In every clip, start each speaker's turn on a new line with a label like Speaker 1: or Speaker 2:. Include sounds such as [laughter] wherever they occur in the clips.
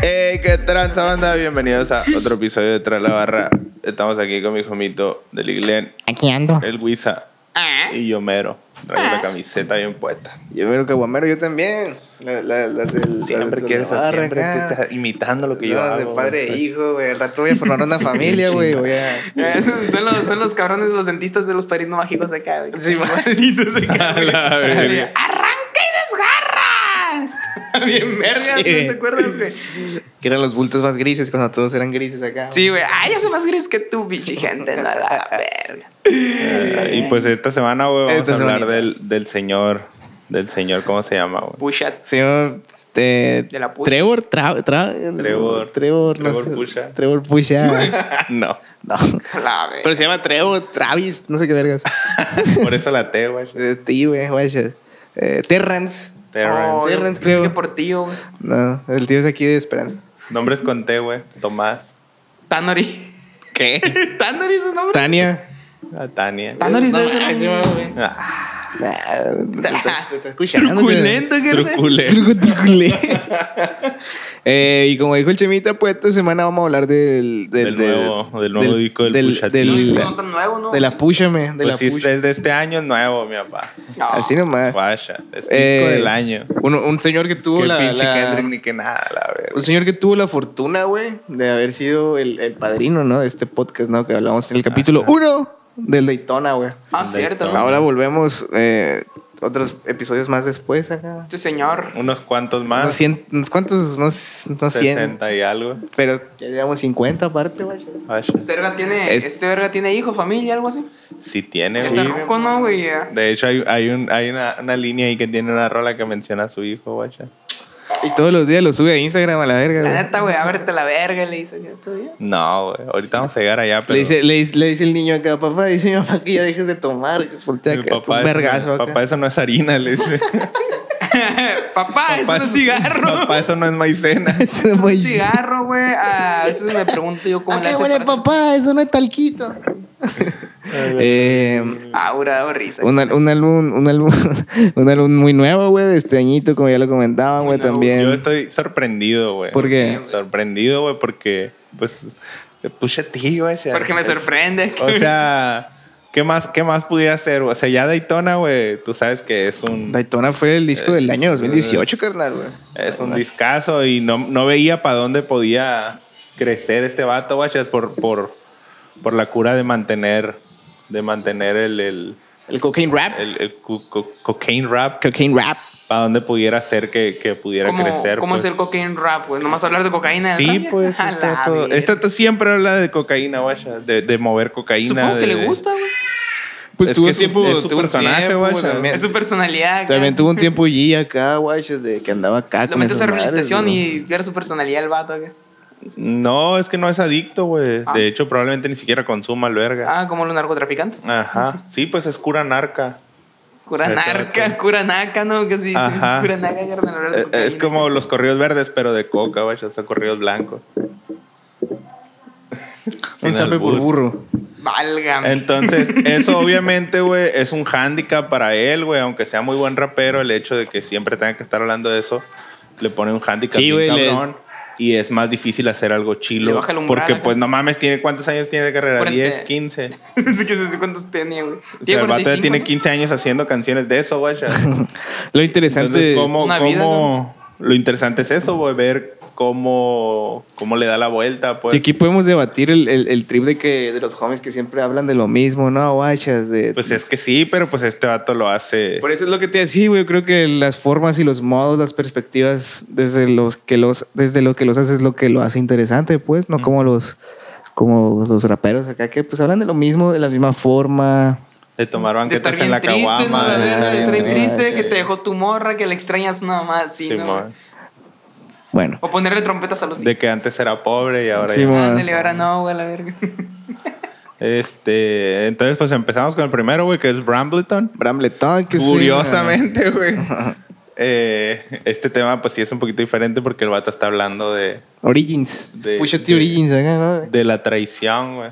Speaker 1: ¿Qué tranza, banda? Bienvenidos a otro episodio de Tras la Barra. Estamos aquí con mi jomito del Iglen,
Speaker 2: Aquí ando.
Speaker 1: el Guisa y yo mero. Traigo la camiseta bien puesta.
Speaker 3: Yo mero caguamero, yo también. La- la- las del- las
Speaker 1: Siempre
Speaker 3: del
Speaker 1: quieres,
Speaker 3: Navarra
Speaker 1: siempre tú
Speaker 3: acá.
Speaker 1: estás imitando lo que yo
Speaker 3: Las
Speaker 1: hago.
Speaker 3: de padre e
Speaker 1: güey.
Speaker 3: hijo, güey. Al rato voy a formar [laughs] una familia, güey. Voy a...
Speaker 4: Eh, Son son los, son los cabrones, los dentistas de los padrinos mágicos de acá, [laughs] güey.
Speaker 3: [laughs]
Speaker 4: Sí, padrinos de acá, güey.
Speaker 1: La verga.
Speaker 4: ¡Arranca y desgarras! Está bien verga, ¿no te acuerdas, güey?
Speaker 3: Que eran los bultos más grises cuando todos eran grises acá.
Speaker 4: Sí, güey. Ay, yo soy más gris que tú, bichi gente. No, la verga.
Speaker 1: Ah, Y pues esta semana, güey, vamos
Speaker 3: Esta
Speaker 1: a hablar
Speaker 3: semanita.
Speaker 1: del, del señor. Del señor, ¿cómo se llama, güey?
Speaker 4: Pushat.
Speaker 3: Señor. eh,
Speaker 4: De la push.
Speaker 3: Trevor, tra- tra-
Speaker 1: Trevor.
Speaker 3: Trevor, no
Speaker 1: Trevor
Speaker 3: sé.
Speaker 1: Pusha.
Speaker 3: Trevor Pusha.
Speaker 1: [laughs] No.
Speaker 3: [laughs] no.
Speaker 4: Clave.
Speaker 3: Pero se llama Trevor, Travis, no sé qué [laughs] vergas.
Speaker 1: Por eso la T, güey.
Speaker 3: Eh, Sí, güey, guayas. Eh, Terrance.
Speaker 1: Oh, Terrence.
Speaker 3: Terrence, creo.
Speaker 4: Terrence, creo. Oh, que por tío, güey.
Speaker 3: No, el tío es aquí de Esperanza.
Speaker 1: Nombres con T, güey. Tomás.
Speaker 4: Tanori.
Speaker 3: ¿Qué?
Speaker 4: [laughs] ¿Tanori es su nombre?
Speaker 3: Tania.
Speaker 1: a Tania.
Speaker 4: Tanori es
Speaker 3: No
Speaker 4: su
Speaker 3: mames,
Speaker 4: nombre.
Speaker 1: Ah,
Speaker 3: Truculento.
Speaker 4: Truculento, gente.
Speaker 1: truculento.
Speaker 3: [laughs] Eh, y como dijo el Chemita, pues esta semana vamos a hablar del...
Speaker 1: Del nuevo- del nuevo disco del Pusha T.
Speaker 4: No,
Speaker 3: del-
Speaker 4: es un nombre nuevo, ¿no?
Speaker 3: de la Púchame, de
Speaker 1: Pues sí,
Speaker 3: la Push-
Speaker 1: es de este año es nuevo, mi papá.
Speaker 4: No.
Speaker 3: Así nomás.
Speaker 1: Guacha, es disco
Speaker 3: Eh,
Speaker 1: del año.
Speaker 3: uno- un señor que tuvo
Speaker 1: Que
Speaker 3: la...
Speaker 1: pinche
Speaker 3: la- Pues,
Speaker 1: Kendrick ni que nada, la
Speaker 3: Un
Speaker 1: verga.
Speaker 3: señor que tuvo la fortuna, güey, de haber sido el, el padrino, ¿no? De este podcast, ¿no? Que hablamos en el capítulo 1 del Daytona, güey.
Speaker 4: Ah, cierto, ¿no?
Speaker 3: Ahora volvemos eh, otros episodios más después acá.
Speaker 4: Este señor.
Speaker 1: Unos cuantos más.
Speaker 3: Unos cien- unos ¿Cuántos? Unos, unos 100.
Speaker 1: 60 y algo.
Speaker 3: Pero ya llevamos 50 aparte, güey.
Speaker 1: Guacha.
Speaker 4: Este verga tiene,
Speaker 3: Es-
Speaker 4: este verga tiene hijo, familia, algo así.
Speaker 1: Sí tiene,
Speaker 4: Está
Speaker 1: güey.
Speaker 4: ruco, ¿no, güey?
Speaker 1: De hecho, hay, hay, un, hay una, una línea ahí que tiene una rola que menciona a su hijo, guacha.
Speaker 3: Y todos los días lo sube a Instagram a la verga,
Speaker 4: La
Speaker 3: güey.
Speaker 4: neta, güey, ábrete la verga, le dice. ¿ya todo bien?
Speaker 1: No, güey. Ahorita vamos a llegar allá, pero...
Speaker 3: Le dice, le, dice- le dice el niño acá, papá, dice mi mamá que ya dejes de tomar, que voltea
Speaker 1: "Mi
Speaker 3: acá, un
Speaker 1: eso no-
Speaker 3: vergazo acá. [laughs]
Speaker 1: papá, eso no es harina, le dice.
Speaker 3: Ah,
Speaker 4: Papá, es un cigarro.
Speaker 1: [laughs] Papá, eso no
Speaker 3: [laughs]
Speaker 1: es maicena.
Speaker 3: Eso
Speaker 4: Es
Speaker 3: no
Speaker 4: un
Speaker 3: es-
Speaker 4: cigarro, güey. A veces me pregunto yo cómo
Speaker 3: ¿A
Speaker 4: le
Speaker 3: qué Ah,
Speaker 4: hace
Speaker 3: huele
Speaker 4: para hacer-
Speaker 3: papá? Eso no es talquito.
Speaker 1: [laughs]
Speaker 3: eh,
Speaker 4: Ah, hubiera dado risa.
Speaker 3: Un, al- un álbum, un álbum, [laughs] un álbum muy nuevo, güey, de este añito, como ya lo comentaban, güey,
Speaker 1: Yo
Speaker 3: también.
Speaker 1: estoy sorprendido, güey.
Speaker 3: ¿Por qué?
Speaker 1: Sorprendido, güey, porque... Pues... Pucha ti, güey.
Speaker 4: Porque me
Speaker 1: Es-
Speaker 4: sorprende.
Speaker 1: O sea... ¿Qué más, ¿Qué más pudiera hacer? O sea, ya Daytona, güey, tú sabes que es un...
Speaker 3: Daytona fue el disco del año
Speaker 1: Es-
Speaker 3: 2018, carnal, güey.
Speaker 1: Es un discazo y no, no veía para dónde podía crecer este vato, guachas, por, por, por la cura de mantener, de mantener el, el,
Speaker 3: El cocaine rap.
Speaker 1: el- el co- co- cocaine rap,
Speaker 3: cocaine rap.
Speaker 1: para dónde pudiera ser que, que pudiera
Speaker 4: ¿Cómo,
Speaker 1: crecer.
Speaker 4: cómo
Speaker 1: pues.
Speaker 4: es el cocaine rap, güey? Nomás hablar de cocaína. en el
Speaker 1: Sí,
Speaker 4: rap,
Speaker 1: pues,
Speaker 4: [laughs] a
Speaker 1: está
Speaker 4: la
Speaker 1: todo-
Speaker 4: verga.
Speaker 1: este vato siempre habla de cocaína, guachas, de, de mover cocaína.
Speaker 4: Supongo
Speaker 1: de-
Speaker 4: que le gusta, güey.
Speaker 3: Pues
Speaker 1: Es
Speaker 3: tuvo
Speaker 1: que
Speaker 3: un
Speaker 1: es-
Speaker 3: tiempo,
Speaker 1: es su
Speaker 3: tuvo un
Speaker 1: personaje,
Speaker 3: tiempo,
Speaker 1: güey,
Speaker 3: güey,
Speaker 1: también.
Speaker 4: Es su personalidad. acá.
Speaker 3: También tuvo un tiempo G acá, güey, desde que andaba acá.
Speaker 4: Lo metes a
Speaker 3: esas madres,
Speaker 4: rehabilitación
Speaker 3: güey.
Speaker 4: y pierde su personalidad el vato. acá.
Speaker 1: No, es que no es adicto, güey.
Speaker 4: Ah.
Speaker 1: De hecho, probablemente ni siquiera consuma alberga.
Speaker 4: Ah, como los narcotraficantes.
Speaker 1: Ajá. Sí, pues es cura narca.
Speaker 4: Cura narca,
Speaker 1: Exacto.
Speaker 4: cura naca, ¿no? Que sí, sí,
Speaker 1: Ajá.
Speaker 4: es cura naca, carnal, hablar de
Speaker 1: Eh,
Speaker 4: cocaína.
Speaker 1: Es como los corridos verdes, pero de coca, güey. O sea, corridos blancos.
Speaker 3: Un
Speaker 1: Sin
Speaker 3: sape por
Speaker 1: albur.
Speaker 3: burro.
Speaker 4: Válgame. [laughs]
Speaker 1: Entonces, eso obviamente, güey, es un hándicap para él, güey. Aunque sea muy buen rapero, el hecho de que siempre tenga que estar hablando de eso, le pone un hándicap
Speaker 3: Sí,
Speaker 1: bien
Speaker 3: güey, le-
Speaker 1: cabrón. Y es más difícil hacer algo
Speaker 4: Le
Speaker 1: chilo.
Speaker 4: baja el umbral
Speaker 1: Porque,
Speaker 4: acá.
Speaker 1: pues, no mames, tiene ¿cuántos años tiene de carrera?
Speaker 4: Cuarenta.
Speaker 1: 10, 15.
Speaker 4: [laughs] Así que sé cuántos tenía, güey.
Speaker 1: O sea, el vato ya
Speaker 4: 45,
Speaker 1: tiene
Speaker 4: ¿no?
Speaker 1: 15 años haciendo canciones de eso,
Speaker 4: [laughs]
Speaker 1: güey.
Speaker 3: Lo interesante.
Speaker 1: Entonces, ¿cómo,
Speaker 4: Una
Speaker 1: cómo-
Speaker 4: vida,
Speaker 1: lo interesante es eso, güey, ver cómo, cómo le da la vuelta, pues.
Speaker 3: Y aquí podemos debatir el, el- el trip de que de los jóvenes que siempre hablan de lo mismo, ¿no? Guachas, de.
Speaker 1: Pues es que sí, pero pues este vato lo hace.
Speaker 3: Por eso es lo que te decía, güey. Yo creo que las formas y los modos, las perspectivas, desde los que los, desde lo que los hace es lo que lo hace interesante, pues, no como los, como los raperos acá que pues hablan de lo mismo, de la misma forma.
Speaker 1: De tomar
Speaker 4: De
Speaker 1: banquetas
Speaker 4: estar
Speaker 1: en
Speaker 4: bien
Speaker 1: la
Speaker 4: triste,
Speaker 1: caguama. eh,
Speaker 4: ¿no? De
Speaker 1: de-
Speaker 4: estar bien
Speaker 3: Ah, bien
Speaker 4: triste,
Speaker 1: triste.
Speaker 4: que te dejó tu morra, que la extrañas nada más, sí, ¿no?
Speaker 1: Simón.
Speaker 3: Bueno,
Speaker 4: O ponerle trompetas a los
Speaker 1: De que antes era pobre y ahora
Speaker 3: Sí,
Speaker 1: ya-
Speaker 3: mo-
Speaker 4: Ándale, ahora no, güey, a la verga.
Speaker 1: Este, entonces pues empezamos con el primero, güey, que es Brambleton.
Speaker 3: Brambleton, que es una-
Speaker 1: Curiosamente, güey. eh, este tema pues sí es un poquito diferente porque el vato está hablando de,
Speaker 3: Origins.
Speaker 1: De-
Speaker 3: Pusha T
Speaker 1: de-
Speaker 3: Origins acá, ¿no?
Speaker 1: de la traición, güey.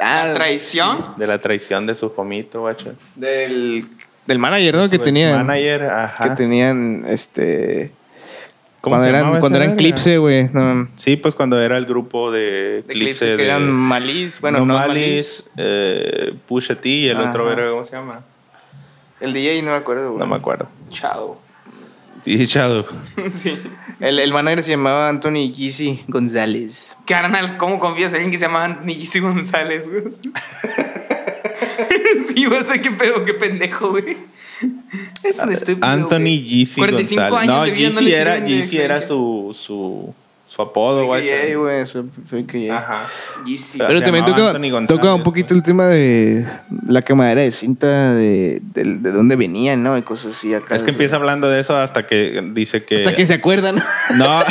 Speaker 3: Ah,
Speaker 4: Traición.
Speaker 1: De la traición de su jomito, guacho.
Speaker 3: del, del manager, ¿no? Que tenían.
Speaker 1: Manager, ajá.
Speaker 3: Que tenían este.
Speaker 1: ¿Cómo
Speaker 3: cuando
Speaker 1: se
Speaker 3: eran,
Speaker 1: llamaba
Speaker 3: cuando
Speaker 1: esa
Speaker 3: eran eh.
Speaker 1: verga?
Speaker 3: Clipse, güey. No,
Speaker 1: Sí, pues cuando era el grupo
Speaker 3: de
Speaker 1: de, Clipse,
Speaker 3: Clipse, que
Speaker 1: de-
Speaker 3: eran Malice, bueno,
Speaker 1: No
Speaker 3: no, Malice.
Speaker 1: Malice, eh, Pusha T y el otro
Speaker 3: Ajá.
Speaker 1: verga, ¿cómo se llama?
Speaker 3: El DJ no me acuerdo, güey.
Speaker 1: No me acuerdo.
Speaker 3: Chao.
Speaker 1: Sí, Shadow.
Speaker 4: [laughs] sí.
Speaker 3: El, el manager se llamaba Anthony Gizzy González.
Speaker 4: Carnal, ¿cómo confías en alguien que se llama Anthony González, güey? [laughs] sí, güey, o sea, qué pedo, qué pendejo, güey. Es un estúpido.
Speaker 1: Anthony
Speaker 4: este güey.
Speaker 1: Yeezy
Speaker 4: 45
Speaker 1: González.
Speaker 4: años
Speaker 1: No,
Speaker 4: de vida no
Speaker 1: Yeezy
Speaker 4: le
Speaker 1: era,
Speaker 4: sirven de
Speaker 1: Yeezy era
Speaker 4: excelencia.
Speaker 1: su, su, su apodo,
Speaker 3: Soy
Speaker 1: güey.
Speaker 3: gay, güey. Soy, soy gay.
Speaker 1: Ajá.
Speaker 4: Yeezy.
Speaker 1: Ah,
Speaker 3: Pero
Speaker 1: se
Speaker 3: también
Speaker 1: llamaba
Speaker 3: toca,
Speaker 1: Anthony González,
Speaker 3: toca un poquito el tema de la quemadera de cinta, de, de, de dónde venían, ¿no? Y cosas así acá.
Speaker 1: Es que empieza hablando de eso hasta que dice que.
Speaker 3: Hasta que se acuerdan.
Speaker 1: [laughs] No,
Speaker 3: [laughs] ah,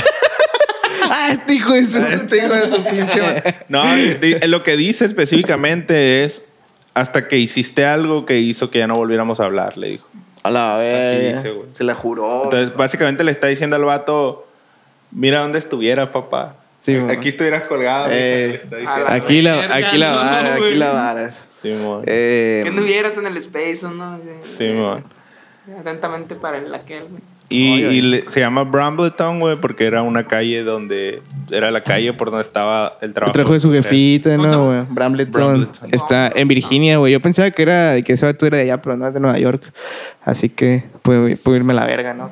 Speaker 3: este hijo de su, este hijo de su pinche. madre.
Speaker 1: no, di- eh, lo que dice específicamente es hasta que hiciste algo que hizo que ya no volviéramos a hablar, le dijo.
Speaker 3: A la verga.
Speaker 1: dice, güey.
Speaker 3: Se la juró.
Speaker 1: Entonces, básicamente le está diciendo al vato: Mira dónde estuvieras, papá.
Speaker 3: Sí,
Speaker 1: Aquí
Speaker 3: mamá.
Speaker 1: estuvieras colgado.
Speaker 3: Eh,
Speaker 1: le está
Speaker 4: a
Speaker 1: diciendo.
Speaker 4: la-
Speaker 3: aquí la,
Speaker 4: verga,
Speaker 3: aquí la
Speaker 4: no,
Speaker 3: vara, aquí
Speaker 4: güey.
Speaker 3: la varas.
Speaker 1: Simón.
Speaker 3: Eh,
Speaker 4: Que anduvieras en el space, ¿o ¿no?
Speaker 1: Simón.
Speaker 4: Atentamente para el aquel, güey.
Speaker 1: Y,
Speaker 3: Oye,
Speaker 1: y
Speaker 3: oye.
Speaker 1: le- se llama Brambleton, güey, porque era una calle donde. Era la calle por donde estaba el trabajo.
Speaker 3: El trabajo de su jefita,
Speaker 4: ¿Cómo se
Speaker 3: ¿no,
Speaker 4: llama?
Speaker 3: güey? Brambleton.
Speaker 1: Brambleton.
Speaker 3: Está en Virginia, güey. Yo pensaba que era de que ese vato era de allá, pero no es de Nueva York. Así que puedo, puedo irme a la verga, ¿no?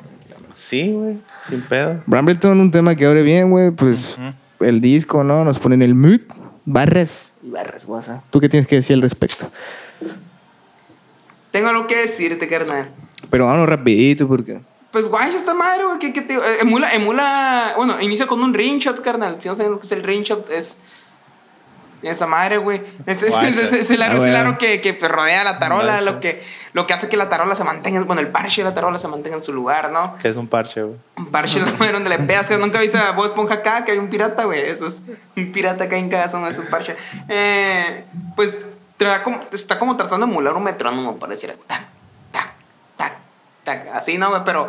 Speaker 1: Sí, güey, sin pedo.
Speaker 3: Brambleton, un tema que abre bien, güey. Pues el disco, ¿no? Nos ponen el mood, barras y barras, guasa. ¿Tú qué tienes que decir al respecto?
Speaker 4: Tengo algo que decirte, carnal.
Speaker 3: Pero vámonos rapidito porque...
Speaker 4: Pues guay, esta madre, güey. ¿qué- qué te digo? Eh, Emula, emula. Bueno, inicia con un ring shot, carnal. Si no saben lo que es el ring shot, es. Esa madre, güey. Es, es-
Speaker 1: Guay,
Speaker 4: es- es- es el
Speaker 3: ah,
Speaker 4: aro, es el
Speaker 3: bueno.
Speaker 4: aro que, que pues, rodea la tarola,
Speaker 1: Guay,
Speaker 4: lo que, lo que hace que la tarola se mantenga. Bueno, el parche de la tarola se mantenga en su lugar, ¿no?
Speaker 1: Que es un parche, güey.
Speaker 4: Un parche es la madre donde le pegas. que Nunca viste a Bob Esponja acá, que hay un pirata, güey. Eso es un pirata que hay en casa, no es un parche. Eh, pues tra- como- está como tratando de emular un metrónomo, pareciera. Tac, tac, tac, tac. Así, ¿no, güey? Pero,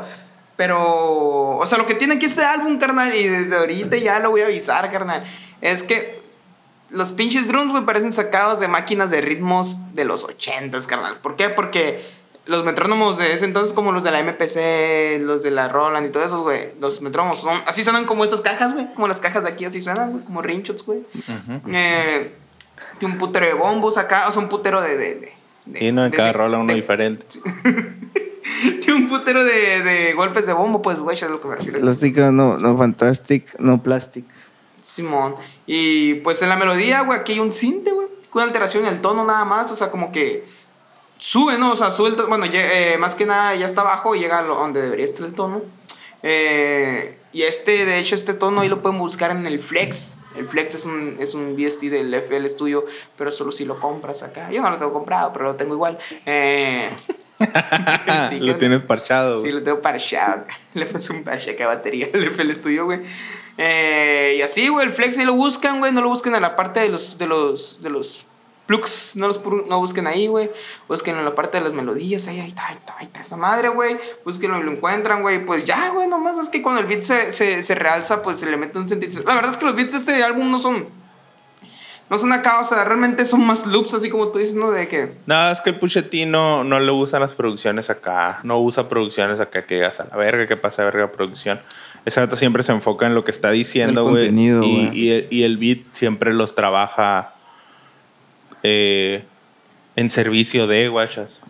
Speaker 4: pero, o sea, lo que tiene aquí este álbum, carnal, y desde ahorita ya lo voy a avisar, carnal, es que los pinches drums, güey, parecen sacados de máquinas de ritmos de los ochentas, carnal. ¿Por qué? Porque los metrónomos de ese entonces, como los de la MPC, los de la Roland y todos esos, güey, los metrónomos son... Así suenan como estas cajas, güey, como las cajas de aquí así suenan, güey, como rinchots, güey. Eh, de un putero de bombos acá, o sea, un putero de... de, de- de-
Speaker 1: Y no, en
Speaker 4: de-
Speaker 1: cada
Speaker 4: de-
Speaker 1: rola uno
Speaker 4: de-
Speaker 1: diferente.
Speaker 4: Tiene un putero [laughs] de, de golpes de bombo, pues, güey, eso es lo que me refiero.
Speaker 3: Plástica, no, no, fantastic, no plastic.
Speaker 4: Simón. Y pues en la melodía, güey, aquí hay un cinte, güey. Una alteración en el tono nada más, o sea, como que sube, ¿no? O sea, sube el tono. Bueno, lle- eh, más que nada ya está abajo y llega a lo- donde debería estar el tono. Eh, y este, de hecho, este tono ahí lo pueden buscar en el Flex. El Flex es un, es un VST del FL Studio, pero solo si lo compras acá. Yo no lo tengo comprado, pero lo tengo igual. Eh, [laughs]
Speaker 1: [laughs]
Speaker 4: sí,
Speaker 1: lo
Speaker 4: carnal.
Speaker 1: tienes parchado.
Speaker 4: Sí,
Speaker 1: güey.
Speaker 4: lo tengo parchado. [laughs] Le puse un parche acá a batería al FL Studio, güey. Eh, y así, güey, el flex ahí lo buscan, güey. No lo busquen en la parte de los, de los, de los plugs. No los pru- no busquen ahí, güey. Busquen en la parte de las melodías. Ahí, ahí está, ahí está, ahí está esa madre, güey. Búsquenlo y lo encuentran, güey. Pues ya, güey, nomás es que cuando el beat se, se, se realza, pues se le mete un sentido. La verdad es que los beats de este álbum no son. No son acá, o sea, realmente son más loops, así como tú dices, ¿no? De que.
Speaker 1: No, es que el Puchetino no le gustan las producciones acá. No usa producciones acá que digas a la verga, que pasa de verga producción. Ese vato siempre se enfoca en lo que está diciendo,
Speaker 3: El
Speaker 1: güey.
Speaker 3: contenido,
Speaker 1: y,
Speaker 3: güey.
Speaker 1: y el- y el beat siempre los trabaja eh, en servicio de guachas.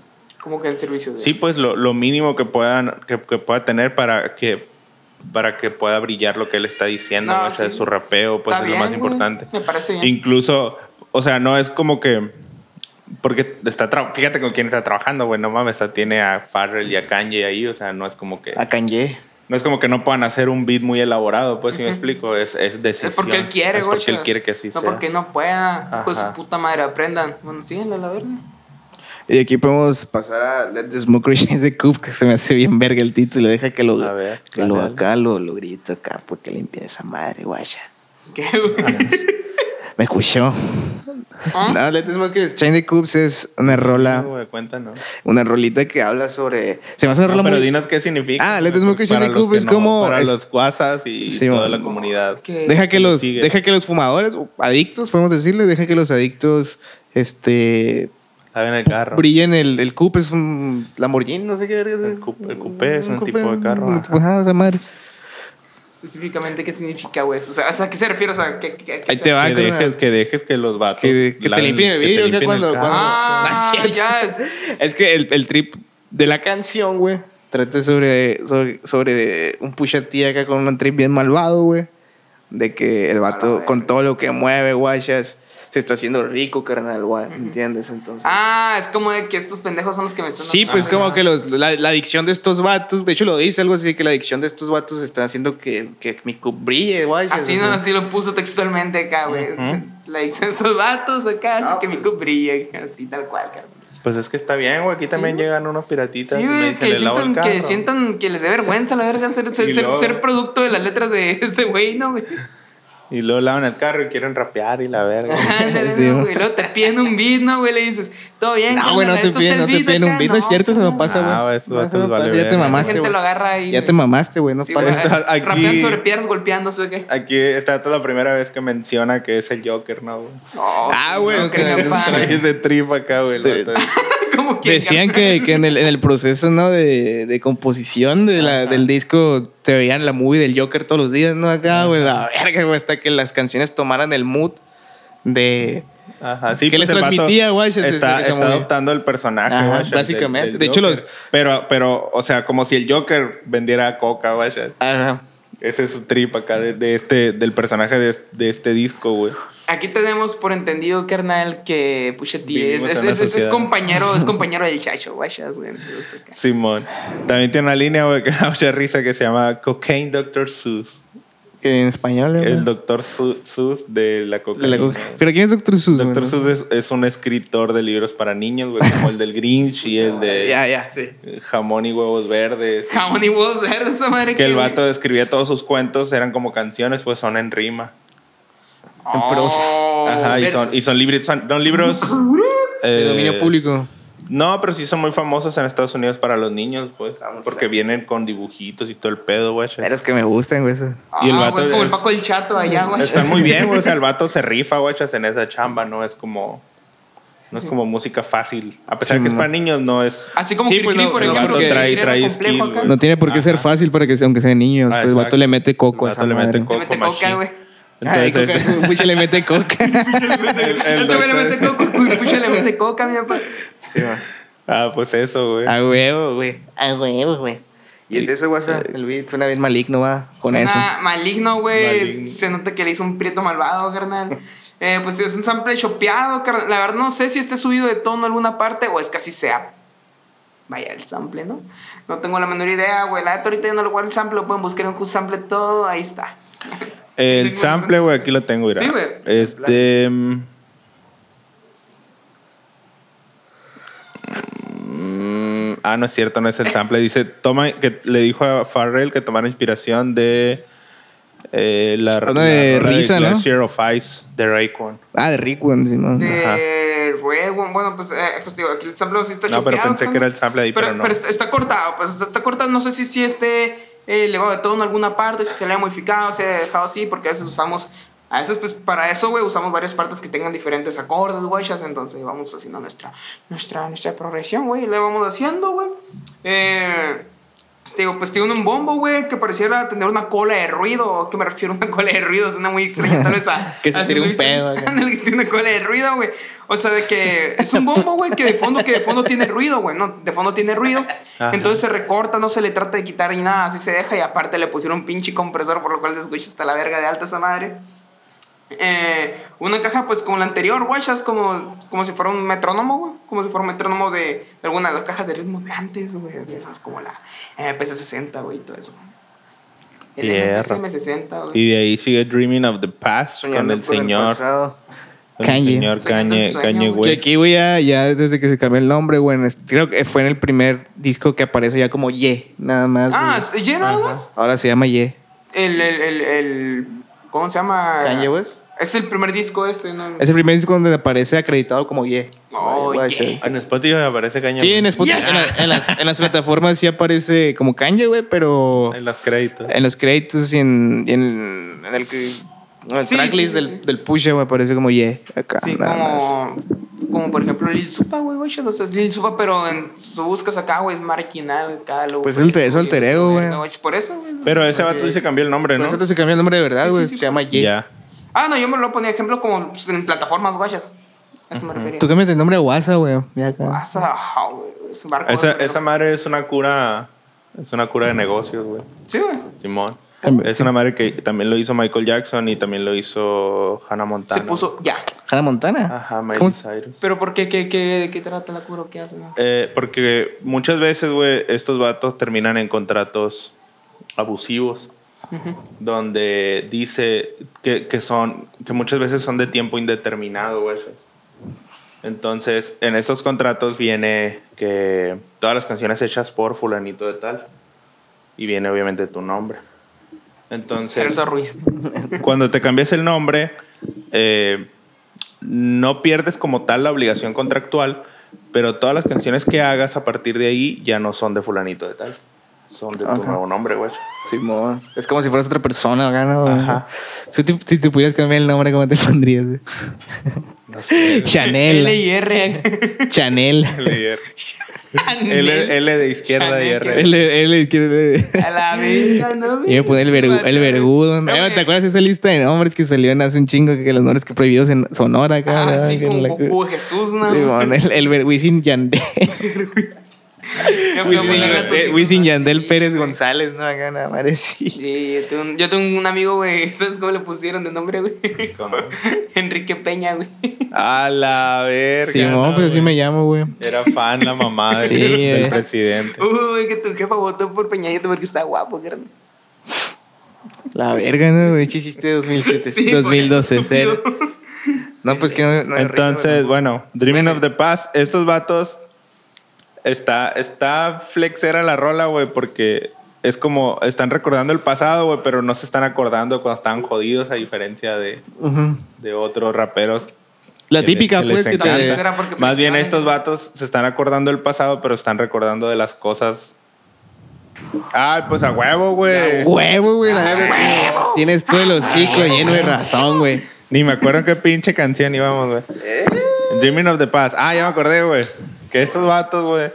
Speaker 4: Como que el servicio de.
Speaker 1: Sí, pues lo, lo mínimo que puedan que, que pueda tener para que para que pueda brillar lo que él está diciendo,
Speaker 4: No,
Speaker 1: ¿no? o sea,
Speaker 4: sí.
Speaker 1: su rapeo, pues
Speaker 4: Está
Speaker 1: es lo más
Speaker 4: bien, güey.
Speaker 1: importante.
Speaker 4: [laughs] Me parece bien.
Speaker 1: Incluso, o sea, no es como que porque está tra- fíjate con quién está trabajando, güey, no mames, está- tiene a Farrell y a Kanye ahí, o sea, no es como que
Speaker 3: A Kanye.
Speaker 1: no es como que no puedan hacer un beat muy elaborado, pues si me explico, es es decisión.
Speaker 4: Es porque él quiere,
Speaker 1: es
Speaker 4: güey.
Speaker 1: porque él quiere que así
Speaker 4: No
Speaker 1: sea.
Speaker 4: porque no pueda. Hijo de su
Speaker 1: Ajá.
Speaker 4: puta madre, aprendan. Bueno, síguenle a la verga. [laughs]
Speaker 3: Y aquí podemos pasar a Let the Smoke Reach the Cup, que se me hace bien verga el título. Deja que lo,
Speaker 1: A ver,
Speaker 3: que lo
Speaker 1: dale,
Speaker 3: acá, lo, lo grito acá, porque limpia esa madre, guaya.
Speaker 4: ¿Qué, güey?
Speaker 3: Me escuchó.
Speaker 4: [laughs] ¿Ah?
Speaker 3: No, Let the Smoke Reach the Cup es una rola,
Speaker 1: No, güey, cuéntanos.
Speaker 3: una rolita que habla sobre. Se me hace una
Speaker 1: No,
Speaker 3: rola
Speaker 1: pero
Speaker 3: muy-
Speaker 1: dinos qué significa.
Speaker 3: Ah, Let the
Speaker 1: Para
Speaker 3: Smoke Christian
Speaker 1: los
Speaker 3: Club
Speaker 1: que
Speaker 3: es como-
Speaker 1: Para
Speaker 3: es-
Speaker 1: los guasas y
Speaker 3: Sí,
Speaker 1: toda
Speaker 3: man.
Speaker 1: la comunidad.
Speaker 4: ¿Qué?
Speaker 3: Deja que
Speaker 1: Lo
Speaker 3: los,
Speaker 1: sigue.
Speaker 3: deja que los fumadores, o adictos, podemos decirles, deja que los adictos, este,
Speaker 1: Saben el carro.
Speaker 3: brillen el, el coupe es un Lamborghini, no sé qué verga es.
Speaker 1: El coupe- el coupé es un tipo de carro,
Speaker 3: un
Speaker 1: ajá.
Speaker 3: tipo- ajá, esa madre.
Speaker 4: específicamente qué significa, güey. O sea, ¿a qué se refiere? O sea, ¿qué, qué, a qué
Speaker 1: Ahí
Speaker 4: se-
Speaker 1: te va,
Speaker 3: Que
Speaker 1: que
Speaker 3: dejes-
Speaker 1: dejes, que dejes que los vatos.
Speaker 3: ah, Que- que te limpien el vidrio, que cuando- cuando-
Speaker 4: Ah,
Speaker 3: No es cierto.
Speaker 4: ya es.
Speaker 3: Es que el, el trip de la canción, güey, trata sobre, sobre, sobre de un pushatí acá con un trip bien malvado, güey. De que el
Speaker 4: A la
Speaker 3: vato,
Speaker 4: verga.
Speaker 3: con todo lo que mueve, guachas, se está haciendo rico, carnal, güey. ¿Me entiendes? Entonces.
Speaker 4: Ah, es como de que estos pendejos son los que me están.
Speaker 3: Sí, pues
Speaker 4: Ah,
Speaker 3: como
Speaker 4: ya.
Speaker 3: que los- la, la adicción de estos vatos, de hecho lo dice algo así, que la adicción de estos vatos está haciendo que, que mi cup brille, guay.
Speaker 4: Así, no, así lo puso textualmente acá, güey. La dicen [laughs] estos vatos acá, así
Speaker 3: No,
Speaker 4: que mi cup brilla, así tal cual, cara.
Speaker 1: Pues es que está bien, güey. Aquí también llegan unos piratitas.
Speaker 4: Sí,
Speaker 1: y me
Speaker 4: güey,
Speaker 1: dicen,
Speaker 4: que
Speaker 1: "Le lavo el
Speaker 4: sientan,
Speaker 1: carro".
Speaker 4: que sientan que les dé vergüenza la verga ser, ser,
Speaker 1: [laughs] Y
Speaker 4: ser-
Speaker 1: luego-
Speaker 4: ser producto de las letras de [laughs] este güey, ¿no, güey?
Speaker 1: Y luego lavan el carro y quieren rapear y la verga.
Speaker 4: [laughs] Ándale,
Speaker 3: Sí,
Speaker 4: no,
Speaker 3: güey.
Speaker 4: güey. Luego te piden un beat, ¿no, güey? Le dices, todo bien,
Speaker 3: No,
Speaker 4: carnal,
Speaker 3: güey, no
Speaker 4: ahí
Speaker 3: te
Speaker 4: está
Speaker 3: piden,
Speaker 4: el
Speaker 3: no te
Speaker 4: beat
Speaker 3: piden un
Speaker 4: acá,
Speaker 3: beat, no es cierto, eso no
Speaker 4: carnal.
Speaker 3: pasa, güey.
Speaker 1: Ah, eso
Speaker 3: No,
Speaker 1: vatos
Speaker 3: no
Speaker 1: vale
Speaker 3: pasa, ya te
Speaker 1: verga. Esa
Speaker 4: Esa
Speaker 3: mamaste,
Speaker 4: gente
Speaker 3: güey.
Speaker 4: lo agarra ahí.
Speaker 3: Ya te mamaste, güey, no
Speaker 4: Sí,
Speaker 3: pasa.
Speaker 4: güey,
Speaker 1: Entonces, aquí-
Speaker 4: [laughs] rapean sobre piedras golpeándose, güey.
Speaker 1: Aquí está esta es la primera vez que menciona que es el Joker, ¿no? güey?
Speaker 4: No,
Speaker 3: [laughs] Ah,
Speaker 4: sí,
Speaker 3: güey,
Speaker 4: no,
Speaker 3: ok.
Speaker 4: que
Speaker 1: [laughs]
Speaker 4: no
Speaker 1: Trae
Speaker 4: mames.
Speaker 1: ese trip acá, güey. el
Speaker 3: Te-
Speaker 1: vato.
Speaker 4: [laughs] Como
Speaker 3: [laughs]
Speaker 4: que-
Speaker 3: Decían que, que en, el, en el proceso ¿no? de, de composición de la- del disco te veían la movie del Joker todos los días, ¿no? Acá, güey, la verga, güey, hasta que las canciones tomaran el mood de...
Speaker 1: Ajá,
Speaker 3: [laughs]
Speaker 1: sí. pues
Speaker 3: ¿Qué les
Speaker 1: el vato
Speaker 3: transmitía, güey, ese- ese-
Speaker 1: Está,
Speaker 3: esa
Speaker 1: está
Speaker 3: movie?
Speaker 1: adoptando el personaje,
Speaker 3: Ajá,
Speaker 1: güey, del-
Speaker 3: básicamente. De hecho,
Speaker 1: Joker.
Speaker 3: los-
Speaker 1: Pero, pero, o sea, como si el Joker vendiera coca, güey.
Speaker 3: Ajá.
Speaker 1: Ese es su trip acá de, de este, del personaje de, de este disco, güey.
Speaker 4: Aquí tenemos por entendido, carnal, que Pusha T es,
Speaker 1: Vivimos
Speaker 4: es,
Speaker 1: en la
Speaker 4: es- es
Speaker 1: sociedad.
Speaker 3: [laughs]
Speaker 4: compañero, es compañero del chacho, guachas, güey. entonces, acá.
Speaker 1: Simón. También tiene una línea, [laughs] güey, que da mucha risa que se llama Cocaine Dr. Seuss.
Speaker 3: Que en español, güey.
Speaker 1: El Dr. Su- Seuss de la
Speaker 3: De la-
Speaker 1: cocaína. güey.
Speaker 3: ¿Pero quién es Doctor Seuss?
Speaker 1: Dr.
Speaker 3: güey?
Speaker 1: Seuss es, es un escritor de libros para niños, güey, como el del Grinch y el de
Speaker 3: [laughs] Ya, ya, sí.
Speaker 1: Jamón y Huevos Verdes.
Speaker 4: Jamón y huevos verdes, esa madre
Speaker 1: Que el
Speaker 4: qué, güey.
Speaker 1: vato escribía todos sus cuentos, eran como canciones, pues son en rima.
Speaker 3: en prosa.
Speaker 4: Oh,
Speaker 1: Ajá, y
Speaker 4: verso.
Speaker 1: son, y son libros, son, son libros...
Speaker 3: De
Speaker 1: eh,
Speaker 3: dominio público.
Speaker 1: No, pero sí son muy famosos en Estados Unidos para los niños, pues.
Speaker 4: Vamos
Speaker 1: porque
Speaker 4: a-
Speaker 1: vienen con dibujitos y todo el pedo, güey.
Speaker 3: Pero es que me gustan, güey. eso.
Speaker 4: Ah,
Speaker 1: y el
Speaker 4: güey,
Speaker 1: vato
Speaker 4: es como el
Speaker 1: es-
Speaker 4: Paco el
Speaker 3: [laughs]
Speaker 4: Chato allá, güey.
Speaker 1: Están muy bien, güey. O sea, el vato se rifa, güey, en esa chamba, ¿no? Es como. No es como música fácil. A pesar
Speaker 3: Sí,
Speaker 1: que es
Speaker 3: no.
Speaker 1: para niños, no es.
Speaker 4: Así como
Speaker 3: Sí,
Speaker 4: Cricri,
Speaker 3: pues, no,
Speaker 4: por
Speaker 3: el
Speaker 4: ejemplo,
Speaker 1: vato
Speaker 4: que
Speaker 1: trae-
Speaker 4: Cricri era
Speaker 1: trae
Speaker 4: complejo
Speaker 1: estilo,
Speaker 4: acá.
Speaker 1: güey.
Speaker 3: No tiene por qué ser
Speaker 1: Ajá.
Speaker 3: fácil para que sea, aunque sean niños.
Speaker 1: Ah,
Speaker 3: pues el vato
Speaker 1: exacto.
Speaker 3: le mete coco a
Speaker 1: El
Speaker 3: esa
Speaker 1: vato le
Speaker 3: madre.
Speaker 1: mete coco.
Speaker 4: Le mete
Speaker 1: Coco
Speaker 4: coca,
Speaker 1: machín.
Speaker 4: güey.
Speaker 3: Ay,
Speaker 1: Entonces, este-
Speaker 3: Ah, coca, Pucha le mete coca.
Speaker 1: el- el
Speaker 4: Este güey
Speaker 1: doctor-
Speaker 4: le mete coca, güey, pucha, le mete coca, mi papá.
Speaker 3: Sí, va.
Speaker 1: Ah, pues eso, güey.
Speaker 3: A huevo, güey. A huevo, güey.
Speaker 1: Y es eso,
Speaker 3: guasa. El beat fue una vez maligno, va. Con
Speaker 4: Suena
Speaker 3: eso.
Speaker 4: Maligno, güey.
Speaker 1: Maligno.
Speaker 4: Se nota que le hizo un prieto malvado, carnal. Eh, pues es un sample chopeado, carnal. La verdad no sé si esté subido de tono en alguna parte o es que así sea. Vaya, el sample, ¿no? No tengo la menor idea, güey. La neta ahorita yo no lo guardo el sample, lo pueden buscar en Who's Sample todo, ahí está.
Speaker 1: El
Speaker 4: Tengo-
Speaker 1: sample, güey, aquí lo tengo, mira.
Speaker 4: Sí, güey.
Speaker 1: Este. mm, Ah, no es cierto, no es el sample. Dice, toma, que le dijo a Farrell que tomara inspiración de eh, la
Speaker 3: Una de
Speaker 1: la rola
Speaker 3: Risa, ¿no?
Speaker 1: Glacier of Ice de Raycon.
Speaker 3: Ah, de Rick, güey. sí, no.
Speaker 4: De Red One, bueno, pues, eh, pues digo, aquí el sample sí está
Speaker 1: No, pero
Speaker 4: chopeado,
Speaker 1: pensé
Speaker 4: carnal.
Speaker 1: que era el sample ahí, pero,
Speaker 4: pero,
Speaker 1: no.
Speaker 4: pero está- está cortado, pues está, está cortado. No sé si, si esté eh, elevado de todo en alguna parte, si se le ha modificado, se ha dejado así, porque a veces usamos. A veces, pues para eso, güey, usamos varias partes que tengan diferentes acordes, güey. ya sé, Entonces vamos haciendo nuestra, nuestra, nuestra progresión, güey. y La vamos haciendo, güey. Eh, pues te digo, pues tiene un bombo, güey, que pareciera tener una cola de ruido. ¿Qué me refiero a una cola de ruido? Suena muy extraño, tal
Speaker 1: [laughs]
Speaker 4: vez a...
Speaker 3: Que se
Speaker 4: a
Speaker 3: tire un
Speaker 4: Luis-
Speaker 3: pedo
Speaker 4: [laughs]
Speaker 3: acá.
Speaker 4: Ándale, que tiene una cola de ruido, güey. O sea, de que es un bombo, güey, que de fondo, que de fondo tiene ruido, güey. No, de fondo tiene ruido.
Speaker 1: Ajá.
Speaker 4: Entonces se recorta, no se le trata de quitar ni nada, así se deja. Y aparte le pusieron un pinche compresor, por lo cual se escucha hasta la verga de alta esa madre. Eh, una caja, pues, como la anterior, güey, ya es como, como si fuera un metrónomo, güey. Como si fuera un metrónomo de, de alguna de las cajas de ritmo de antes, güey. De esas como la eh, PC60, güey, y todo eso. El
Speaker 1: Fierro.
Speaker 4: MPCM60, güey.
Speaker 1: Y de ahí sigue Dreaming of the Past con el señor. con el
Speaker 3: Kanye.
Speaker 1: señor
Speaker 4: Soñando
Speaker 1: Kanye,
Speaker 4: el sueño,
Speaker 1: Kanye
Speaker 4: güey.
Speaker 3: Que
Speaker 1: West.
Speaker 3: aquí, güey, ya, ya desde que se cambió el nombre, güey. en este- Creo que fue en el primer disco que aparece ya como Ye, nada más.
Speaker 4: Ah,
Speaker 3: güey.
Speaker 4: ¿ya nada más?
Speaker 3: Ahora se llama Ye.
Speaker 4: El, el, el, el- ¿Cómo se llama?
Speaker 3: Kanye West.
Speaker 4: Es el primer disco este, ¿no?
Speaker 3: Es el primer disco donde aparece acreditado como Ye.
Speaker 4: Oh,
Speaker 3: Guacha.
Speaker 4: Ye.
Speaker 1: En Spotify aparece Kanye
Speaker 3: Sí, en,
Speaker 1: West.
Speaker 3: Spotify- en la- en las, en las plataformas sí aparece como Kanye, güey, pero
Speaker 1: En los créditos.
Speaker 3: en los créditos y en, y en, en el, que- en el
Speaker 4: Sí,
Speaker 3: tracklist
Speaker 4: sí, sí,
Speaker 3: del,
Speaker 4: sí.
Speaker 3: del Pusha, güey, aparece como Ye. Acá,
Speaker 4: Sí,
Speaker 3: nada más.
Speaker 4: como. Como por ejemplo Lil Supa, güey, güey. O sea, es Lil Supa, pero en, su buscas acá, güey, es marginal, acá. lo-
Speaker 3: Pues el te- eso alter ego, güey.
Speaker 4: Por eso, güey.
Speaker 1: Pero ese vato sí se cambió el nombre,
Speaker 3: Pero
Speaker 1: ¿no?
Speaker 3: Pues ese te se cambió el nombre de verdad,
Speaker 4: Sí,
Speaker 3: güey.
Speaker 4: sí, sí.
Speaker 3: se llama Jay.
Speaker 1: Ya.
Speaker 4: Ah, no, yo me lo ponía ejemplo como pues, en plataformas guayas. A eso me refería.
Speaker 3: Tú cambiaste el nombre a Guasa, güey. Mira acá.
Speaker 4: Pasa, ajá, güey. Es un barco.
Speaker 1: Esa,
Speaker 4: güey.
Speaker 1: esa madre es una cura. Es una cura de negocios, güey.
Speaker 4: Sí, güey.
Speaker 1: Simón.
Speaker 3: También-
Speaker 1: Es una madre que también lo hizo Michael Jackson y también lo hizo Hannah Montana.
Speaker 4: Se puso ya.
Speaker 3: Hannah Montana.
Speaker 1: Ajá,
Speaker 3: ¿Cómo
Speaker 1: Miley
Speaker 3: se-
Speaker 1: Cyrus.
Speaker 4: Pero ¿por qué? ¿Qué, qué, de qué trata la cura? o ¿Qué hace? no?
Speaker 1: Eh, porque muchas veces, güey, estos vatos terminan en contratos abusivos. Donde dice que, que son. que muchas veces son de tiempo indeterminado, güey. Entonces, en estos contratos viene que todas las canciones hechas por fulanito de tal. Y viene obviamente tu nombre. Entonces.
Speaker 4: Gerardo Ruiz.
Speaker 1: cuando te cambias el nombre, eh, no pierdes como tal la obligación contractual, pero todas las canciones que hagas a partir de ahí ya no son de fulanito de tal. Son de tu
Speaker 3: Ajá.
Speaker 1: nuevo nombre, güey.
Speaker 3: Simón. Es como si fueras otra persona, acá, ¿no?
Speaker 1: Ajá.
Speaker 3: Si te, si te pudieras cambiar el nombre, ¿cómo te [laughs] pondrías? güey?
Speaker 1: No sé.
Speaker 4: L
Speaker 3: Chanel.
Speaker 4: y R. [laughs]
Speaker 3: Chanel.
Speaker 1: Líder. L, L de izquierda y R. de-
Speaker 3: Él, él quiere.
Speaker 4: A la verga, no
Speaker 3: Y me pone el, vergu- el vergudo.
Speaker 4: No,
Speaker 3: Eh,
Speaker 4: güey.
Speaker 3: ¿Te acuerdas de esa lista de nombres que salieron hace un chingo? Que los nombres que prohibidos en Sonora, acá.
Speaker 4: Ah,
Speaker 3: ¿verdad?
Speaker 4: sí,
Speaker 3: Que
Speaker 4: como
Speaker 3: la-
Speaker 4: Goku Jesús, ¿no?
Speaker 3: Simón, el, el ver- Wisin Yandel.
Speaker 4: Yo fui a
Speaker 3: Wisin,
Speaker 4: poner gatos
Speaker 3: eh,
Speaker 4: y
Speaker 3: Wisin
Speaker 4: cosas
Speaker 3: Yandel
Speaker 4: así,
Speaker 3: Pérez
Speaker 4: güey.
Speaker 3: González, ¿no? Acá nada más así.
Speaker 4: Sí, yo tengo, un, yo tengo un amigo, güey. [laughs] ¿Sabes cómo le pusieron de nombre, güey? [laughs]
Speaker 1: ¿Cómo?
Speaker 4: Enrique
Speaker 3: [laughs]
Speaker 4: Peña, güey.
Speaker 1: A la verga.
Speaker 3: Simón,
Speaker 1: no,
Speaker 3: pero sí me
Speaker 1: güey.
Speaker 3: llamo, güey.
Speaker 1: Era fan la mamá del,
Speaker 3: Sí,
Speaker 1: del
Speaker 3: eh.
Speaker 1: presidente.
Speaker 4: Uy, que tu jefa votó por Peñaito porque está guapo, carnal.
Speaker 3: La verga, ¿no, güey? Chiste 2007.
Speaker 4: Sí, por
Speaker 3: 2012,
Speaker 4: eso,
Speaker 3: cero.
Speaker 4: [laughs] estúpido.
Speaker 3: No, pues que no. no hay
Speaker 1: Entonces,
Speaker 3: reino, güey.
Speaker 1: bueno, Dreaming of the Past, estos vatos está está flexera la rola, güey, porque es como están recordando el pasado, güey, pero no se están acordando cuando estaban jodidos a diferencia de,
Speaker 3: Ujú.
Speaker 1: de otros raperos.
Speaker 3: La
Speaker 1: que le-
Speaker 3: típica,
Speaker 1: que les
Speaker 3: pues, que
Speaker 1: encanta.
Speaker 4: Tal
Speaker 3: te.
Speaker 4: vez era porque
Speaker 1: Más bien
Speaker 4: pensaban-
Speaker 1: estos vatos se están acordando del pasado, pero están recordando de las cosas. Ah, pues a huevo, güey.
Speaker 3: Huevo, güey. la verga. Tienes todo el hocico lleno de razón, güey.
Speaker 1: Ni me acuerdo qué pinche canción íbamos, güey. Dreaming of the Past. Ah, ya me acordé, güey. Que estos vatos, güey.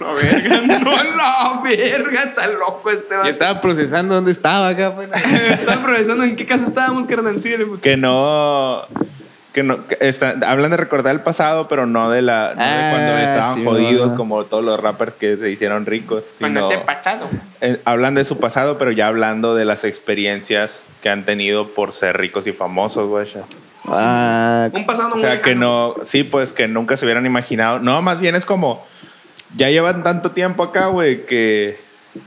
Speaker 4: No, verga, no, la verga, está loco este
Speaker 3: Yo
Speaker 4: vato. [laughs]
Speaker 3: estaba procesando dónde estaba acá. fue la-
Speaker 4: Estaba progresando en qué casa estábamos, carnal. Sí, güey.
Speaker 1: que no que no que está- hablan de recordar el pasado pero no de la no de
Speaker 3: Ah,
Speaker 1: cuando estaban
Speaker 3: sí,
Speaker 1: jodidos
Speaker 3: va.
Speaker 1: como todos los rappers que se hicieron ricos
Speaker 4: Cuando
Speaker 1: sino,
Speaker 4: te he pachado.
Speaker 1: eh, hablan de su pasado pero ya hablando de las experiencias que han tenido por ser ricos y famosos güey
Speaker 3: Ah,
Speaker 4: Un
Speaker 1: o
Speaker 4: pasado muy
Speaker 1: sea que
Speaker 4: lejano,
Speaker 1: no sí pues que nunca se hubieran imaginado no más bien es como ya llevan tanto tiempo acá güey que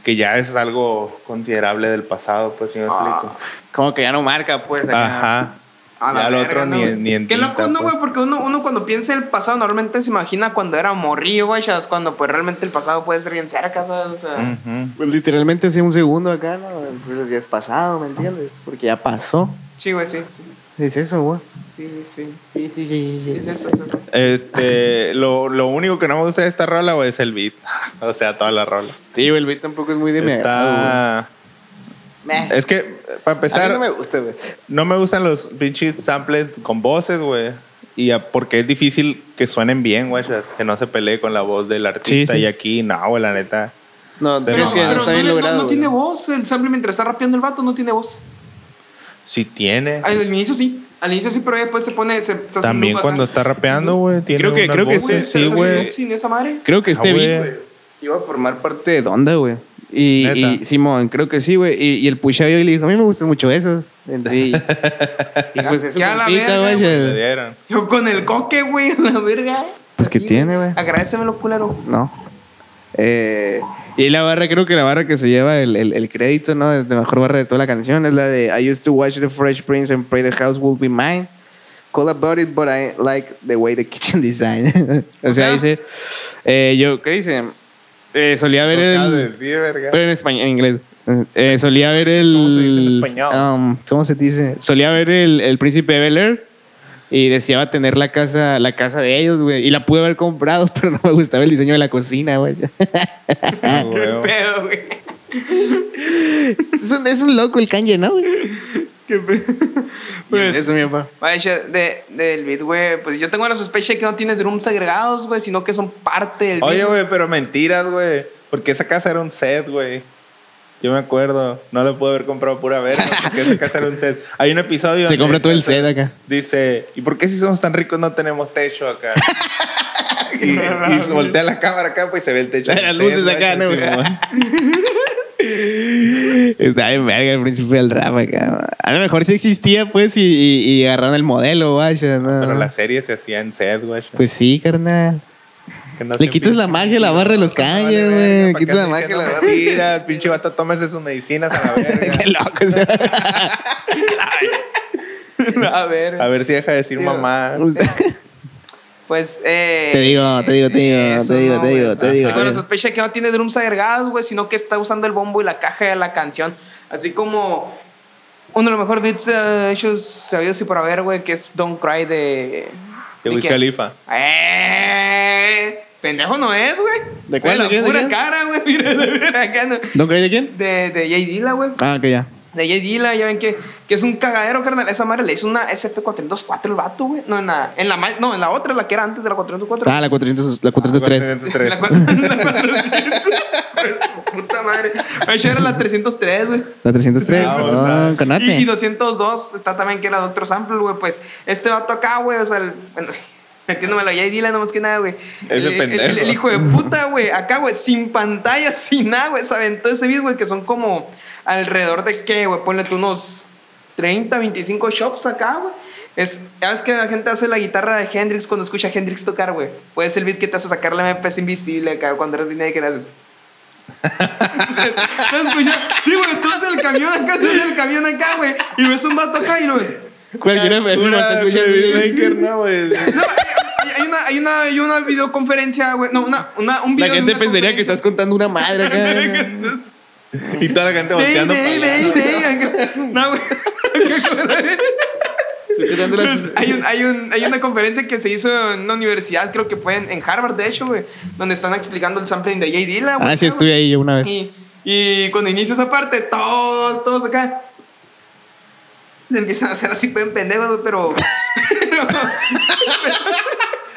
Speaker 1: que ya es algo considerable del pasado pues si me
Speaker 4: Ah.
Speaker 1: explico
Speaker 3: como que ya no marca, pues. acá.
Speaker 1: ajá
Speaker 4: A la
Speaker 1: ya lo
Speaker 4: verga,
Speaker 1: otro
Speaker 4: ¿no,
Speaker 1: ni,
Speaker 4: güey?
Speaker 1: en- ni en
Speaker 4: Qué loco,
Speaker 1: tinta,
Speaker 4: no,
Speaker 1: pues.
Speaker 4: güey, porque uno, uno cuando piensa el pasado normalmente se imagina cuando era morrillo, güey, chas, cuando pues realmente el pasado puede ser bien cerca, ¿sabes? O sea,
Speaker 1: Ujú.
Speaker 3: Pues literalmente hace un segundo acá, ¿no? Entonces ya es pasado, ¿me entiendes? Porque ya pasó.
Speaker 4: Sí, güey, sí, sí,
Speaker 3: Es eso, güey.
Speaker 4: sí, sí,
Speaker 3: Sí, sí, sí,
Speaker 4: sí, es eso, es eso.
Speaker 1: Este, [laughs] lo, lo único que no me gusta de esta rola, güey, es el beat. O sea, toda la rola.
Speaker 3: Sí, güey, el beat tampoco es muy de mi agrado,
Speaker 1: Está...
Speaker 4: Meh.
Speaker 1: Es que, para
Speaker 3: güey. A mí
Speaker 1: empezar,
Speaker 3: no
Speaker 1: no
Speaker 3: me
Speaker 1: me...
Speaker 3: gusta, güey.
Speaker 1: gustan los pinches samples con voces, güey. Y a- porque es difícil que suenen bien, güey. Que no se pelee con la voz del artista.
Speaker 3: Sí, sí.
Speaker 1: Y aquí, no, güey, la neta.
Speaker 3: No,
Speaker 1: Se
Speaker 3: pero es que
Speaker 1: mamaron.
Speaker 3: no está bien
Speaker 4: le-
Speaker 3: logrado.
Speaker 4: no
Speaker 3: güey.
Speaker 4: tiene voz, el sample mientras está rapeando el vato no tiene voz.
Speaker 1: Sí tiene.
Speaker 4: Al inicio sí, al inicio sí, pero ya después se pone... Se, se hace un
Speaker 1: También
Speaker 4: loop
Speaker 1: cuando
Speaker 4: acá.
Speaker 1: está rapeando, güey. Tiene
Speaker 3: Creo que-
Speaker 1: unas
Speaker 3: creo que este-
Speaker 1: voces, sí,
Speaker 4: se hace un
Speaker 1: güey.
Speaker 4: loop sin esa madre.
Speaker 3: Creo que este
Speaker 1: Ah,
Speaker 3: beat,
Speaker 1: güey.
Speaker 3: güey, iba a formar parte de Donda, güey. Y,
Speaker 1: Neta.
Speaker 3: y Simón, creo que sí, güey. Y, y el Pushavio le dijo, a mí me gustan mucho esos. Sí. y [laughs] pues eso
Speaker 4: Que a la
Speaker 3: compita,
Speaker 4: verga,
Speaker 3: güey.
Speaker 1: Le
Speaker 3: ya-
Speaker 1: dieron.
Speaker 4: Yo con el coque, güey, [laughs] a la verga.
Speaker 3: Pues, ¿qué
Speaker 4: Sí,
Speaker 3: tiene, güey?
Speaker 4: Agradecemelo, culero. [laughs]
Speaker 3: No. Eh, y la barra, creo que la barra que se lleva el, el- el crédito, ¿no? De mejor barra de toda la canción es la de I used to watch The Fresh Prince and pray the house would be mine. Call about it, but I like the way the kitchen [laughs] design. o sea,
Speaker 4: sea-
Speaker 3: dice. eh, yo, ¿qué dice? Eh, solía ver
Speaker 1: Tocaba
Speaker 3: el.
Speaker 1: decir, verga.
Speaker 3: [laughs] Pero en español, en inglés. Eh, solía ver el.
Speaker 1: ¿Cómo se dice en español?
Speaker 3: um, ¿Cómo se dice? Solía ver el, el príncipe de Bel Air y deseaba tener la casa, la casa de ellos, güey. Y la pude haber comprado, [laughs] pero no me gustaba el diseño de la cocina, [laughs] güey.
Speaker 1: Ah,
Speaker 4: Qué
Speaker 1: güey.
Speaker 4: pedo, güey.
Speaker 3: es, un, es un loco el Kanye, ¿no, güey? [laughs]
Speaker 4: Qué pe- Pues,
Speaker 3: Eso, mi papá.
Speaker 4: Vaya, shit, de, del beat, güey. Pues yo tengo la sospecha de que no tiene drums agregados, güey, sino que son parte del beat.
Speaker 1: Oye, güey, pero mentiras, güey. Porque esa casa era un set, güey. Yo me acuerdo. No le pude haber comprado pura
Speaker 3: [laughs]
Speaker 1: verga porque esa casa era un set. Hay un episodio.
Speaker 3: Se
Speaker 1: donde
Speaker 3: compra todo el
Speaker 1: esta-
Speaker 3: set acá.
Speaker 1: Dice, ¿y por qué si somos tan ricos no tenemos
Speaker 3: [laughs]
Speaker 1: techo acá? y, y se voltea la cámara acá, pues y se ve el techo.
Speaker 3: [laughs]
Speaker 1: del
Speaker 3: Las
Speaker 1: set,
Speaker 3: luces
Speaker 1: güey,
Speaker 3: acá, ¿no?
Speaker 1: sí, güey.
Speaker 3: Está bien verga el principio del rap acá. A lo mejor sí existía, pues, y, y, y agarraron el modelo, vaya. ¿no?
Speaker 1: Pero la serie se hacía en set, güey.
Speaker 3: Pues sí, carnal.
Speaker 1: Que no
Speaker 3: Le
Speaker 1: se
Speaker 3: quitas la
Speaker 1: pinche-
Speaker 3: magia a la barra de los
Speaker 1: No, no vale
Speaker 3: calles,
Speaker 1: verga,
Speaker 3: güey.
Speaker 1: ¿pa'
Speaker 3: Quitas
Speaker 1: qué
Speaker 3: la
Speaker 1: andas
Speaker 3: magia a la
Speaker 1: diciendo
Speaker 3: barra.
Speaker 1: mentiras, pinche vato, tómese sus medicinas a
Speaker 3: [laughs]
Speaker 1: la
Speaker 3: Qué
Speaker 1: verga.
Speaker 3: loco. o sea.
Speaker 4: [laughs] A ver.
Speaker 1: A ver si deja de decir mamá.
Speaker 4: Pues, eh.
Speaker 3: Te digo, te digo, te
Speaker 4: [laughs]
Speaker 3: digo, te digo, te
Speaker 4: güey.
Speaker 3: digo, te digo,
Speaker 4: Tengo
Speaker 3: te
Speaker 4: la
Speaker 3: digo.
Speaker 4: sospecha de que no tiene drums agregados, güey, sino que está usando el bombo y la caja de la canción. Así como uno de los mejores beats eh, hechos sabidos y por haber, güey, que es Don't Cry de.
Speaker 1: De Wiz
Speaker 4: quién?
Speaker 1: Khalifa.
Speaker 4: ¡Eh! Pendejo no es, güey.
Speaker 3: ¿De cuál? ¿De
Speaker 4: Güey,
Speaker 3: quién?
Speaker 4: La
Speaker 3: ¿De
Speaker 4: pura
Speaker 3: quién?
Speaker 4: cara, güey. [laughs] Mira, mira acá, no.
Speaker 3: ¿No crees de quién?
Speaker 4: De, de Jay Dilla, güey.
Speaker 3: Ah, que ya.
Speaker 4: De Jay Dilla, ya ven que, que es un cagadero, carnal. Esa madre le hizo una SP424 el vato, güey. No, en la, en la, ma- no, en la otra, la que era antes de la 424.
Speaker 3: Ah, la 400, la 403.
Speaker 4: La [laughs] cua- la 400. [laughs] Pues, puta madre. Ay, yo era la 303, güey.
Speaker 3: La 303.
Speaker 1: Ah,
Speaker 3: No,
Speaker 1: o sea,
Speaker 3: conate.
Speaker 4: Y, y 202 está también que era Doctor Sample, güey. Pues este vato acá, güey. O sea, el, bueno, [laughs] aquí no me lo ya dila, no más que nada, güey. El,
Speaker 1: Ese
Speaker 4: el-
Speaker 1: pendejo.
Speaker 4: el- el hijo de puta, güey. Acá, güey, sin pantalla, [laughs] sin nada, güey. Se aventó ese beat, güey, que son como alrededor de qué, güey. Ponle tú unos 30, 25 shops acá, güey. Es, ¿Sabes que la gente hace la guitarra de Hendrix cuando escucha a Hendrix tocar, güey? Pues es el beat que te hace sacar la MPS invisible acá cuando eres dinero que le haces. ¿No escuchas? Sí, güey, tú haces el camión acá, tú haces el camión acá, güey. Y ves un vato acá y lo ves.
Speaker 3: Cualquier vez no está escuchando.
Speaker 1: Maker, no, güey.
Speaker 4: No, hay, hay una, hay, una, hay una videoconferencia, güey. No, una, una, un
Speaker 3: La
Speaker 4: video. de
Speaker 3: gente
Speaker 4: una
Speaker 3: pensaría que estás
Speaker 4: [laughs]
Speaker 3: contando una madre
Speaker 5: [laughs]
Speaker 3: acá.
Speaker 4: conferencia.
Speaker 1: Y toda la gente
Speaker 4: Ve,
Speaker 1: volteando.
Speaker 4: ve,
Speaker 1: para allá,
Speaker 4: ve,
Speaker 1: ¿no?
Speaker 5: [laughs]
Speaker 4: ve. acá. No, güey.
Speaker 3: Estoy contando las-
Speaker 4: Hay, un- hay, un- hay una conferencia que se hizo en una universidad, creo que fue en, en Harvard, de hecho, güey, donde están explicando el sampling de J. Dilla, güey.
Speaker 3: Ah, sí, estuve ahí yo una vez.
Speaker 4: Y, y cuando inicia esa parte, todos, todos acá. Se empiezan a hacer así bien pendejos, güey, pero.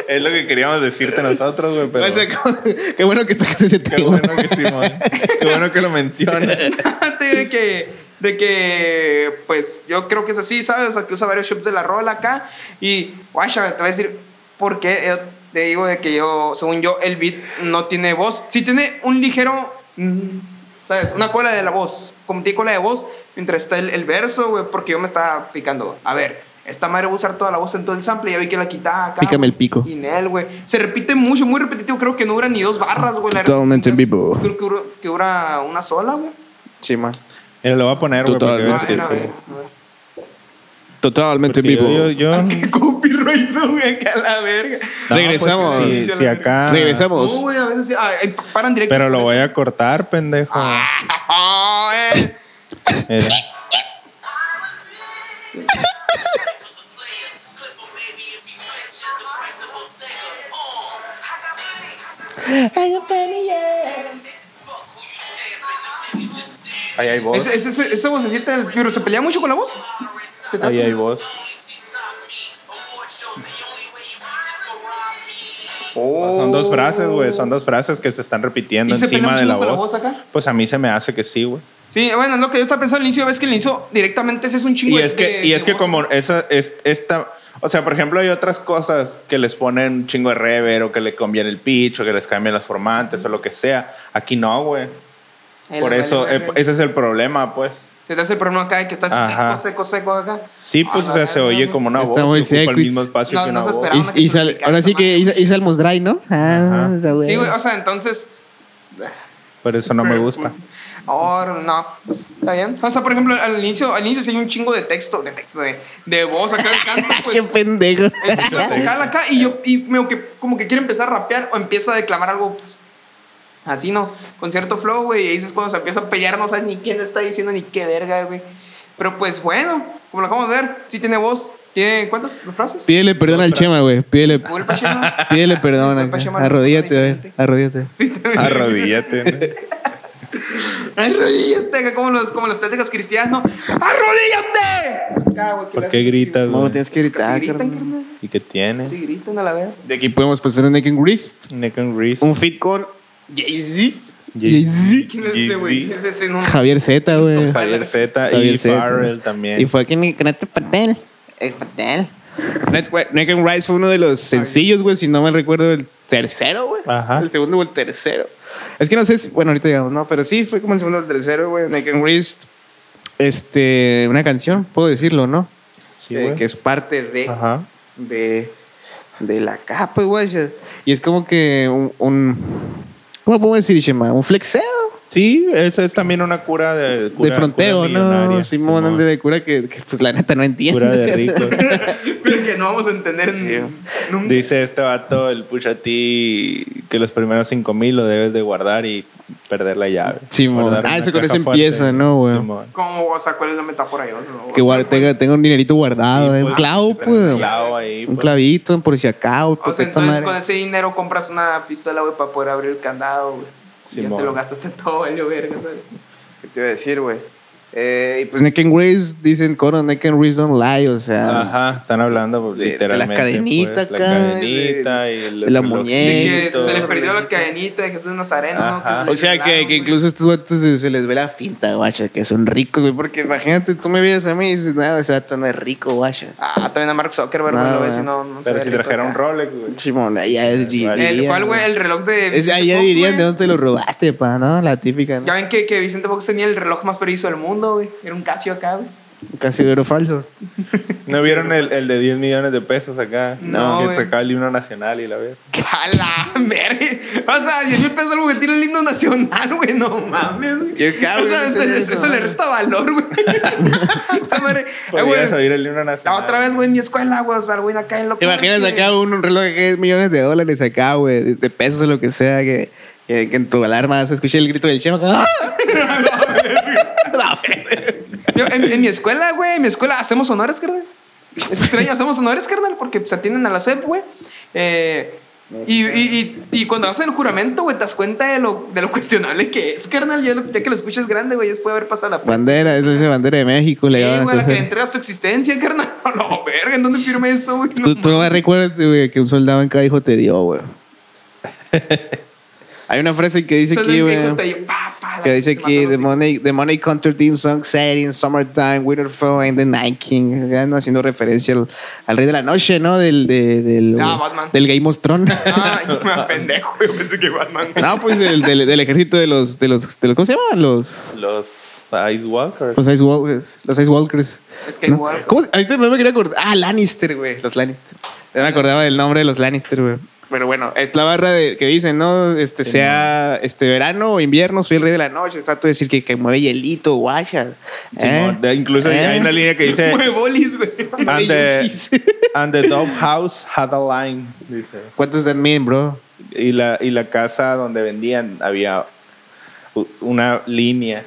Speaker 1: Es lo que queríamos decirte nosotros, güey. Pero
Speaker 3: O sea, como- qué bueno que tocaste [laughs] ese
Speaker 1: qué
Speaker 3: tema.
Speaker 1: bueno que Simón. Qué bueno que lo mencionas.
Speaker 4: de que de que pues yo creo que es así sabes o sea que usa varios shops de la rola acá y guacha te voy a decir por qué yo te digo de que yo según yo el beat no tiene voz sí tiene un ligero mm, sabes una cola de la voz como tiene cola de voz mientras está el, el verso güey porque yo me estaba picando a ver esta madre va a usar toda la voz en todo el sample ya vi que la quitaba acá
Speaker 3: Pícame el pico.
Speaker 4: y en él güey se repite mucho muy repetitivo creo que no dura ni dos barras güey la-
Speaker 3: Totalmente en vivo.
Speaker 4: creo que dura, que dura una sola güey
Speaker 3: Chima.
Speaker 1: Mira, lo voy a poner,
Speaker 3: Tú
Speaker 1: güey.
Speaker 3: todas,
Speaker 1: porque veas
Speaker 4: Ah,
Speaker 1: que
Speaker 4: a ver,
Speaker 1: sí.
Speaker 4: a ver.
Speaker 3: Totalmente
Speaker 1: Porque
Speaker 3: en vivo.
Speaker 1: Yo, yo, yo-
Speaker 4: Qué copyright, no, güey, acá la verga.
Speaker 1: No,
Speaker 3: Regresamos.
Speaker 1: pues, sí, sí,
Speaker 3: ah.
Speaker 1: acá.
Speaker 4: No,
Speaker 3: Regresamos.
Speaker 5: Uh,
Speaker 4: güey, a veces sí. Ah, eh, paran directo.
Speaker 1: Pues, Pero lo voy a cortar, pendejo.
Speaker 4: Ah, eh.
Speaker 1: Mira. Ahí hay voz.
Speaker 4: Ese- ese- ese- Esa vocecita del. Pero se pelea mucho con la voz. Se te
Speaker 1: Ahí
Speaker 4: hace-
Speaker 1: hay voz.
Speaker 4: Oh.
Speaker 1: Son dos frases, güey. Son dos frases que se están
Speaker 4: ¿Y
Speaker 1: repitiendo
Speaker 4: se pelea
Speaker 1: encima de
Speaker 4: mucho
Speaker 1: la
Speaker 4: con
Speaker 1: voz.
Speaker 4: la voz acá?
Speaker 1: Pues a mí se me hace que sí, güey.
Speaker 4: Sí, bueno, es lo que yo estaba pensando al inicio. Ves que el inicio directamente ese es un chingo
Speaker 1: Y
Speaker 4: de-
Speaker 1: es que,
Speaker 4: de-
Speaker 1: y
Speaker 4: de
Speaker 1: es que
Speaker 4: voz.
Speaker 1: como esa, es, esta, o sea, por ejemplo, hay otras cosas que les ponen un chingo de rever o que le cambian el pitch o que les cambian las formantes o lo que sea. Aquí no, güey.
Speaker 4: Ahí
Speaker 1: Por
Speaker 4: le vale
Speaker 1: eso, eh,
Speaker 4: verga.
Speaker 1: ese es el problema, pues.
Speaker 4: Se te hace el problema acá de que estás
Speaker 1: Ajá.
Speaker 4: seco, seco, seco acá.
Speaker 1: Sí, pues,
Speaker 4: Ah,
Speaker 1: o sea, se
Speaker 4: la
Speaker 1: oye
Speaker 4: verga.
Speaker 1: como una
Speaker 3: Está muy
Speaker 1: voz. y ocupa el
Speaker 3: sequits.
Speaker 1: mismo espacio
Speaker 4: No,
Speaker 1: que
Speaker 4: no
Speaker 1: una
Speaker 4: se
Speaker 1: voz.
Speaker 4: esperaba.
Speaker 3: Is- Isal- ahora sí que Isa- Isal Mosdray, ¿no? Ah,
Speaker 1: Ajá.
Speaker 3: esa güey.
Speaker 4: Sí, güey, o sea, entonces.
Speaker 1: Por eso no me
Speaker 4: [laughs]
Speaker 1: gusta.
Speaker 4: Ahora no, pues, está bien. O sea, por ejemplo, al inicio, al inicio sí hay un chingo de texto, de texto, de, de voz acá
Speaker 1: [laughs]
Speaker 4: del canto, pues.
Speaker 3: Qué pendejo. [laughs]
Speaker 4: el chico se jala acá y yo, y medio que, como que quiere empezar a rapear o empieza a declamar algo, pues, así, ¿no? Con cierto flow, güey. Y ahí es cuando se empieza a pelear, no sabes ni quién está diciendo ni qué verga, güey. Pero pues bueno, como lo acabamos de ver, sí tiene voz. ¿Tiene cuántas ¿Dos frases?
Speaker 3: Pídele perdón al Chema, güey. Pídele,
Speaker 4: Google Pachino.
Speaker 3: pídele perdón.
Speaker 4: Google
Speaker 3: acá.
Speaker 4: Pachino,
Speaker 3: Arrodíllate, a ver.
Speaker 4: diferente.
Speaker 3: Arrodíllate.
Speaker 1: Arrodíllate. ¿no?
Speaker 4: ¡Arrodíllate! acá Como, los, como las pláticas cristianas, ¿no? ¡Arrodíllate! Acá, güey, que
Speaker 1: ¿Por
Speaker 4: las-
Speaker 1: qué gritas,
Speaker 3: No,
Speaker 1: güey?
Speaker 3: tienes que
Speaker 4: Casi
Speaker 3: gritar.
Speaker 4: gritan,
Speaker 3: carnal.
Speaker 4: carnal.
Speaker 1: ¿Y qué tiene?
Speaker 4: Sí, gritan a la vez.
Speaker 3: De aquí podemos pasar a Naked Wrist.
Speaker 1: Neck and wrist.
Speaker 3: Un fit con Jay-Z.
Speaker 1: Jay-Z.
Speaker 4: ¿Quién es ese, güey? ¿Quién es ese? No.
Speaker 3: Javier Z, güey.
Speaker 1: Javier Z y
Speaker 3: Javier Zeta.
Speaker 1: Farrell también.
Speaker 3: Y fue aquí en el Crater Patel. El Patel. Naked Rise fue uno de los sencillos, güey, si no me recuerdo, el tercero, güey.
Speaker 1: Ajá.
Speaker 3: El segundo o el tercero. Es que no sé, si- bueno, ahorita digamos, no, pero sí, fue como el segundo o el tercero, güey. Naked Wrist. Este, una canción, puedo decirlo, ¿no?
Speaker 1: Sí,
Speaker 3: que,
Speaker 1: güey.
Speaker 3: que es parte de,
Speaker 1: Ajá.
Speaker 3: de, de la capa, Pues, güey. Y es como que un, un- ¿cómo podemos decir, Shema? Un flexeo.
Speaker 1: Sí, esa es también una cura de... cura-
Speaker 3: de fronteo,
Speaker 1: cura millonaria,
Speaker 3: ¿no? Simón, ande de cura que, que, pues la neta no entiende.
Speaker 1: Cura
Speaker 3: [laughs]
Speaker 1: de ricos.
Speaker 4: Pero que no vamos a entender nunca.
Speaker 1: Dice este vato, el puchati, que los primeros 5 mil lo debes de guardar y perder la llave.
Speaker 3: Simón.
Speaker 1: Guardar
Speaker 3: Ah,
Speaker 1: una
Speaker 3: eso con
Speaker 1: caja
Speaker 3: eso empieza, ¿no, güey?
Speaker 1: Simón.
Speaker 4: ¿Cómo? O sea, ¿cuál es la metáfora? Yo, no,
Speaker 3: que guarda- tenga, tenga un dinerito guardado,
Speaker 1: Sí,
Speaker 3: eh, un
Speaker 1: pues,
Speaker 3: clavo,
Speaker 1: tener
Speaker 3: pues.
Speaker 1: un clavo ahí,
Speaker 3: un
Speaker 1: pues.
Speaker 3: clavito, por si acabo,
Speaker 4: O
Speaker 3: porque
Speaker 4: sea,
Speaker 3: esta
Speaker 4: entonces
Speaker 3: madre.
Speaker 4: con este- ese dinero compras una pistola, güey, para poder abrir el candado, güey. Y ya
Speaker 1: Simón.
Speaker 4: te lo gastaste todo, el verga, ¿sabes?
Speaker 3: ¿Qué te iba a decir, güey? Eh, y pues Neck and Grace dicen coro, Neck and Grace don't lie, o sea.
Speaker 1: Ajá, están hablando pues,
Speaker 3: de- de la
Speaker 1: literalmente.
Speaker 3: cadenita
Speaker 1: pues,
Speaker 3: acá,
Speaker 1: La cadenita
Speaker 3: de-
Speaker 1: y el-
Speaker 3: de la
Speaker 1: los
Speaker 3: muñeca.
Speaker 4: De que
Speaker 1: ojitos.
Speaker 4: se le perdió la cadenita de Jesús Nazareno, ¿no?
Speaker 1: Ajá.
Speaker 4: le
Speaker 3: O sea, que,
Speaker 4: regalaron,
Speaker 3: que
Speaker 4: güey.
Speaker 3: incluso a estos vatos se, se les ve la finta, guacha, que son ricos, güey. Porque imagínate, tú me vieras a mí y dices, no, ese vato no es rico, guacha.
Speaker 4: Ah, también a Mark Zuckerberg, güey,
Speaker 3: No,
Speaker 4: lo
Speaker 3: güey.
Speaker 4: ves y no, no se
Speaker 1: Pero
Speaker 4: ve
Speaker 1: si
Speaker 4: rico
Speaker 1: trajera un
Speaker 4: acá.
Speaker 1: Rolex, güey.
Speaker 3: Simón, allá es.
Speaker 4: El, ¿Cuál, güey? El reloj de.
Speaker 3: Es,
Speaker 4: Vicente
Speaker 3: allá
Speaker 4: Fox,
Speaker 3: dirían
Speaker 4: güey.
Speaker 3: de dónde te lo robaste, pa, ¿no? La típica, ¿no?
Speaker 4: Ya ven que, que Vicente Fox tenía el reloj más preciso del mundo, güey. Era un Casio acá, güey. [laughs]
Speaker 3: Casi de oro falso.
Speaker 1: ¿No vieron el, el de 10 millones de pesos acá?
Speaker 4: No,
Speaker 1: Que
Speaker 4: güey.
Speaker 1: sacaba el himno nacional y la vez.
Speaker 4: A la verga. O sea, 10 mil pesos algo que tiene el himno nacional, güey. No mames, güey.
Speaker 3: Yo acá,
Speaker 4: O
Speaker 3: güey,
Speaker 4: sea, eso,
Speaker 3: no sé
Speaker 4: eso-
Speaker 3: eso,
Speaker 4: eso le
Speaker 3: madre.
Speaker 4: resta valor, güey. [laughs] Esa madre. Ay, güey,
Speaker 1: Podrías oír el himno
Speaker 4: La
Speaker 1: nacional.
Speaker 4: otra vez, güey, en mi escuela, güey. O sea, el güey, acá en lo
Speaker 3: ¿Te imaginas acá un, un reloj que es millones de dólares acá, güey? De, de pesos o lo que sea, que, que, que en tu alarma se escuche el grito del chema. acá, ¡Ah!
Speaker 4: [laughs]
Speaker 3: [laughs]
Speaker 4: Yo, en, en mi escuela, güey, en mi escuela hacemos honores, carnal. Es extraño, hacemos honores, carnal, porque se atienden a la SEP, güey. Eh, y, y, y, y cuando hacen el juramento, güey, te das cuenta de lo, de lo cuestionable que es, carnal. Ya, lo- ya que lo escuchas grande, güey, después de haber pasado la prueba.
Speaker 3: Bandera, es la bandera de México, le
Speaker 4: Sí,
Speaker 3: llaman,
Speaker 4: güey, a la que le
Speaker 3: entonces.
Speaker 4: entregas tu existencia, [laughs] carnal. A la verga, ¿en dónde firmé eso, güey?
Speaker 3: Tú, tú nomás recuerdas, güey, que un soldado en cada hijo te dio, güey. [laughs] Hay una frase que dice
Speaker 4: Solo
Speaker 3: aquí,
Speaker 4: el
Speaker 3: güey.
Speaker 4: viejo te dio, pa, pa, la
Speaker 3: Que dice
Speaker 4: te
Speaker 3: aquí,
Speaker 4: mataron,
Speaker 3: the
Speaker 4: Este sí.
Speaker 3: money, the money counter theme song said in summertime, winter fell and the night king. Ya, ¿no? Haciendo referencia al, al rey de la noche, ¿no? Del, de- del,
Speaker 4: Ah, Batman.
Speaker 3: del Game of
Speaker 4: [laughs]
Speaker 3: Thrones.
Speaker 4: Ah, yo me pendejo, yo pensé que Batman. güey.
Speaker 3: no, pues del, del, del ejército de los, de los, de los- ¿cómo se llaman? Los,
Speaker 1: Los Ice Walkers.
Speaker 3: los Ice Walkers. Los Ice Walkers.
Speaker 4: Es que igual.
Speaker 3: ¿Cómo se- Ahorita no me quería acordar. Ah, Lannister, güey. Los Lannister. Ya me acordaba del nombre de los Lannister, güey. Pero bueno, es la barra de, que dicen, ¿no? Este, sea este verano o invierno, soy el rey de la noche. Exacto, decir que, que mueve hielito, guayas.
Speaker 1: Simón. De- incluso hay-
Speaker 3: ¿Eh?
Speaker 1: hay una línea que dice
Speaker 4: Mueve
Speaker 3: [laughs]
Speaker 4: bolis, güey.
Speaker 1: and the, [laughs] and the dog house had a line. Dice.
Speaker 3: What does that mean, bro?
Speaker 1: Y la, y la casa donde vendían había u- una línea.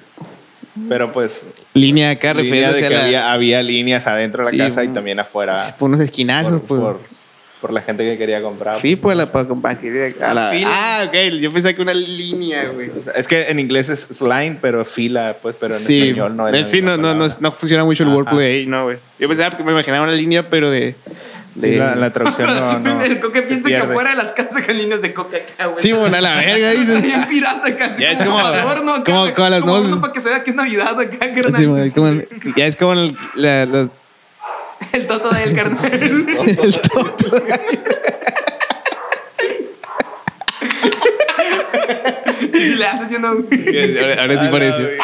Speaker 1: Pero pues
Speaker 3: Línea acá
Speaker 1: línea de
Speaker 3: refiriéndose a
Speaker 1: que
Speaker 3: la,
Speaker 1: había, había líneas adentro de la
Speaker 3: Sí,
Speaker 1: casa y
Speaker 3: un-
Speaker 1: también afuera.
Speaker 3: por unos esquinazos,
Speaker 1: por,
Speaker 3: pues.
Speaker 1: por- por la gente que quería comprar.
Speaker 3: Sí, pues la para compartir a la-
Speaker 4: Fila.
Speaker 3: Ah, ok. Yo pensé que una línea, güey.
Speaker 1: Es que en inglés es line, pero fila, pues, pero en
Speaker 3: Sí, Eh,
Speaker 1: español no es. la
Speaker 3: sí,
Speaker 1: misma
Speaker 3: no, no, no,
Speaker 1: palabra.
Speaker 3: no funciona mucho el
Speaker 1: Ajá.
Speaker 3: wordplay ahí, no, güey. Yo pensaba que me imaginaba una línea, pero de.
Speaker 1: Sí,
Speaker 3: de-
Speaker 1: la, la
Speaker 4: [laughs] O sea,
Speaker 1: traducción no, no.
Speaker 4: el coque
Speaker 1: se
Speaker 4: piensa que
Speaker 1: pierde.
Speaker 4: afuera de las casas hay líneas de coca acá, güey.
Speaker 3: Sí, bueno, a la verga,
Speaker 4: Está [laughs]
Speaker 3: dices.
Speaker 4: bien pirata casi.
Speaker 3: Ya es como-
Speaker 4: adorno acá,
Speaker 3: como-
Speaker 4: güey,
Speaker 3: como las
Speaker 4: como
Speaker 3: dos.
Speaker 4: adorno para que se vea que es Navidad acá, carnal.
Speaker 3: Sí, güey, como el- ya es como el, la- los-
Speaker 4: [laughs] El toto del carnal.
Speaker 3: [laughs] el toto.
Speaker 4: Y si le haces uno, güey.
Speaker 3: Ahora, ahora sí
Speaker 1: A la
Speaker 3: parece.
Speaker 1: verga.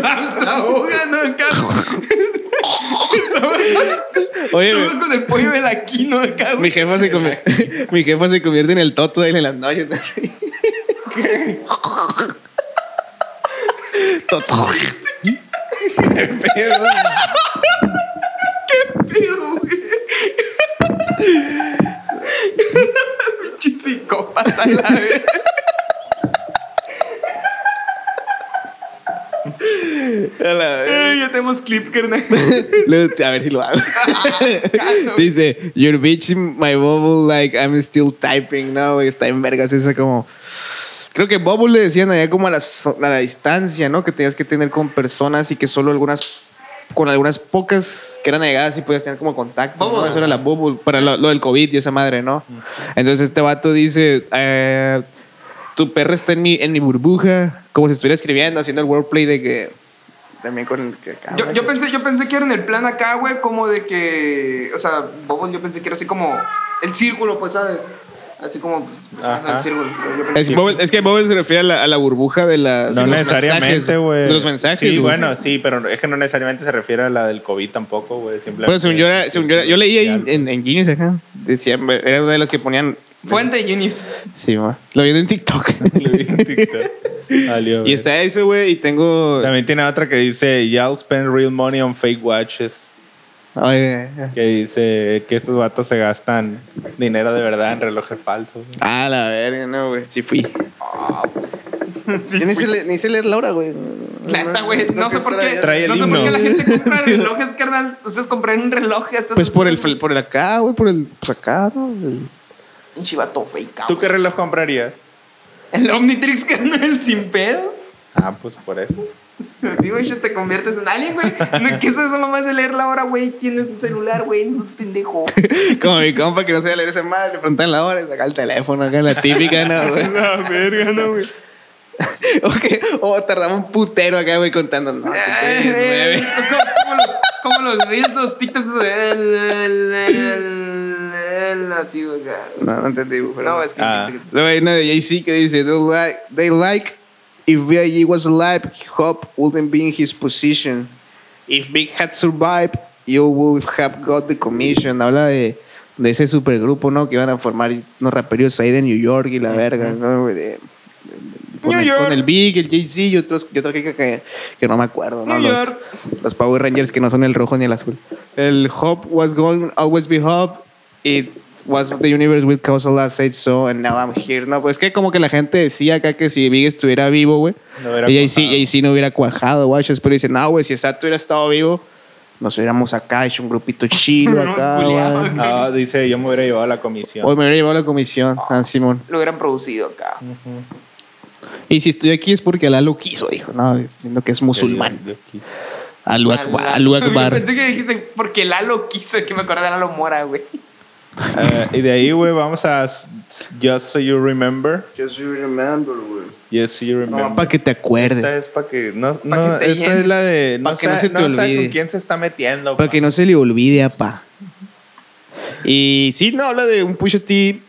Speaker 4: Lanza ahoga, ¿no? Acá.
Speaker 3: Oye,
Speaker 4: Solo
Speaker 3: güey,
Speaker 4: con el pollo de la quino acá,
Speaker 3: mi
Speaker 4: güey.
Speaker 3: jefa, se convi- mi jefa se convierte en el toto de las noches. Toto.
Speaker 4: Pido, güey. Pinche psicópata, la verga.
Speaker 3: A la verga.
Speaker 4: Ay, Ya tenemos clip, carnal.
Speaker 3: Luego, A ver si lo
Speaker 4: [laughs]
Speaker 3: hago. Dice, your bitch in my bubble, like I'm still typing, ¿no? güey? Está en vergas eso como... Creo que Bubble le decían allá como a, las- a la distancia, ¿no? Que tenías que tener con personas y que solo algunas, con algunas pocas que eran allegadas y podías tener como contacto. ¿no?
Speaker 4: Bubble.
Speaker 3: Eso era la Bubble para lo, lo del COVID y esa madre, ¿no? Entonces este vato dice, eh, tu perra está en mi, en mi burbuja, como si estuviera escribiendo, haciendo el wordplay de que... También con el que...
Speaker 4: Yo, yo pensé, yo pensé que era en el plan acá, güey, como de que. O sea, Bobos, yo pensé que era así como. El círculo, pues, ¿sabes? Así como. pues,
Speaker 1: Ajá.
Speaker 4: el círculo. o sea, yo pensé
Speaker 3: Es,
Speaker 4: que-
Speaker 3: Bubble- es que Bubble se refiere a la, a la burbuja de la... de
Speaker 1: No
Speaker 3: los
Speaker 1: necesariamente,
Speaker 3: mensajes,
Speaker 1: güey.
Speaker 3: De los mensajes.
Speaker 1: Sí,
Speaker 3: güey.
Speaker 1: bueno, sí, pero es que no necesariamente se refiere a la del COVID tampoco, güey. Simplemente.
Speaker 3: Pero según yo, era- según yo, era- yo leí ahí en, en, en Genius acá, decían, era una de las que ponían.
Speaker 4: Fuente Genius.
Speaker 3: Sí, va. Lo vi en TikTok.
Speaker 1: [laughs] Lo vi
Speaker 3: [laughs]
Speaker 1: en TikTok. Valió,
Speaker 3: y
Speaker 1: güey.
Speaker 3: está eso, güey, y tengo.
Speaker 1: También tiene otra que dice: Y'all spend real money on fake watches.
Speaker 3: Ay,
Speaker 1: Que dice que estos vatos se gastan dinero de verdad en relojes falsos. güey.
Speaker 3: ah, la verga, no, güey, sí fui. yo ni sé, le- ni sé leer Laura, güey.
Speaker 4: Neta, güey. No sé por qué.
Speaker 1: Trae el
Speaker 4: no sé por qué
Speaker 1: himno.
Speaker 4: la gente compra relojes, carnal. Ustedes compraron un reloj. estas-
Speaker 3: Pues por el, fl- por el acá, güey, por el pues acá, ¿no? El-
Speaker 4: Un chivato fake.
Speaker 1: ¿Tú
Speaker 4: cabrón.
Speaker 1: qué reloj comprarías?
Speaker 4: El Omnitrix, carnal, sin pedos.
Speaker 1: Ah, pues por eso.
Speaker 4: Así, güey, ya te conviertes en alien, güey. No, que eso es nomás de leer la hora, güey. Tienes un celular, güey. No seas pendejo.
Speaker 3: Como mi compa que no sabía leer esa madre, le preguntan la hora, y saca el teléfono, acá la típica,
Speaker 4: [laughs]
Speaker 3: ¿no, güey?
Speaker 4: La verga,
Speaker 3: [laughs]
Speaker 4: no, güey.
Speaker 3: o, que- o tardaba un putero acá, güey, contando. No, que
Speaker 4: Ay,
Speaker 3: nueve.
Speaker 4: eh, como- como los- Como los reels, los TikToks. El, el, el, el, así, güey. cara.
Speaker 3: No, no entendí, güey, pero-
Speaker 4: No, es que.
Speaker 1: Ah.
Speaker 3: Luego hay una de Jay-Z que dice: They like, they like if B.I.G. was alive, hip hop wouldn't be in his position. If Big had survived, you would have got the commission. Habla de, de ese supergrupo, ¿no? Que iban a formar unos raperos ahí de New York y la verga, ¿no? güey? De- de- de- con,
Speaker 4: New
Speaker 3: el,
Speaker 4: York.
Speaker 3: con el Big, el Jay-Z y otros, y otra que, que, que no me acuerdo, ¿no?
Speaker 4: New
Speaker 3: los,
Speaker 4: York.
Speaker 3: los Power Rangers que no son el rojo ni el azul. El Hop was going always be Hop. It was the universe with causal I said so and now I'm here. No, pues es que como que la gente decía acá que si Big estuviera vivo, güey.
Speaker 1: No hubiera
Speaker 3: y Jay-Z
Speaker 1: cuajado.
Speaker 3: Jay-Z no hubiera cuajado, güey. Pero dicen, no, güey, si Sato hubiera estado vivo, nos hubiéramos acá hecho un grupito chido [laughs]
Speaker 4: Nos
Speaker 3: acá,
Speaker 4: culeaban.
Speaker 3: güey.
Speaker 1: Ah, dice: Yo me hubiera llevado a la comisión.
Speaker 3: Hoy me hubiera llevado la comisión, ah, Simón.
Speaker 4: Lo hubieran producido acá.
Speaker 3: Y si estoy aquí es porque Alá lo quiso, dijo. No, diciendo que es musulmán.
Speaker 1: Yo- yo quise.
Speaker 3: Alú Akbar. Alú
Speaker 4: [laughs]
Speaker 3: Akbar.
Speaker 4: Pensé que dijiste porque Lalo quiso que me acordara de Lalo Mora, güey. [laughs]
Speaker 1: Eh, y de ahí, güey, vamos a s- s- Just So You Remember.
Speaker 2: Just you remember, güey.
Speaker 1: Yes, So You Remember.
Speaker 3: Para que te
Speaker 1: Esta
Speaker 3: acuerdes.
Speaker 1: es para que. No,
Speaker 4: Pa'
Speaker 1: no,
Speaker 4: que te
Speaker 1: esta
Speaker 4: llenes.
Speaker 1: es la de. No
Speaker 3: Pa' que no
Speaker 1: sa-
Speaker 3: se te
Speaker 1: no sabe
Speaker 3: olvide.
Speaker 1: con quién se está metiendo.
Speaker 3: Para
Speaker 1: pa.
Speaker 3: que no se le olvide, apa. Y sí, no, habla de un Pusha T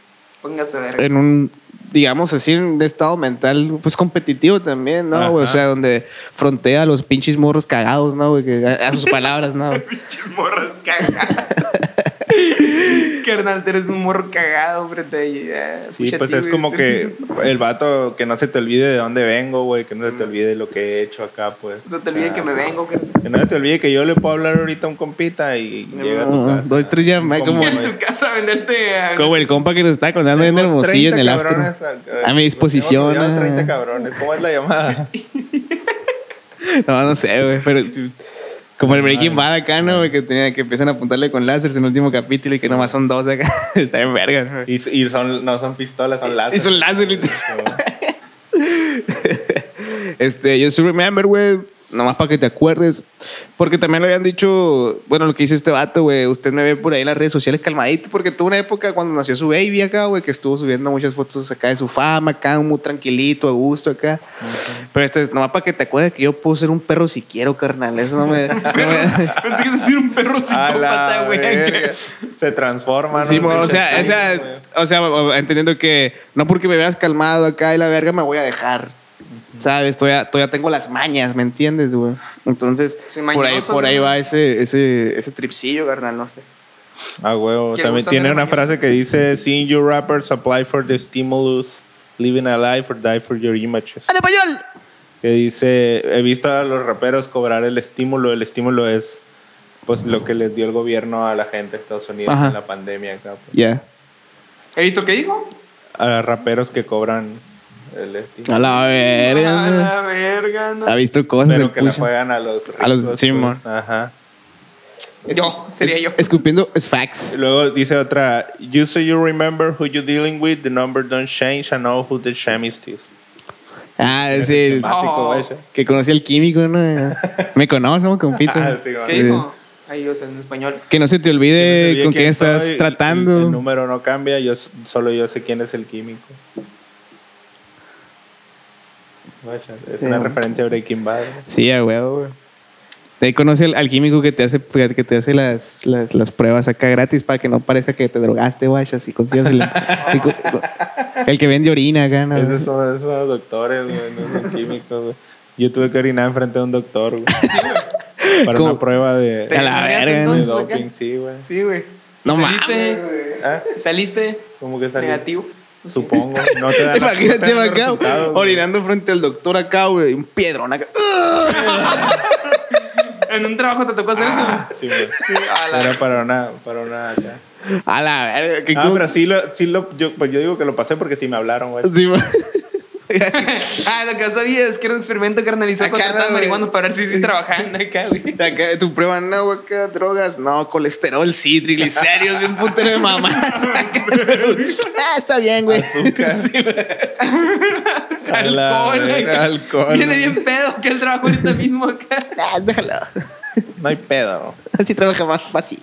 Speaker 4: Póngase a ver.
Speaker 3: en un, digamos así, en un estado mental, pues competitivo también, ¿no? güey? O
Speaker 1: Ajá.
Speaker 3: sea, donde frontea a los pinches morros cagados, ¿no? güey? Que a, a sus palabras, ¿no? güey?
Speaker 4: Pinches morras
Speaker 3: [laughs]
Speaker 4: cagadas. Carnal, tú eres un morro cagado, frente a
Speaker 1: Sí, pues es
Speaker 3: [laughs]
Speaker 1: como
Speaker 4: [laughs]
Speaker 1: que el vato que no se te olvide de dónde vengo, güey, que no se te olvide lo que he hecho acá, pues.
Speaker 4: O sea, te olvidé
Speaker 1: Ah.
Speaker 4: que me vengo, carnal.
Speaker 1: Que no se te olvide que yo le puedo hablar ahorita a un compita y llega a tu
Speaker 3: Ah,
Speaker 1: casa.
Speaker 3: dos, tres llamadas,
Speaker 1: Como,
Speaker 3: como-
Speaker 4: en tu casa a venderte a...
Speaker 3: Como el compa que nos está contando en Hermosillo en el
Speaker 1: 30
Speaker 3: after.
Speaker 1: cabrones eh,
Speaker 3: A mi disposición,
Speaker 1: Llevo rodeado de 30
Speaker 3: ah.
Speaker 1: cabrones. ¿Cómo es la llamada?
Speaker 3: No, no sé, güey,
Speaker 4: [laughs]
Speaker 3: pero sí, como el Breaking Bad acá, ¿no? güey? Que, tenía, que empiezan a apuntarle con láseres en el último capítulo y que nomás son dos acá. [laughs] está en verga, güey.
Speaker 1: Y, y son, no son pistolas, son láser.
Speaker 3: Y son láser, [laughs] literal. Este, yo sí remember, güey. Nomás para que te acuerdes. Porque también le habían dicho, bueno, lo que hizo este vato, güey. Usted me ve por ahí en las redes sociales calmadito. Porque tuvo una época cuando nació su baby acá, güey, que estuvo subiendo muchas fotos acá de su fama, acá, muy tranquilito, a gusto acá. Pero este, nomás para que te acuerdes que yo puedo ser un perro si quiero, carnal. Eso no me. no me-
Speaker 4: [laughs] Pensé que ibas a ser un perro
Speaker 1: A
Speaker 4: psicópata,
Speaker 1: la
Speaker 4: güey.
Speaker 1: verga. Se transforman.
Speaker 3: Sí, mo- o sea, esa- o sea, o- o- entendiendo que no porque me veas calmado acá y la verga me voy a dejar. ¿Sabes? Todavía, todavía tengo las mañas, ¿me entiendes, güey? Entonces,
Speaker 4: Soy
Speaker 3: por ahí,
Speaker 4: mañoso,
Speaker 3: por ahí
Speaker 4: ¿no?
Speaker 3: va ese, ese, ese tripsillo, carnal, no sé.
Speaker 1: Ah, huevo.
Speaker 4: Que le
Speaker 1: También
Speaker 4: gusta
Speaker 1: tiene
Speaker 4: hacer
Speaker 1: una
Speaker 4: maña.
Speaker 1: frase que dice: Seeing your rappers apply for the stimulus, living a life or die for your images.
Speaker 4: ¡Al español!
Speaker 1: Que dice: He visto a los raperos cobrar el estímulo. El estímulo es pues lo que les dio el gobierno a la gente de Estados Unidos
Speaker 3: Ajá.
Speaker 1: en la pandemia. acá,
Speaker 3: Ya.
Speaker 1: pues.
Speaker 4: ¿He visto qué dijo?
Speaker 1: A los raperos que cobran el estímulo.
Speaker 3: A la
Speaker 4: a
Speaker 3: verga.
Speaker 4: la verga,
Speaker 3: ¿no?
Speaker 4: no.
Speaker 3: Ha visto cosas
Speaker 1: Pero
Speaker 3: el
Speaker 1: que la
Speaker 3: Pusha.
Speaker 1: juegan a los
Speaker 3: A los-
Speaker 1: ricos,
Speaker 3: sí,
Speaker 1: pues.
Speaker 3: mon.
Speaker 1: Ajá.
Speaker 4: Yo, sería
Speaker 3: Es-
Speaker 4: yo.
Speaker 3: Escupiendo es facts.
Speaker 1: Luego dice otra, you say you remember who you're dealing with, the number don't change, and know who the chemist is.
Speaker 3: Ah, es el
Speaker 1: Simpático,
Speaker 4: Oh.
Speaker 1: güey.
Speaker 3: que conocí al químico, ¿no? Me conoce, ¿no, compita?
Speaker 1: Ah, sí, güey.
Speaker 3: eh.
Speaker 4: ¿Qué dijo? Ay, o sea, en español.
Speaker 3: Que no se te olvide
Speaker 1: Oye,
Speaker 3: Eh, con quién estás
Speaker 1: soy? Y- y El
Speaker 3: tratando.
Speaker 1: número no cambia, yo s- solo yo sé quién es el químico. Vaya, Es una
Speaker 3: Sí.
Speaker 1: referencia a Breaking Bad.
Speaker 3: Sí, a huevo, güey. Te conoce al, al químico que te hace, que te hace las, las, las pruebas acá gratis para que no parezca que te drogaste, güey. Así consigues el, el, co- el que vende orina acá, ¿no?
Speaker 1: Esos son, esos son los doctores, güey, no son químicos. güey. Yo tuve que orinar enfrente de un
Speaker 3: [laughs]
Speaker 1: doctor, güey. Para
Speaker 3: ¿Cómo?
Speaker 1: una prueba de,
Speaker 3: Te-
Speaker 1: de
Speaker 3: A la
Speaker 4: Imagínate
Speaker 3: verga,
Speaker 4: entonces acá.
Speaker 1: doping, sí, güey.
Speaker 4: Sí, güey.
Speaker 3: No
Speaker 4: ¿Saliste?
Speaker 1: Ah,
Speaker 4: ¿Saliste?
Speaker 1: ¿Cómo que salió?
Speaker 4: Negativo.
Speaker 1: Supongo. No te
Speaker 3: [laughs] [laughs]
Speaker 1: dan- no te
Speaker 3: Imagínate,
Speaker 1: dan los
Speaker 3: acá,
Speaker 1: resultados, güey.
Speaker 3: orinando frente al doctor acá, güey. Un piedrón acá.
Speaker 4: ¿En un trabajo te tocó hacer eso?
Speaker 1: Sí, güey.
Speaker 4: Sí, a la-
Speaker 1: Era para una, para una acá.
Speaker 3: A la verga. ¿qué
Speaker 1: Ah,
Speaker 3: cómo-
Speaker 1: pero sí lo, sí lo, yo, pues yo digo que lo pasé porque sí me hablaron, güey.
Speaker 3: Sí, güey.
Speaker 4: Ah, lo que yo sabía es que era un experimento carnalizado con
Speaker 3: Acá,
Speaker 4: ratas
Speaker 3: güey.
Speaker 4: marihuanos para ver si sí trabajaban acá, güey.
Speaker 3: [laughs] Acá, tu prueba, no, güey, acá, drogas, no, colesterol, sí, triglicéridos, y un puntero de
Speaker 1: [laughs]
Speaker 3: mamás. [laughs] ah, está bien, güey.
Speaker 1: Azúcar.
Speaker 3: Sí, güey.
Speaker 1: A la
Speaker 4: Alcohol,
Speaker 1: verga,
Speaker 4: acá.
Speaker 1: alcohol.
Speaker 4: Viene bien pedo que el trabajo ahorita
Speaker 3: [laughs]
Speaker 4: mismo acá.
Speaker 3: Ah, déjalo.
Speaker 1: No hay pedo.
Speaker 3: [laughs] Así trabaja más fácil.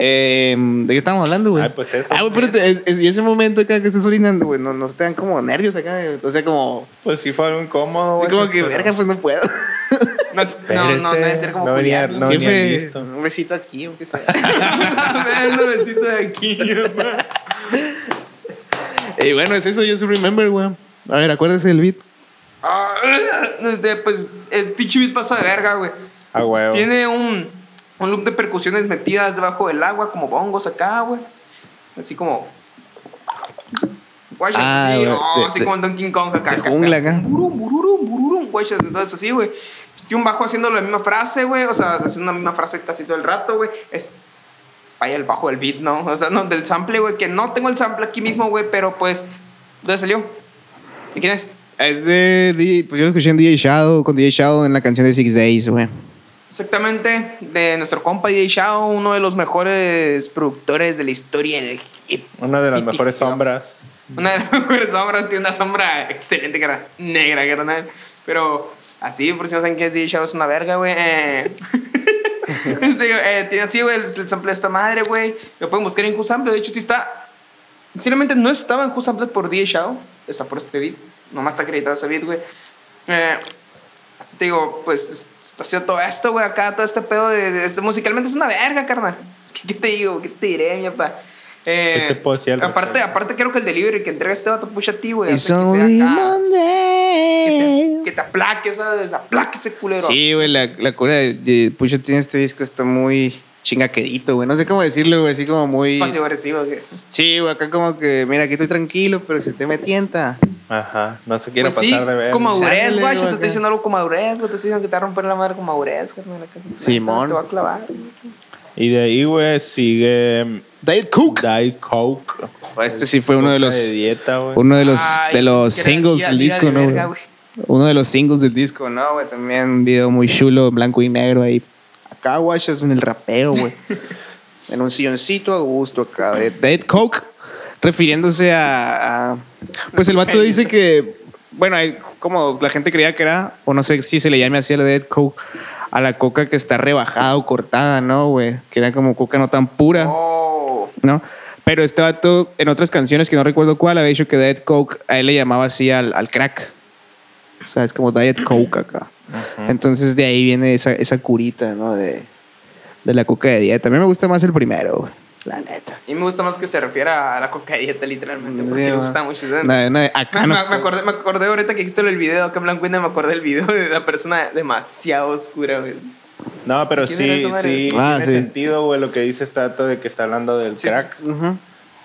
Speaker 3: Eh, ¿De qué estamos hablando, güey?
Speaker 1: Ay, pues eso.
Speaker 3: Ah, güey, pero te- es- es- y ese momento acá que estás orinando, güey, no- nos te dan como nervios acá. güey. O sea, como,
Speaker 1: Pues sí fue algo incómodo,
Speaker 3: así
Speaker 1: güey.
Speaker 3: como que,
Speaker 1: pero-
Speaker 3: verga, pues no [laughs] puedo.
Speaker 4: No, no, no, debe ser como
Speaker 1: No venía-
Speaker 4: culiar,
Speaker 1: no venía
Speaker 3: Jefe,
Speaker 1: listo.
Speaker 3: un besito aquí, aunque sea.
Speaker 4: A ver, lo besito de aquí, güey.
Speaker 3: y bueno, es eso, yo remember, güey. A ver, acuérdese del beat.
Speaker 4: Ah, de- pues el pinche beat pasa de verga, güey. Pues,
Speaker 1: A huevo.
Speaker 4: Tiene un, un loop de percusiones metidas debajo del agua, como bongos acá, güey. Así como. Guayas,
Speaker 3: Ah,
Speaker 4: así,
Speaker 3: güey,
Speaker 4: oh,
Speaker 3: de-
Speaker 4: así
Speaker 3: de-
Speaker 4: como Donkey Kong acá.
Speaker 3: de jungla acá.
Speaker 4: Burum, bururum, bururum, guayas, entonces así, güey. Pues, tiene un bajo haciendo la misma frase, güey. O sea, haciendo la misma frase casi todo el rato, güey. Es. Vaya el bajo del beat, ¿no? O sea, no, del sample, güey. Que no tengo el sample aquí mismo, güey, pero pues. ¿Dónde salió? ¿Y quién es?
Speaker 3: Es de. DJ Pues yo lo escuché en DJ Shadow, con DJ Shadow en la canción de Six Days, güey.
Speaker 4: Exactamente, de nuestro compa DJ Shao, uno de los mejores productores de la historia del hip.
Speaker 1: Una de las mejores sombras.
Speaker 4: Una de las [laughs] mejores sombras, tiene una sombra excelente, cara, negra, carnal. Pero así, por si no saben quién es DJ Shao, es una verga, güey.
Speaker 1: [laughs]
Speaker 4: Eh, este, eh, tiene así, güey, el, el sample de esta madre, güey. Lo pueden buscar en Jusample, de hecho, sí está. Sinceramente, no estaba en Jusample por DJ Shao, está por este beat. Nomás está acreditado ese beat, güey. Eh, te digo, pues está haciendo todo esto, güey, acá, todo este pedo de, de- de- musicalmente es una verga, carnal. [laughs] Es que, ¿Qué te digo? ¿Qué te diré, mi papá? Eh,
Speaker 1: ¿Qué te puedo decir al
Speaker 4: aparte,
Speaker 1: respecto?
Speaker 4: aparte creo que el delivery que entrega este vato pucha a ti, güey. hace
Speaker 3: It's
Speaker 4: que sea
Speaker 3: only
Speaker 4: acá,
Speaker 3: Monday.
Speaker 4: que te- Que te aplaque, ¿sabes? Aplaque ese culero.
Speaker 3: Sí, güey, la, la cura de, de Pucho tiene este disco, está muy chingaquedito, güey. No sé cómo decirlo, güey, así como muy.
Speaker 4: Pasivo agresivo. que-
Speaker 3: Sí, güey, acá como que, mira, aquí estoy tranquilo, pero si usted me tienta.
Speaker 1: Ajá. No se quiere
Speaker 4: Pues sí,
Speaker 1: pasar de ver.
Speaker 4: con madurez,
Speaker 3: Sale,
Speaker 4: güey. Yo te
Speaker 3: güey,
Speaker 4: estoy
Speaker 3: acá.
Speaker 4: diciendo algo con madurez, güey. Te estoy diciendo que te va a romper la madre con madurez, carnal. acá.
Speaker 3: Simón.
Speaker 4: Te va a clavar.
Speaker 1: Y de ahí, güey, sigue
Speaker 3: Diet Cook.
Speaker 1: Diet Coke.
Speaker 3: Este sí fue uno de los.
Speaker 1: De dieta, güey.
Speaker 3: Uno de los,
Speaker 4: Ay,
Speaker 3: de los
Speaker 4: que era
Speaker 3: singles
Speaker 4: día-
Speaker 3: del
Speaker 4: día de
Speaker 3: disco, ¿no?
Speaker 4: verga,
Speaker 3: güey? Uno de los singles del disco, ¿no, güey? También un video muy chulo, blanco y negro ahí. Acá, güey, es en el rapeo,
Speaker 4: [laughs]
Speaker 3: güey. en un silloncito a gusto acá. De Dead Coke, refiriéndose a, a- Pues el vato dice que... Bueno, hay- como la gente creía que era, o no sé si se le llame así a la Dead Coke, a la coca que está rebajada o cortada, ¿no, güey? Que era como coca no tan pura.
Speaker 4: Oh.
Speaker 3: ¿no? Pero este vato, en otras canciones que no recuerdo cuál, había dicho que Diet Coke, a él le llamaba así al, al crack. O sea, es como Diet Coke acá. Entonces de ahí viene esa, esa curita, ¿no? De, de la coca de dieta. A mí me gusta más el primero, güey, La neta.
Speaker 4: Y me gusta más que se refiera a la coca dieta, literalmente. Porque
Speaker 3: Sí,
Speaker 4: le
Speaker 3: güey.
Speaker 4: gusta mucho. ¿sabes?
Speaker 3: No, no,
Speaker 4: Me,
Speaker 3: acá
Speaker 4: [laughs]
Speaker 3: no.
Speaker 4: me- me acordé, me acordé ahorita que hiciste el video acá en blanco y negro, me acordé del video de la persona demasiado oscura, güey. [laughs]
Speaker 1: No, pero
Speaker 4: ¿Quién era
Speaker 1: sí,
Speaker 4: esa madre?
Speaker 1: sí.
Speaker 3: Ah,
Speaker 1: tiene
Speaker 3: sí.
Speaker 1: sentido, güey, lo que dice este dato de que está hablando del
Speaker 4: Sí,
Speaker 1: crack.
Speaker 3: Ujú.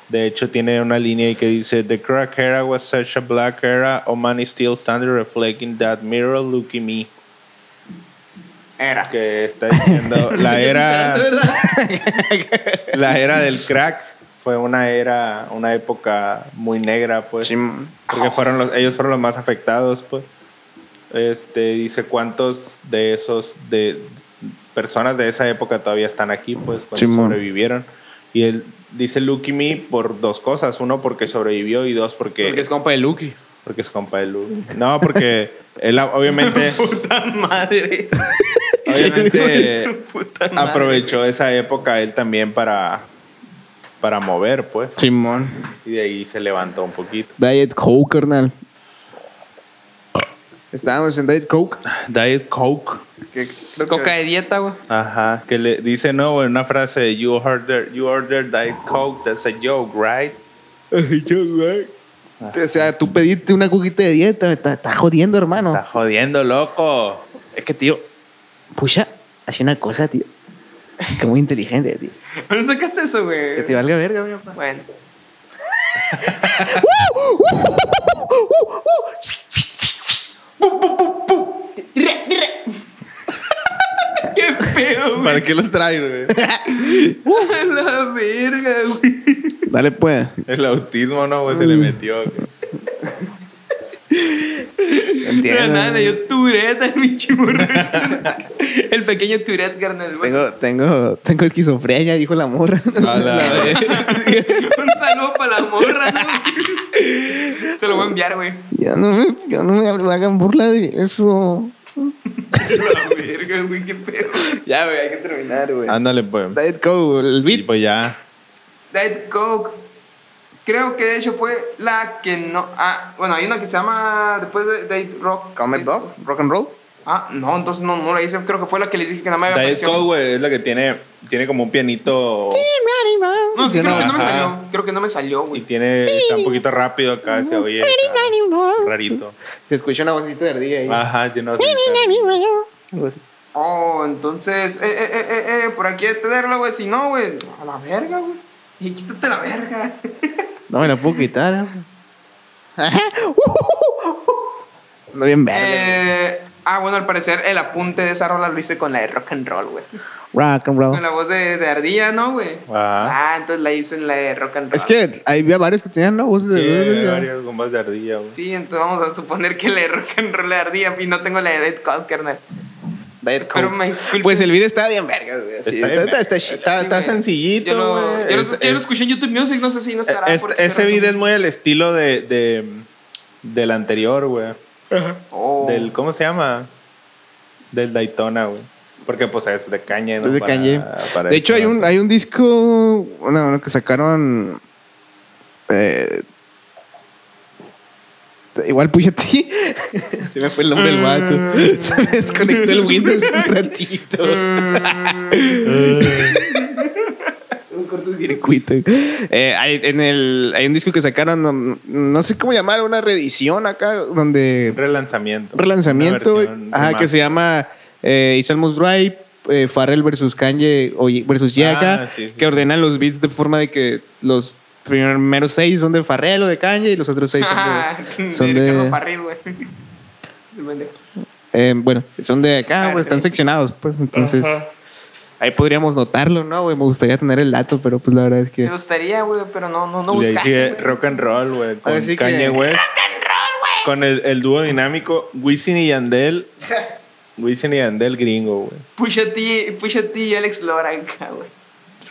Speaker 1: De hecho, tiene una línea ahí que dice: The crack era was such a black era. Oh man is still standing reflecting that mirror. Look at me.
Speaker 4: Era.
Speaker 1: Que está
Speaker 4: [laughs]
Speaker 1: diciendo la era. la era del crack fue una era, una época muy negra, pues.
Speaker 3: Chim-
Speaker 1: Porque fueron los, ellos fueron los más afectados, pues. Este, dice cuántos de esos, de personas de esa época todavía están aquí, pues, cuando
Speaker 3: Simón.
Speaker 1: sobrevivieron. Y él dice Lucky Me por dos cosas. Uno, porque sobrevivió y dos, porque,
Speaker 3: Porque es compa de Lucky.
Speaker 1: Porque es compa de Lu. No, porque él obviamente,
Speaker 4: Puta madre.
Speaker 1: obviamente
Speaker 4: Puta madre.
Speaker 1: aprovechó esa época él también para, para mover, pues.
Speaker 3: Simón.
Speaker 1: Y de ahí se levantó un poquito.
Speaker 3: Diet Coke, carnal. Estábamos en Diet Coke.
Speaker 1: Diet Coke.
Speaker 4: Es coca de dieta, güey.
Speaker 1: Ajá, que le dice, no, en una frase, you order, you order Diet Coke, that's a joke, right?
Speaker 4: Ah.
Speaker 3: O sea, tú pediste una coquita de dieta. me Está, está jodiendo, hermano.
Speaker 1: Está jodiendo, loco. Es que, tío,
Speaker 3: Pucha, hace una cosa, tío. Que muy inteligente, tío.
Speaker 4: ¿Dónde sacaste eso, güey?
Speaker 3: Que te valga verga, mi papá.
Speaker 4: Bueno. [laughs] ¿Qué pedo, güey?
Speaker 1: ¿para qué los traes, güey?
Speaker 4: A la verga, güey.
Speaker 3: Dale, pues.
Speaker 1: El autismo, no, güey, se le metió. güey.
Speaker 4: De
Speaker 3: Entiendo.
Speaker 4: la nada, yo tureta en mi chimurris. El pequeño tureta, carnal. güey.
Speaker 3: Tengo, tengo, tengo esquizofrenia, dijo [laughs] la morra.
Speaker 1: A la vez.
Speaker 4: Un saludo para la
Speaker 3: [laughs]
Speaker 4: morra, ¿no? Se lo voy a enviar, güey.
Speaker 3: Ya no me, ya no me hagan burla de eso.
Speaker 4: La verga, güey, qué pedo.
Speaker 3: Ya, güey, hay que terminar, güey.
Speaker 1: Ándale, pues.
Speaker 3: Diet Coke, el
Speaker 1: Y
Speaker 3: beat.
Speaker 1: pues ya.
Speaker 4: Diet Coke. Creo que de hecho fue la que no. Ah, bueno, hay una que se llama. Después de Diet Rock.
Speaker 3: Comet Dove, rock and roll.
Speaker 4: Ah, no, entonces no, no la hice. Creo que fue la que les dije que nada más había
Speaker 1: Diet
Speaker 4: aparecido.
Speaker 1: Coke, güey, es la que tiene, tiene como un pianito
Speaker 4: No, es que creo que no me
Speaker 1: Ajá.
Speaker 4: salió. Creo que no me salió,
Speaker 1: y
Speaker 4: güey.
Speaker 1: tiene, está un poquito rápido acá, se oye. acá, Rarito.
Speaker 3: Se escucha una vocita de ardilla ahí.
Speaker 1: Ajá, yo no sé.
Speaker 3: Algo así.
Speaker 4: Oh, entonces. Eh, eh, eh, eh, eh, por aquí hay que tenerlo, güey. Si no, güey. A la verga, güey. Y quítate la
Speaker 3: [laughs]
Speaker 4: verga.
Speaker 3: No me la puedo quitar.
Speaker 1: [laughs]
Speaker 3: ¿eh? Ajá. [laughs] Ando bien verga.
Speaker 4: eh, ah, bueno, al parecer el apunte de esa rola lo hice con la de rock and roll, güey.
Speaker 3: Rock and roll.
Speaker 4: Con la voz de, de Ardilla, ¿no, güey?
Speaker 1: Ajá.
Speaker 4: [laughs] Ah, entonces la hice en la de rock and roll.
Speaker 3: Es que había varios que tenían la voz de.
Speaker 1: Tiene varias gomas de ardilla, güey.
Speaker 4: Sí, entonces vamos a suponer que la de rock and roll la de Ardilla y no tengo la de Dead Cod, carnal.
Speaker 3: Diet
Speaker 4: Pero
Speaker 3: Coke.
Speaker 4: me disculpen.
Speaker 3: Pues el video estaba bien verga, güey. así. Está,
Speaker 1: Está bien
Speaker 3: está, está, está- está
Speaker 1: verga.
Speaker 4: Sí, güey.
Speaker 3: sencillito,
Speaker 4: Yo lo,
Speaker 3: güey.
Speaker 4: yo lo-
Speaker 1: Es-
Speaker 4: yo lo
Speaker 1: es-
Speaker 4: escuché en YouTube Music, no sé si no estará.
Speaker 1: Eh, Es-
Speaker 4: por esa
Speaker 1: ese
Speaker 4: razón.
Speaker 1: video es muy al estilo de, de del anterior, güey.
Speaker 4: Oh.
Speaker 1: Del, ¿cómo se llama? Del Daytona, güey. Porque pues es de caña. ¿no?
Speaker 3: Es de
Speaker 1: Para-
Speaker 3: Kanye.
Speaker 1: para
Speaker 3: de hecho, hay
Speaker 1: esto,
Speaker 3: un,
Speaker 1: ¿no?
Speaker 3: hay un disco bueno, bueno, que sacaron. eh, igual puya ti. [laughs] Se me fue el nombre del vato. Se me desconectó el Windows un ratito. [laughs] un cortocircuito. Eh, hay, en el, hay un disco que sacaron, no, no sé cómo llamar, una reedición acá, donde
Speaker 1: Un relanzamiento.
Speaker 3: un relanzamiento
Speaker 1: Una
Speaker 3: güey.
Speaker 1: versión
Speaker 3: Ajá,
Speaker 1: remaster.
Speaker 3: que se llama eh, It's Almost Right, eh, Farrell versus Kanye o Ye- versus Yaka,
Speaker 1: Ah, sí, sí.
Speaker 3: que ordenan los beats de forma de que los primeros seis son de Farrell o de Kanye y los otros seis
Speaker 4: [laughs]
Speaker 1: [laughs]
Speaker 3: son de... Ah, son de-
Speaker 4: Ricardo Farril, güey. [laughs] Ese pendejo.
Speaker 3: eh, bueno, son de acá, güey, están seccionados, pues entonces... Ahí podríamos notarlo, ¿no, güey? Me gustaría tener el dato, pero pues la verdad es
Speaker 4: Me
Speaker 3: que...
Speaker 4: gustaría, güey, pero no, no, no
Speaker 1: Le dije
Speaker 4: buscaste. güey.
Speaker 1: rock and roll, güey. Con
Speaker 3: Así que-
Speaker 1: Kanye West. Con el, el dúo dinámico Wisin y
Speaker 4: [laughs]
Speaker 1: Yandel. Wisin y Yandel gringo, güey.
Speaker 4: Pusha T, Pusha T y Alex Lora acá, güey.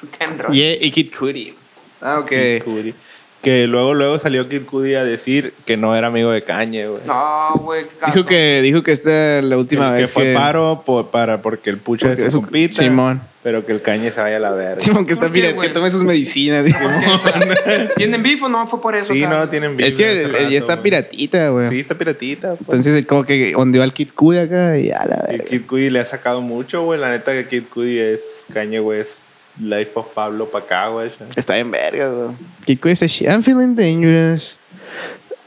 Speaker 4: Rock and roll.
Speaker 3: Yeah, y Kid Cudi. Ah, ok.
Speaker 1: Kid Cudi. Que luego, luego salió Kid Cudi a decir que no era amigo de Kanye, güey.
Speaker 4: No, güey. qué caso.
Speaker 3: Dijo que, dijo que esta es la última
Speaker 1: que,
Speaker 3: vez
Speaker 1: que fue paro por- para, porque el pucha
Speaker 3: Porque
Speaker 1: es
Speaker 3: es
Speaker 1: su
Speaker 3: un-
Speaker 1: compita.
Speaker 3: Simón.
Speaker 1: Pero que el Kanye se vaya a la
Speaker 3: [laughs]
Speaker 1: verga.
Speaker 3: Simón, que está
Speaker 4: ¿Por qué,
Speaker 3: pirata, que
Speaker 4: güey?
Speaker 3: tome sus medicinas.
Speaker 1: [laughs]
Speaker 3: dice.
Speaker 4: ¿Por qué?
Speaker 3: [laughs]
Speaker 4: O sea, ¿Tienen beef o no? Fue por eso.
Speaker 1: Sí,
Speaker 4: cabrón.
Speaker 1: no, tienen
Speaker 3: Es
Speaker 1: Biblia
Speaker 3: que
Speaker 1: hace rato,
Speaker 3: ya está
Speaker 1: güey.
Speaker 3: piratita, güey.
Speaker 1: Sí, está piratita. pues.
Speaker 3: Entonces él como que ondeó al Kid Cudi acá y ya la
Speaker 1: Y
Speaker 3: verga.
Speaker 1: Kid Cudi le ha sacado mucho, güey. La neta que Kid Cudi es Kanye West, Life of Pablo pa'
Speaker 3: [laughs]
Speaker 1: acá, güey.
Speaker 3: Está bien verga, güey. Kid Cudi dice, "Shit, I'm feeling dangerous.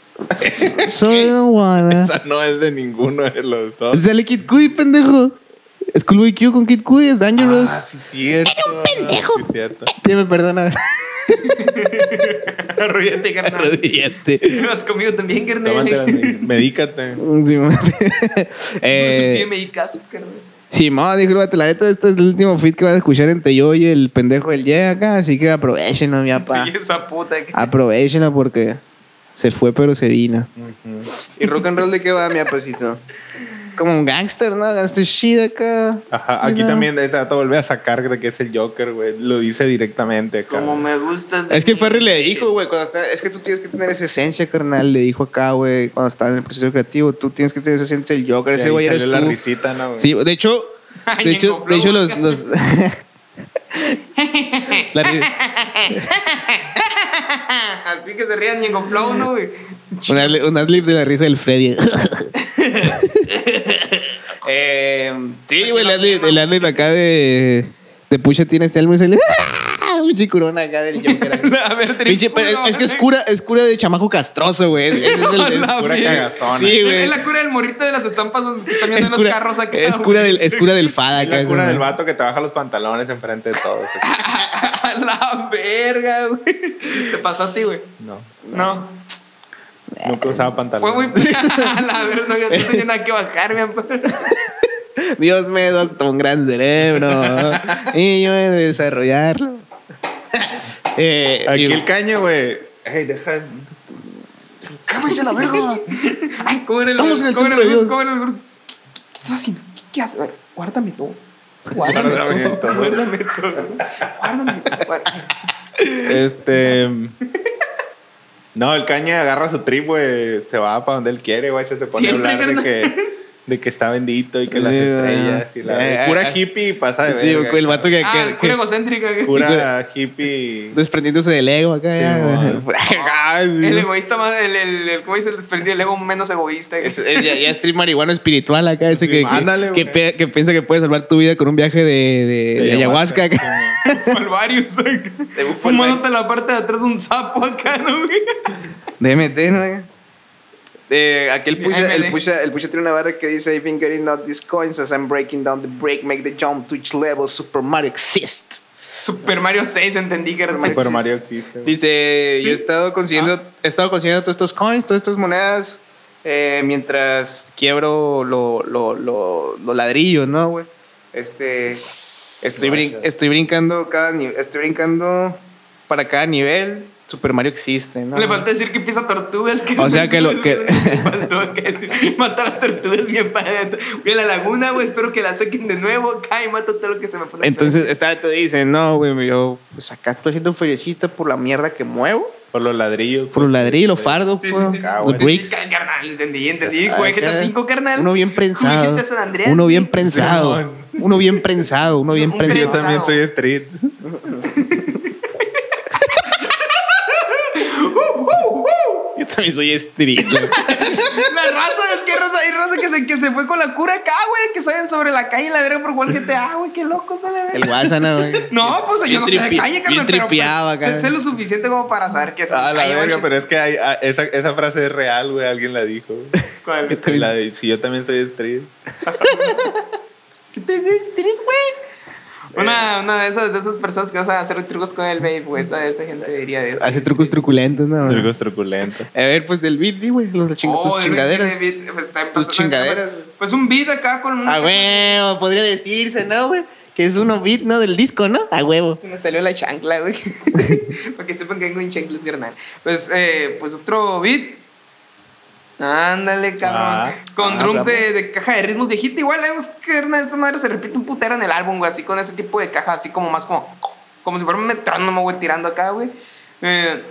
Speaker 1: [laughs]
Speaker 3: Soy the one.
Speaker 1: Esa no es de ninguno de los dos.
Speaker 3: Sale Kid Cudi, pendejo. Schoolboy Q con Kid Cudi es dangerous. [laughs]
Speaker 1: Ah, sí, cierto. Era un pendejo. Sí, cierto.
Speaker 3: Tío, me
Speaker 1: [laughs]
Speaker 3: perdona.
Speaker 4: Arrodíllate, carnal.
Speaker 3: Arrodíllate.
Speaker 4: Lo has comido también, carnal. [laughs]
Speaker 1: Tómatela, me- medícate.
Speaker 3: Simón.
Speaker 4: Pide
Speaker 3: Mm, [laughs] eh,
Speaker 4: medicazo, carnal.
Speaker 3: Simón dijo el vato, la neta, este es el último fit que vas a escuchar entre yo y el pendejo del Ye acá, así que aprovechen, mi papá.
Speaker 4: Y esa puta. que-
Speaker 3: Aprovechenla porque se fue, pero se vino. ¿Y rock and roll de qué va, mi apacito? como un gangster, ¿no? Gangster shit acá. [laughs]
Speaker 1: Ajá, aquí
Speaker 3: You know?
Speaker 1: también esa te vuelve a sacar de que es el Joker, güey. Lo dice directamente acá.
Speaker 4: Como me gustas. de
Speaker 3: Es que
Speaker 4: mí,
Speaker 3: Ferry le
Speaker 4: shit.
Speaker 3: dijo, güey, cuando está- es que tú tienes que tener esa esencia, carnal. Le dijo acá, güey, cuando estás en el proceso creativo, tú tienes que tener esa esencia del Joker.
Speaker 1: Y
Speaker 3: Ese
Speaker 1: ahí
Speaker 3: güey eres
Speaker 1: salió la
Speaker 3: tú.
Speaker 1: risita, ¿no, güey?
Speaker 3: Sí, de [laughs] hecho, de hecho,
Speaker 4: Ñengo
Speaker 3: de hecho los,
Speaker 4: Flow.
Speaker 3: [laughs] los- La ri-
Speaker 4: [laughs] Así que se rían ni con flow,
Speaker 3: [laughs]
Speaker 4: ¿no, güey?
Speaker 3: una, una slip de la risa del Freddy. [laughs] Eh, sí, güey, el adlib, el adlib acá de de Pusha tiene ese álbum, es el un chicurón acá del
Speaker 4: [laughs]
Speaker 3: Joker.
Speaker 4: La ver,
Speaker 3: Pinche, pero es, es que es cura, es cura de chamaco castroso, güey. Ese es
Speaker 4: [laughs]
Speaker 3: el, es-
Speaker 4: La
Speaker 1: Pura
Speaker 4: mierda.
Speaker 1: cagazona.
Speaker 3: Sí, güey.
Speaker 4: Es la cura del morrito de las estampas donde están viendo
Speaker 3: es
Speaker 4: en los
Speaker 3: cura-
Speaker 4: carros acá.
Speaker 3: es cura
Speaker 4: güey.
Speaker 3: del, es cura del fada
Speaker 1: Es
Speaker 3: acá.
Speaker 1: la
Speaker 3: ese,
Speaker 1: cura del
Speaker 3: güey.
Speaker 1: vato que te baja los pantalones enfrente de todos.
Speaker 4: A [laughs] la verga, güey. Te pasó a
Speaker 3: [laughs]
Speaker 4: ti, güey.
Speaker 1: No,
Speaker 4: No.
Speaker 1: nunca usaba
Speaker 4: Fue muy.
Speaker 1: pantalones.
Speaker 4: A [laughs] la verga, [laughs] no había no tenía nada que bajar, mi amor.
Speaker 3: Dios me doctor un gran cerebro
Speaker 4: [laughs]
Speaker 3: y yo he de desarrollarlo. Eh,
Speaker 1: Aquí
Speaker 3: y-
Speaker 1: el caño, güey. Hey, deja.
Speaker 3: Cálmense la
Speaker 4: [laughs]
Speaker 3: verga.
Speaker 4: Ay, ¿cómo era el
Speaker 3: Estamos en el
Speaker 4: cómo era
Speaker 3: templo de
Speaker 4: el-
Speaker 3: Dios.
Speaker 4: cómo era el grupo? ¿Qué qué estás haciendo? ¿Qué, qué haces? A ver, Guárdame todo.
Speaker 1: [laughs]
Speaker 4: Guárdame, [laughs]
Speaker 1: Guárdame
Speaker 4: todo.
Speaker 1: todo.
Speaker 4: Guárdame todo. Guárdame eso. guárdame.
Speaker 1: Este. No, el caña agarra su trip, güey. Se va para donde él quiere, güey. Se pone
Speaker 4: Siempre,
Speaker 1: a hablar de
Speaker 4: carnal.
Speaker 1: que, de que está bendito y que las
Speaker 3: Sí, güey.
Speaker 1: estrellas y la.
Speaker 3: Eh,
Speaker 1: pura
Speaker 3: eh,
Speaker 1: hippie y pasa de
Speaker 3: Sí,
Speaker 1: verga,
Speaker 3: el vato que,
Speaker 4: Ah,
Speaker 3: que-
Speaker 4: cura
Speaker 3: que-
Speaker 4: egocéntrica.
Speaker 3: [laughs]
Speaker 4: güey.
Speaker 1: Pura hippie.
Speaker 3: desprendiéndose del ego acá. ya,
Speaker 1: bueno.
Speaker 3: [laughs] güey. Ah, sí.
Speaker 4: El egoísta más. El, el, el, ¿Cómo dice? El desprendido del ego menos egoísta. güey.
Speaker 3: Es-
Speaker 4: [laughs]
Speaker 3: es- ya, ya es trip marihuano espiritual acá, ese
Speaker 1: Sí,
Speaker 3: que, que-
Speaker 1: ándale,
Speaker 3: que,
Speaker 1: güey.
Speaker 3: pe- que piensa que puede salvar tu vida con un viaje de, de- de ayahuasca. acá.
Speaker 4: Falvarios. acá. Fumándote la parte de atrás de un sapo acá, ¿no, güey? [laughs]
Speaker 3: DMT, ¿no? Eh, aquí el Pusha,
Speaker 4: DMT.
Speaker 3: el, Pusha, el Pusha tiene una barra que dice I think getting out these coins as I'm breaking down the break Make the jump to each level Super Mario exists
Speaker 4: Super Mario 6, entendí que era Mario
Speaker 1: Super
Speaker 4: 6.
Speaker 1: Mario existe. güey.
Speaker 3: Dice
Speaker 4: Sí. Ah.
Speaker 3: Yo he estado consiguiendo He estado consiguiendo todos estos coins Todas estas monedas eh, Mientras quiebro lo, lo, lo, lo ladrillo, ¿no, güey? Este estoy, brin- estoy brincando cada ni- Estoy brincando Para cada nivel Super Mario existe, ¿no?
Speaker 4: Le falta decir que pisa tortugas. Que
Speaker 3: O
Speaker 4: [laughs]
Speaker 3: sea, que lo- que-
Speaker 4: Le faltó que decir, mata las tortugas, bien padre. Voy a la laguna, güey. Espero que la saquen de nuevo. Cae, mata todo lo que se me pone.
Speaker 3: Entonces, esta te dice, no, güey, yo, pues acá estoy siendo feriecista por la mierda que muevo.
Speaker 1: Por los ladrillos.
Speaker 3: Por los ladrillos, los fardos,
Speaker 4: Sí, sí,
Speaker 3: pues,
Speaker 4: sí, sí.
Speaker 1: Ah,
Speaker 3: los
Speaker 1: bueno.
Speaker 3: bricks.
Speaker 4: Sí, carnal, entendí, entendí. Jugué
Speaker 3: Acá,
Speaker 4: GTA 5, carnal.
Speaker 3: Uno bien
Speaker 4: Jugué
Speaker 3: prensado.
Speaker 4: GTA San Andreas.
Speaker 3: Uno bien
Speaker 4: sí.
Speaker 3: prensado.
Speaker 1: Simón.
Speaker 3: Uno bien prensado, uno bien
Speaker 4: [laughs] Un
Speaker 1: Yo
Speaker 3: prensado.
Speaker 4: prensado.
Speaker 1: también soy street.
Speaker 3: Yo también soy street.
Speaker 4: [laughs] [laughs] La raza, es que raza, hay raza que se, que se fue con la cura acá, güey. Que salen sobre la calle y la verga por jugar GTA, güey. Qué loco sale, güey.
Speaker 3: El guasana, güey.
Speaker 4: No, pues yo
Speaker 3: Bien
Speaker 4: no sé de
Speaker 3: tripi-
Speaker 4: calle,
Speaker 3: bien
Speaker 4: carnal, pero pues,
Speaker 3: tripeado acá.
Speaker 4: sé, sé lo suficiente como para saber que es
Speaker 3: Ah,
Speaker 1: A la
Speaker 4: calle,
Speaker 1: verga,
Speaker 4: güey.
Speaker 1: pero es que hay- a- esa, esa frase es real, güey. Alguien la dijo. güey.
Speaker 4: ¿Cuál?
Speaker 1: La de, si yo también soy street.
Speaker 4: Entonces, street, güey.
Speaker 3: Eh.
Speaker 4: Una, una de, esas, de esas personas que vas a hacer trucos con el babe, güey. Esa, esa gente diría de eso.
Speaker 3: Hace trucos truculentos, ¿no? güey?
Speaker 1: Algo truculento.
Speaker 3: A ver, pues del beat, güey, los ching-
Speaker 4: Oh,
Speaker 3: tus chingaderas.
Speaker 4: Tus
Speaker 3: chingaderas.
Speaker 4: Pues, pues un beat acá con una.
Speaker 3: A huevo, podría decirse, ¿no, güey? Que es uno beat, ¿no? Del disco, ¿no? A huevo.
Speaker 4: Se me salió la chancla, güey. [laughs] Para que sepan que vengo en chanclas, carnal. Pues, eh, pues otro beat. Ándale, cabrón.
Speaker 1: Ah,
Speaker 4: con
Speaker 1: ah,
Speaker 4: drums de,
Speaker 1: bravo.
Speaker 4: de caja de ritmos viejita. Igual, eh, es que carnal, esta madre se repite un putero en el álbum, güey. Así con ese tipo de caja, así como más como... Como si fuera un metrónomo, güey, tirando acá, güey. Eh,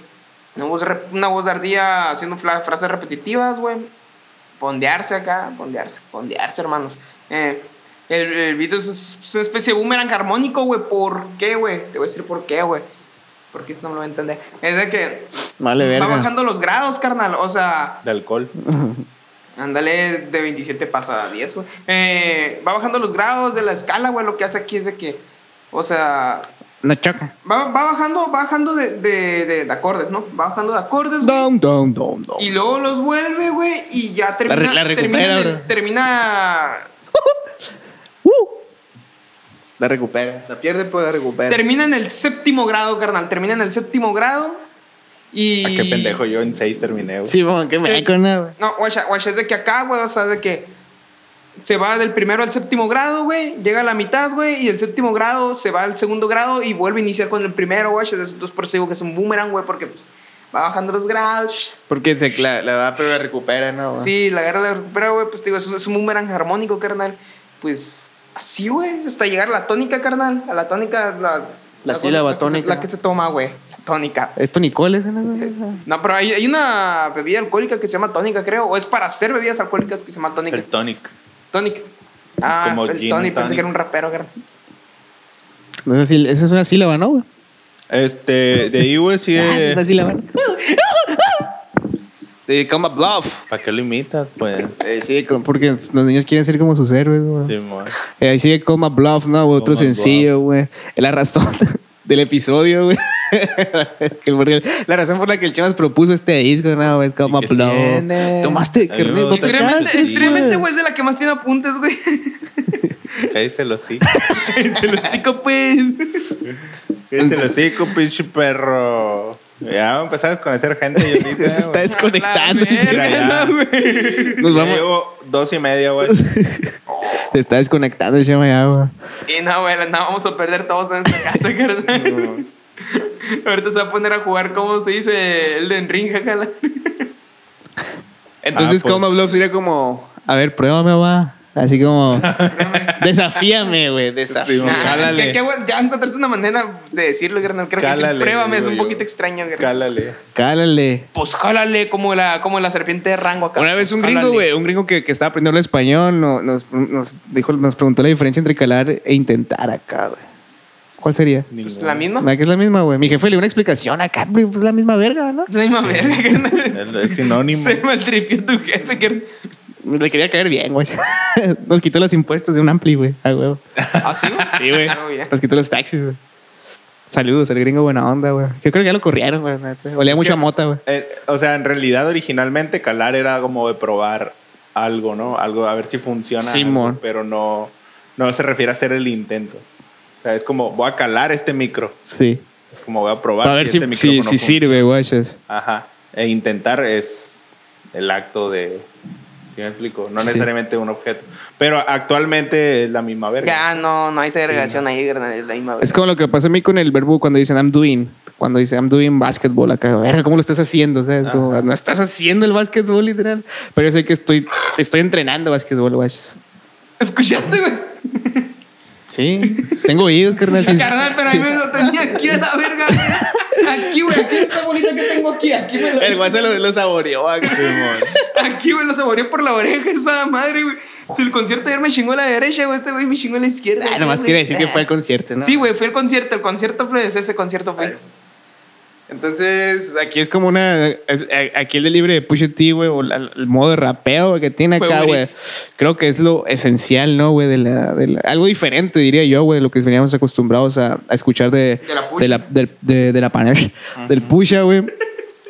Speaker 4: una, voz, rep- una voz de ardilla haciendo fla- frases repetitivas, güey. Pondearse acá, pondearse, pondearse, hermanos. Eh, el, el beat es, es una especie de boomerang armónico, güey. ¿Por qué, güey? Te voy a decir por qué, güey. Porque esto no me lo voy a entender. Es de que
Speaker 3: Vale, verga.
Speaker 4: va bajando los grados, carnal. O sea,
Speaker 1: De alcohol. Ah,
Speaker 4: ándale de 27 pasa a 10, güey. Eh, va bajando los grados de la escala, güey. Lo que hace aquí es de que, o sea,
Speaker 3: No choca.
Speaker 4: va, va bajando, va bajando de, de, de, de acordes, ¿no? Va bajando de acordes, güey.
Speaker 3: Down, down, down, down.
Speaker 4: Y luego los vuelve, güey, y ya termina.
Speaker 3: re- la recupera,
Speaker 4: termina, en el-
Speaker 3: bro.
Speaker 4: termina,
Speaker 3: ¡Uh! La recupera. La pierde, pero la recupera.
Speaker 4: termina en el séptimo grado, carnal. Termina en el séptimo grado. Y.
Speaker 1: ¿A Ah, qué pendejo yo en 6 terminé, güey?
Speaker 3: Sí, bueno, qué meco, ¿no, güey?
Speaker 4: No, guacha, guacha, es de que acá, güey, o sea, de que se va del primero al séptimo grado, güey, llega a la mitad, güey, y el séptimo [laughs] grado se va al segundo grado y vuelve a iniciar con el primero, guacha. Entonces, por eso digo que es un boomerang, güey, porque pues, va bajando los graves.
Speaker 3: Porque se, la, la da, pero la recupera,
Speaker 2: Ah.
Speaker 3: ¿no? güey?
Speaker 4: Sí, la agarra, la recupera, güey. Pues te digo, es un, es un boomerang armónico, carnal. Pues así, güey. Hasta llegar a la tónica, carnal. A la tónica, la.
Speaker 2: La sílaba
Speaker 4: que se-
Speaker 2: tónica.
Speaker 4: la que se toma, güey. La tónica.
Speaker 3: ¿Es Tonicoles? esa, no?
Speaker 4: No, pero hay, hay una bebida alcohólica que se llama tónica, creo. O es para hacer bebidas alcohólicas que se llama tónica.
Speaker 1: El tonic.
Speaker 4: Tónica. Ah,
Speaker 1: Como
Speaker 4: el
Speaker 1: gin
Speaker 4: Tony,
Speaker 1: and
Speaker 4: pensé
Speaker 1: tonic.
Speaker 4: que era un rapero, carnal.
Speaker 3: No sé si- Esa es una sílaba, ¿no? güey?
Speaker 1: Este, de ahí, güey, sí.
Speaker 3: Ah, es una sílaba. [laughs]
Speaker 2: Te come a bluff.
Speaker 1: ¿Para qué lo imitas, pues?
Speaker 3: Eh, sí, como- porque los niños quieren ser como sus héroes, güey.
Speaker 1: Sí, mo.
Speaker 3: Eh, ahí sigue Coma Bluff, ¿no? Otro
Speaker 1: Coma
Speaker 3: sencillo, güey. La razón [laughs] del episodio, güey. [laughs] Que el Borges- la razón por la que el Chivas propuso este disco, ¿no? Es Coma
Speaker 1: qué
Speaker 3: Bluff.
Speaker 1: tiene?
Speaker 3: Tomaste,
Speaker 1: A mí me
Speaker 3: carnal, no
Speaker 1: gusta.
Speaker 3: te
Speaker 4: Extremadamente,
Speaker 3: casaste,
Speaker 4: extremadamente, güey, es de la que más tiene apuntes, güey.
Speaker 1: Cállese los sí.
Speaker 4: Se lo chico, pues.
Speaker 1: Cállese los hocico, pinche perro. Ya empezamos a conocer gente. Y
Speaker 3: [laughs]
Speaker 1: ahorita,
Speaker 3: Se está
Speaker 1: güey.
Speaker 3: desconectando.
Speaker 4: A la
Speaker 1: Mira, ya.
Speaker 4: verga, no, güey.
Speaker 3: Nos
Speaker 1: Ya
Speaker 3: Pues vamos-
Speaker 1: Llevo dos y media, güey.
Speaker 3: Se está desconectando el Chema ya, güey.
Speaker 4: Y no, güey, la- no, vamos a perder todos en esta casa, [laughs] carnal. Ahorita se va a poner a jugar, ¿cómo se dice? El de Enring, jacala.
Speaker 3: Entonces,
Speaker 1: Ah, pues.
Speaker 3: Coma Bluff sería como, a ver, pruébame, va. Así
Speaker 1: [laughs]
Speaker 3: como, desafíame, güey,
Speaker 1: Sí,
Speaker 3: desafíame.
Speaker 1: güey. Cálale.
Speaker 4: Ah, Que- que, güey, Ya encontraste una manera de decirlo, carnal. Creo que
Speaker 1: Cálale,
Speaker 4: decir pruébame es
Speaker 1: digo
Speaker 4: un
Speaker 1: yo.
Speaker 4: poquito extraño, carnal.
Speaker 1: Cálale.
Speaker 3: Cálale.
Speaker 4: Pues jálale como la, como la serpiente de rango acá. Pues
Speaker 3: Una vez un
Speaker 4: Jálale.
Speaker 3: gringo, güey, un gringo que, que estaba aprendiendo el español, no- nos, nos dijo, nos preguntó la diferencia entre calar e intentar acá, güey. ¿Cuál sería?
Speaker 4: Pues
Speaker 1: Ningún-
Speaker 4: la [laughs] misma.
Speaker 3: La que es la misma, güey. Mi jefe le dio una explicación acá, güey, pues la misma verga, ¿no?
Speaker 4: La misma verga, carnal.
Speaker 1: Es sinónimo.
Speaker 4: Se maltripió tu jefe, carnal.
Speaker 3: Le quería caer bien, güey. [laughs] Nos quitó los impuestos de un ampli, güey. Ah, huevo.
Speaker 4: ¿Ah, sí, güey?
Speaker 3: Sí, güey.
Speaker 4: Oh, yeah.
Speaker 3: Nos quitó los taxis, güey. Saludos, el gringo buena onda, güey. Yo creo que ya lo corrieron, güey. la neta. Olía mucho a mota, güey.
Speaker 1: Eh, o sea, en realidad originalmente calar era como de probar algo, ¿no? Algo a ver si funciona.
Speaker 3: Simón.
Speaker 1: algo, pero no, no se refiere a hacer el intento. O sea, es como voy a calar este micro.
Speaker 3: Sí.
Speaker 1: Es como voy a probar
Speaker 3: Para ver si,
Speaker 1: este
Speaker 3: si,
Speaker 1: micrófono
Speaker 3: si
Speaker 1: funciona.
Speaker 3: sirve, güey. chas.
Speaker 1: Ajá. E intentar es el acto de. ¿Sí me explico? No
Speaker 3: Sí.
Speaker 1: necesariamente un objeto. Pero actualmente es la misma verga.
Speaker 4: Ya, no, no hay segregación ahí, carnal. Es la misma verga.
Speaker 3: Es como lo que pasa a mí con el verbo cuando dicen I'm doing. Cuando dice I'm doing basketball acá, verga, ¿cómo lo estás haciendo? O sea, es como, no estás haciendo el básquetbol, literal. Pero yo sé que estoy, estoy entrenando básquetbol, güey. chas.
Speaker 4: ¿Escuchaste, güey?
Speaker 3: Sí, [laughs] tengo oídos, [laughs] carnal. sí, sí.
Speaker 4: Carnal, pero ahí me lo tenía aquí a la verga. güey. Aquí, güey, aquí esta bolita que tengo aquí, aquí me lo.
Speaker 3: güey se lo, lo saboreó. güey.
Speaker 4: Aquí, güey, lo saboreó por la oreja esa madre, güey. Si el concierto ayer me chingó la derecha, güey, este güey me chingó la izquierda.
Speaker 3: [laughs] Ah,
Speaker 4: güey,
Speaker 3: nomás
Speaker 4: güey.
Speaker 3: quiere decir que fue al concierto, ¿no?
Speaker 4: Sí, güey, fue el concierto, el concierto fue ese concierto fue.
Speaker 3: Entonces, aquí es como una. eh, Aquí el delivery de Pusha T, güey, o la- el modo de rapeo güey, que tiene acá,
Speaker 4: Favorites.
Speaker 3: güey. Creo que es lo esencial, ¿no, güey? De la, de la- algo diferente, diría yo, güey, de lo que veníamos acostumbrados a, a escuchar de.
Speaker 4: De la Pusha.
Speaker 3: De la, del- de- de la Panache. Del Pusha,
Speaker 4: [laughs]
Speaker 3: güey.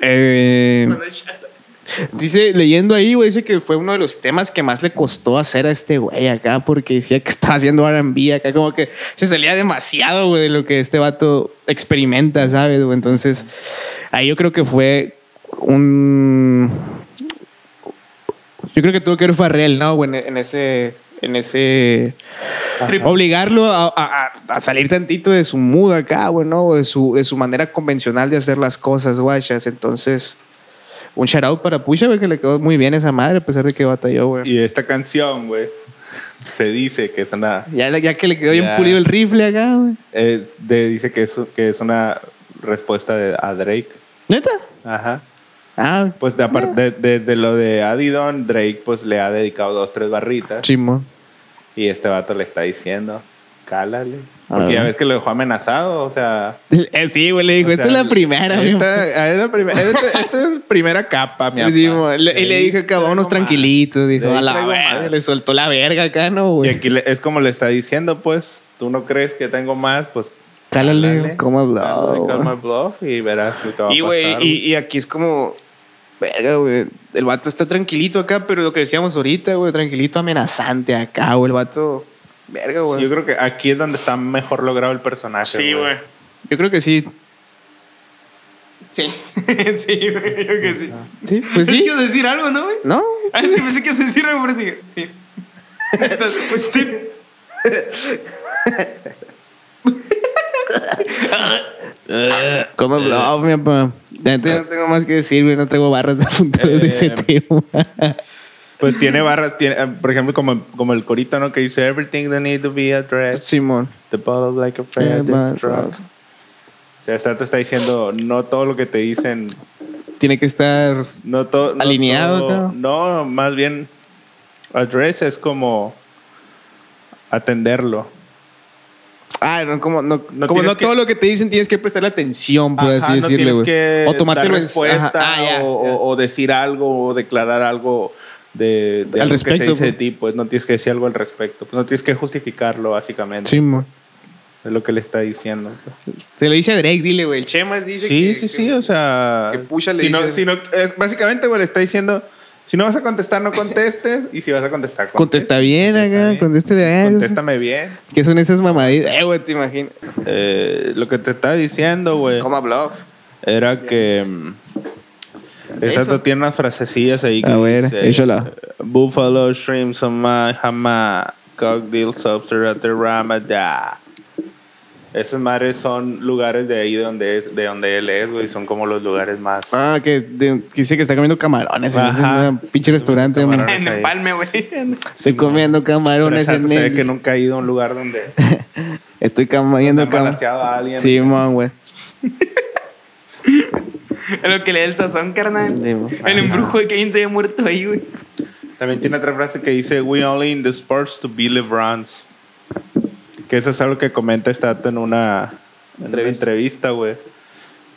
Speaker 3: Eh, dice, leyendo ahí, güey, dice que fue uno de los temas que más le costó hacer a este güey acá, porque decía que [laughs] estaba haciendo RB acá, como que se salía demasiado, güey, de lo que este vato experimenta, ¿sabes? güey? Entonces, ahí yo creo que fue un. Yo creo que tuvo que ver Farrell, ¿no? güey, En, en ese. En ese. Obligarlo a, a- a- a salir tantito de su mood acá, güey, ¿no? O de su, de su manera convencional de hacer las cosas, guachas. Entonces, un shout out para Pusha, güey, que le quedó muy bien esa madre, a pesar de que batalló, güey.
Speaker 1: Y esta canción, güey, se dice que es una.
Speaker 3: Ya, ya que le quedó bien
Speaker 1: Ya.
Speaker 3: pulido el rifle acá, güey.
Speaker 1: eh, de- dice que es, que es una respuesta de, a Drake.
Speaker 3: ¿Neta?
Speaker 1: Ajá.
Speaker 3: Ah,
Speaker 1: Pues de, apar- de- de- de lo de Adidon, Drake pues le ha dedicado dos,
Speaker 3: [laughs]
Speaker 1: tres barritas.
Speaker 3: chimón.
Speaker 1: Y este vato le está diciendo, cálale.
Speaker 3: A
Speaker 1: Porque
Speaker 3: ver.
Speaker 1: ya ves que lo dejó amenazado, o sea...
Speaker 3: Eh, Sí, güey, le dijo,
Speaker 1: o
Speaker 3: esta
Speaker 1: sea,
Speaker 3: es la primera, güey.
Speaker 1: Esta, es la primera, esta, esta es primera capa, mi
Speaker 3: Sí,
Speaker 1: amor.
Speaker 3: mo, le- y le dije acá, vámonos tranquilitos. Dijo,
Speaker 1: ahí
Speaker 3: a la
Speaker 1: traigo
Speaker 3: verga.
Speaker 1: más.
Speaker 3: Le soltó la verga acá, ¿no,
Speaker 1: Y
Speaker 3: güey?
Speaker 1: aquí le- es como le está diciendo, pues, tú no crees que tengo más, pues...
Speaker 3: Cálale, cómo habló,
Speaker 1: Cálale,
Speaker 3: güey.
Speaker 1: Calma el bluff y verás lo que va a
Speaker 3: Y, güey,
Speaker 1: pasar.
Speaker 3: y, y aquí es como... Verga, güey. El vato está tranquilito acá, pero lo que decíamos ahorita, güey, tranquilito amenazante acá, güey. El vato... Verga,
Speaker 1: Sí,
Speaker 3: güey.
Speaker 1: Yo creo que aquí es donde está mejor logrado el personaje.
Speaker 3: Yo creo que sí.
Speaker 4: Sí, sí, güey, [laughs] yo que sí.
Speaker 3: Sí, [laughs] pues sí.
Speaker 4: Quiero decir algo, ¿no, güey?
Speaker 3: [laughs] ¿No?
Speaker 4: Ah, es que pensé que ibas a decir algo, pero sí. Sí. Entonces, pues sí.
Speaker 3: Como bluff, mi papá. La neta, no tengo más que decir, güey. No traigo barras de apuntados de ese
Speaker 1: Eh,
Speaker 3: tema.
Speaker 1: Pues tiene barras, tiene, eh, por ejemplo, como, como el corito, ¿no? Que dice Everything that need to be addressed.
Speaker 3: Simón.
Speaker 1: The bottle like a friend.
Speaker 3: Eh, barras.
Speaker 1: O sea, está- te está diciendo, no todo lo que te dicen,
Speaker 3: Tiene que estar
Speaker 1: no todo. no
Speaker 3: Alineado,
Speaker 1: todo- No, más bien, address es como atenderlo.
Speaker 3: Ah, no, como no,
Speaker 1: No
Speaker 3: como
Speaker 1: tienes
Speaker 3: no todo
Speaker 1: que-
Speaker 3: lo que te dicen tienes que prestarle atención, por
Speaker 1: Ajá,
Speaker 3: así
Speaker 1: no
Speaker 3: decirle,
Speaker 1: tienes
Speaker 3: güey.
Speaker 1: que
Speaker 3: o tomártelo
Speaker 1: dar
Speaker 3: en
Speaker 1: respuesta
Speaker 3: ajá, ah, ya,
Speaker 1: o,
Speaker 3: ya.
Speaker 1: o- o decir algo o declarar algo de, de
Speaker 3: Al
Speaker 1: algo
Speaker 3: respecto,
Speaker 1: que se dice de
Speaker 3: pues.
Speaker 1: ti, pues no tienes que decir algo al respecto, pues no tienes que justificarlo básicamente,
Speaker 3: Sí, mo.
Speaker 1: es lo que le está diciendo.
Speaker 3: Se lo dice a Drake, dile, güey. El Chemas dice
Speaker 1: Sí,
Speaker 3: que-
Speaker 1: sí,
Speaker 3: que-
Speaker 1: sí, o sea,
Speaker 3: que Pusha le
Speaker 1: si no,
Speaker 3: dice-
Speaker 1: si no- es- básicamente güey, le está diciendo, si no vas a contestar no contestes y si vas a contestar
Speaker 3: Contesta bien
Speaker 1: Contesta
Speaker 3: acá,
Speaker 1: bien.
Speaker 3: conteste de ah,
Speaker 1: Contéstame bien.
Speaker 3: ¿Qué son esas mamaditas? Eh, güey, te imaginas.
Speaker 1: Eh, lo que te estaba diciendo, güey,
Speaker 4: Coma bluff.
Speaker 1: era que mm, Exacto,
Speaker 4: Eso.
Speaker 1: tiene unas frasecillas ahí. que
Speaker 3: A ver,
Speaker 1: dice,
Speaker 3: échala.
Speaker 1: Buffalo shrimps on my hama, cocktail substrate de Ramada. Esas madres son lugares de ahí donde es, de donde él es, güey. Son como los lugares más.
Speaker 3: Ah, que, de- que dice que está comiendo camarones.
Speaker 1: Ajá.
Speaker 3: Ajá. En un pinche restaurante. mo.
Speaker 1: Camarones.
Speaker 4: En
Speaker 1: ahí.
Speaker 4: empalme, güey. [laughs]
Speaker 3: Estoy comiendo
Speaker 1: Pero
Speaker 3: camarones.
Speaker 1: exacto,
Speaker 3: en
Speaker 1: se ve
Speaker 3: el-
Speaker 1: que nunca ha ido a un lugar donde
Speaker 3: Estoy comiendo
Speaker 1: han
Speaker 3: camarones.
Speaker 1: balanceado a alguien.
Speaker 3: Sí, man, güey.
Speaker 4: Es lo que le da el sazón, carnal.
Speaker 3: Sí, mo.
Speaker 4: El embrujo de Kevin se había muerto ahí, güey.
Speaker 1: También tiene otra frase que dice, We only in the sports to be LeBrons. Que eso es algo que comenta Stato en una en una entrevista, güey.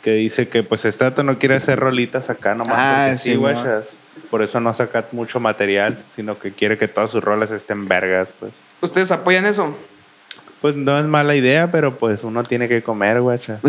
Speaker 1: Que dice que pues Stato no quiere hacer rolitas acá nomás.
Speaker 3: Ah,
Speaker 1: porque
Speaker 3: sí,
Speaker 1: sí,
Speaker 3: mo.
Speaker 1: guachas. Por eso no saca mucho material, sino que quiere que todas sus rolas estén vergas, pues.
Speaker 4: ¿Ustedes apoyan eso?
Speaker 1: Pues no es mala idea, pero pues uno tiene que comer, guachas.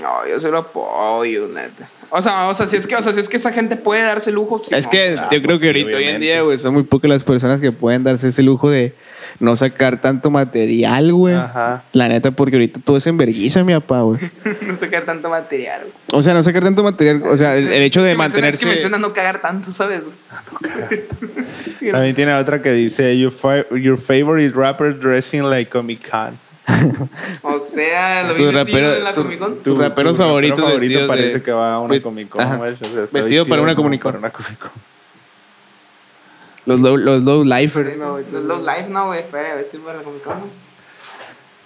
Speaker 4: No, yo se lo apoyo, neta. O sea, o sea, si es que, o sea, si es que esa gente puede darse lujo. sí,
Speaker 3: es
Speaker 4: no.
Speaker 3: que
Speaker 1: ah,
Speaker 3: yo creo
Speaker 1: pues
Speaker 3: que
Speaker 1: sí,
Speaker 3: ahorita, hoy en
Speaker 1: obviamente.
Speaker 3: día, güey, son muy pocas las personas que pueden darse ese lujo de no sacar tanto material, güey.
Speaker 1: Ajá.
Speaker 3: La neta, porque ahorita todo es en vergüenza, mi papá, güey.
Speaker 4: no sacar tanto material. güey.
Speaker 3: O sea, no sacar tanto material, o sea, el, el hecho
Speaker 4: Es
Speaker 3: de
Speaker 4: que menciona- Es
Speaker 3: mantenerse...
Speaker 4: que menciona no cagar tanto, ¿sabes? güey? [laughs] Sí, no.
Speaker 1: También tiene otra que dice, Your, fa- your favorite rapper dressing like Comic Con.
Speaker 4: O sea, lo
Speaker 3: Tu
Speaker 4: vi
Speaker 3: rapero-
Speaker 4: rapero, en la
Speaker 3: tu-
Speaker 4: Comic Con.
Speaker 3: Tus raperos favoritos vestidos
Speaker 1: parece
Speaker 3: de-
Speaker 1: que va a una
Speaker 3: pues,
Speaker 1: Comic Con.
Speaker 3: ajá.
Speaker 1: güey. O sea, está
Speaker 3: Vestido para una
Speaker 1: como
Speaker 3: Comic Con.
Speaker 1: para una Comic Con.
Speaker 3: Los low, los low lifers.
Speaker 4: Eso, güey, Los low life, no, güey. Fuera de vestir para la Comic Con. güey.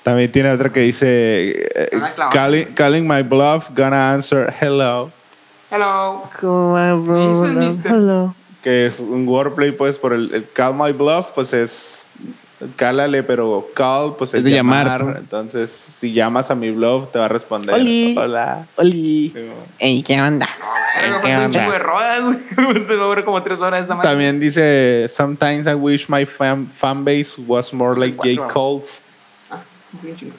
Speaker 1: También tiene otra que dice eh,
Speaker 4: Van a clavar.
Speaker 1: calling, calling my bluff, gonna answer hello.
Speaker 4: Hello.
Speaker 3: bro,
Speaker 4: Dice el mister.
Speaker 3: hello.
Speaker 1: Que es un wordplay pues por el, el call my bluff pues es cálale pero call pues es,
Speaker 3: Es de llamar, ¿no?
Speaker 1: Entonces si llamas a mi bluff te va a responder
Speaker 3: Oli.
Speaker 1: hola.
Speaker 3: Oli. Ey, ¿qué onda?
Speaker 4: Pero me falta un chingo de rodas, güey. [laughs] Usted va a ver como tres horas esta madre.
Speaker 1: También dice sometimes I wish my fan, fan base was more like Jay
Speaker 4: Cuatro.
Speaker 1: Cole's.
Speaker 4: Ah, sí, un chingo.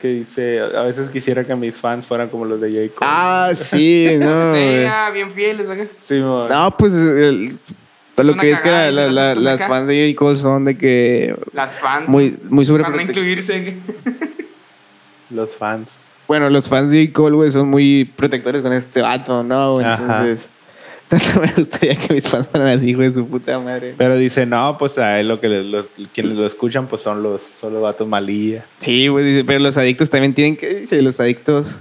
Speaker 1: Que dice, a veces quisiera que mis fans fueran como los de J. Cole.
Speaker 3: Ah, sí, no,
Speaker 4: [laughs] No
Speaker 3: güey.
Speaker 4: sé, ah, bien fieles acá.
Speaker 1: Sí, mo.
Speaker 3: No, pues el- lo
Speaker 4: Una
Speaker 3: que es que
Speaker 4: cagada,
Speaker 3: la-
Speaker 4: y
Speaker 3: la-
Speaker 4: se las
Speaker 3: la-
Speaker 4: aceptan
Speaker 3: las
Speaker 4: acá.
Speaker 3: fans de J. Cole son de que
Speaker 4: Las fans.
Speaker 3: muy, muy
Speaker 4: Van a
Speaker 3: sobreprote-
Speaker 4: incluirse. ¿eh? güey.
Speaker 1: Los fans.
Speaker 3: Bueno, los fans de J. Cole, güey, son muy protectores con este vato, ¿no? güey?
Speaker 1: Ajá.
Speaker 3: Entonces, [laughs] tanto me gustaría que mis fans fueran así, güey, su puta madre.
Speaker 1: Pero dice, no, pues a él lo que le- los, quienes lo escuchan pues son los, son los vatos malilla.
Speaker 3: Sí, güey, dice, pero los adictos también tienen que, dice, los adictos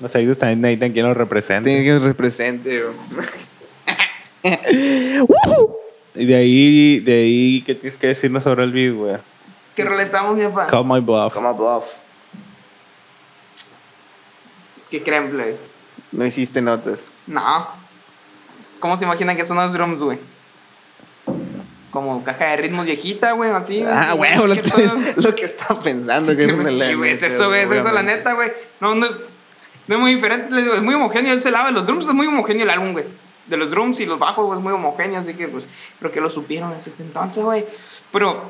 Speaker 1: Los ellos también necesitan quien los
Speaker 3: tienen
Speaker 1: represente.
Speaker 3: que represente, güey.
Speaker 1: Y de ahí, de ahí, ¿qué tienes que decirnos sobre el beat, güey?
Speaker 4: ¿Qué rol estamos, mi
Speaker 5: Ah.
Speaker 4: papá?
Speaker 1: Call my bluff.
Speaker 4: Es que creen, plebes.
Speaker 3: No hiciste notas.
Speaker 4: No. ¿Cómo se imaginan que son los drums, güey? Como caja de ritmos viejita, güey, así.
Speaker 3: Ah,
Speaker 4: güey,
Speaker 3: güey, lo,
Speaker 4: que todo-
Speaker 3: [laughs] lo que estaba pensando.
Speaker 4: Sí,
Speaker 3: que
Speaker 4: que-
Speaker 3: era una
Speaker 4: sí,
Speaker 3: lana,
Speaker 4: güey, es eso, güey, es eso, la
Speaker 3: obviamente.
Speaker 4: neta, güey. No, no es, no es muy diferente, les digo, es muy homogéneo ese lado de los drums, es muy homogéneo el álbum, güey. De los drums y los bajos, güey, es muy homogéneo, así que, pues, creo que lo supieron desde este entonces, güey. Pero,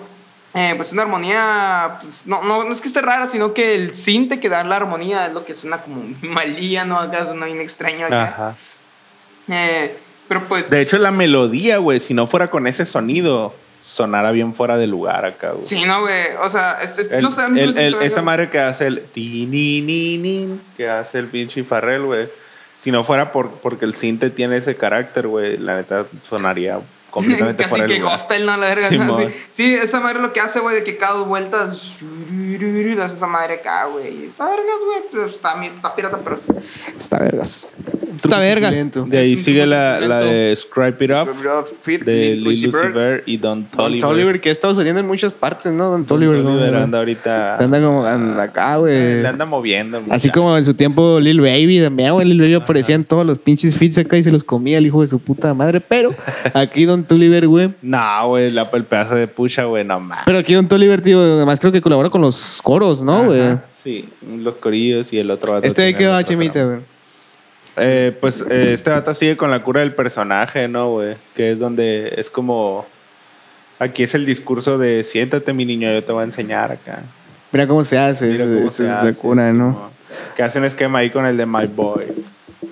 Speaker 4: eh, pues, una armonía, pues, no, no, no es que esté rara, sino que el cinte que da la armonía es lo que suena como [laughs] malía, ¿no? Acá suena bien extraño acá.
Speaker 1: Ajá.
Speaker 4: Eh, pero, pues,
Speaker 1: De hecho, la melodía, güey, si no fuera con ese sonido, sonara bien fuera de lugar acá, güey.
Speaker 4: sí, no, güey, o sea, es, es-
Speaker 1: El-
Speaker 4: no sé, a mí se me
Speaker 1: el-
Speaker 4: hace que
Speaker 1: el-
Speaker 4: está-
Speaker 1: esa madre que hace el ti, ni, ni, ni, que hace el pinche Farrell, güey. Si no fuera por, porque el cinte tiene ese carácter, güey, la neta
Speaker 4: [laughs]
Speaker 1: sonaría completamente
Speaker 4: Casi
Speaker 1: fuera de
Speaker 4: que
Speaker 1: lugar.
Speaker 4: gospel, ¿no? La verga.
Speaker 1: Simón.
Speaker 4: ¿no? Sí, sí, esa madre lo que hace, güey, de que cada dos vueltas. shurururu, Le hace esa madre acá, güey. Y Está vergas, güey. pero Está, mi- está pirata, pero. es- [laughs]
Speaker 3: Está vergas. truco
Speaker 2: vergas.
Speaker 3: suculento.
Speaker 1: De ahí
Speaker 4: Es un
Speaker 1: sigue la,
Speaker 4: truco
Speaker 1: la
Speaker 4: lento.
Speaker 1: de Scrape It Up
Speaker 4: Fit,
Speaker 1: de
Speaker 4: Lil
Speaker 1: Lil
Speaker 4: Uzi Vert.
Speaker 1: Lucifer y Don
Speaker 3: Don
Speaker 1: Toliver.
Speaker 3: Toliver, que ha estado saliendo en muchas partes, ¿no? Don
Speaker 1: Don
Speaker 3: Toliver, ¿no?
Speaker 1: Toliver anda ahorita.
Speaker 3: Anda como anda acá, güey.
Speaker 1: le anda moviendo. el
Speaker 3: Así
Speaker 1: muchacho.
Speaker 3: como en su tiempo Lil Baby también, güey. Lil Baby aparecía en todos los pinches feeds acá y se los comía el hijo de su puta madre.
Speaker 1: [laughs]
Speaker 3: Pero aquí Don Toliver, güey.
Speaker 1: No, güey, la, el pedazo de pucha, güey, no más.
Speaker 3: Pero aquí Don Toliver, tío, además creo que colabora con los coros, ¿no, güey?
Speaker 1: Sí, los corillos y el otro vato.
Speaker 3: Este de
Speaker 1: tiene
Speaker 3: qué
Speaker 1: el
Speaker 3: va,
Speaker 1: otro
Speaker 3: chimita,
Speaker 1: programa.
Speaker 3: güey.
Speaker 1: Eh, pues eh, este vato sigue con la cura del personaje, ¿no, güey? Que es donde es como. Aquí es el discurso de siéntate, mi niño, yo te voy a enseñar acá.
Speaker 3: Mira cómo se hace,
Speaker 1: Mira
Speaker 3: ese-
Speaker 1: cómo
Speaker 3: ese-
Speaker 1: se
Speaker 3: esa
Speaker 1: hace,
Speaker 3: cura, ¿no?
Speaker 1: como- Que hacen esquema ahí con el de My Boy.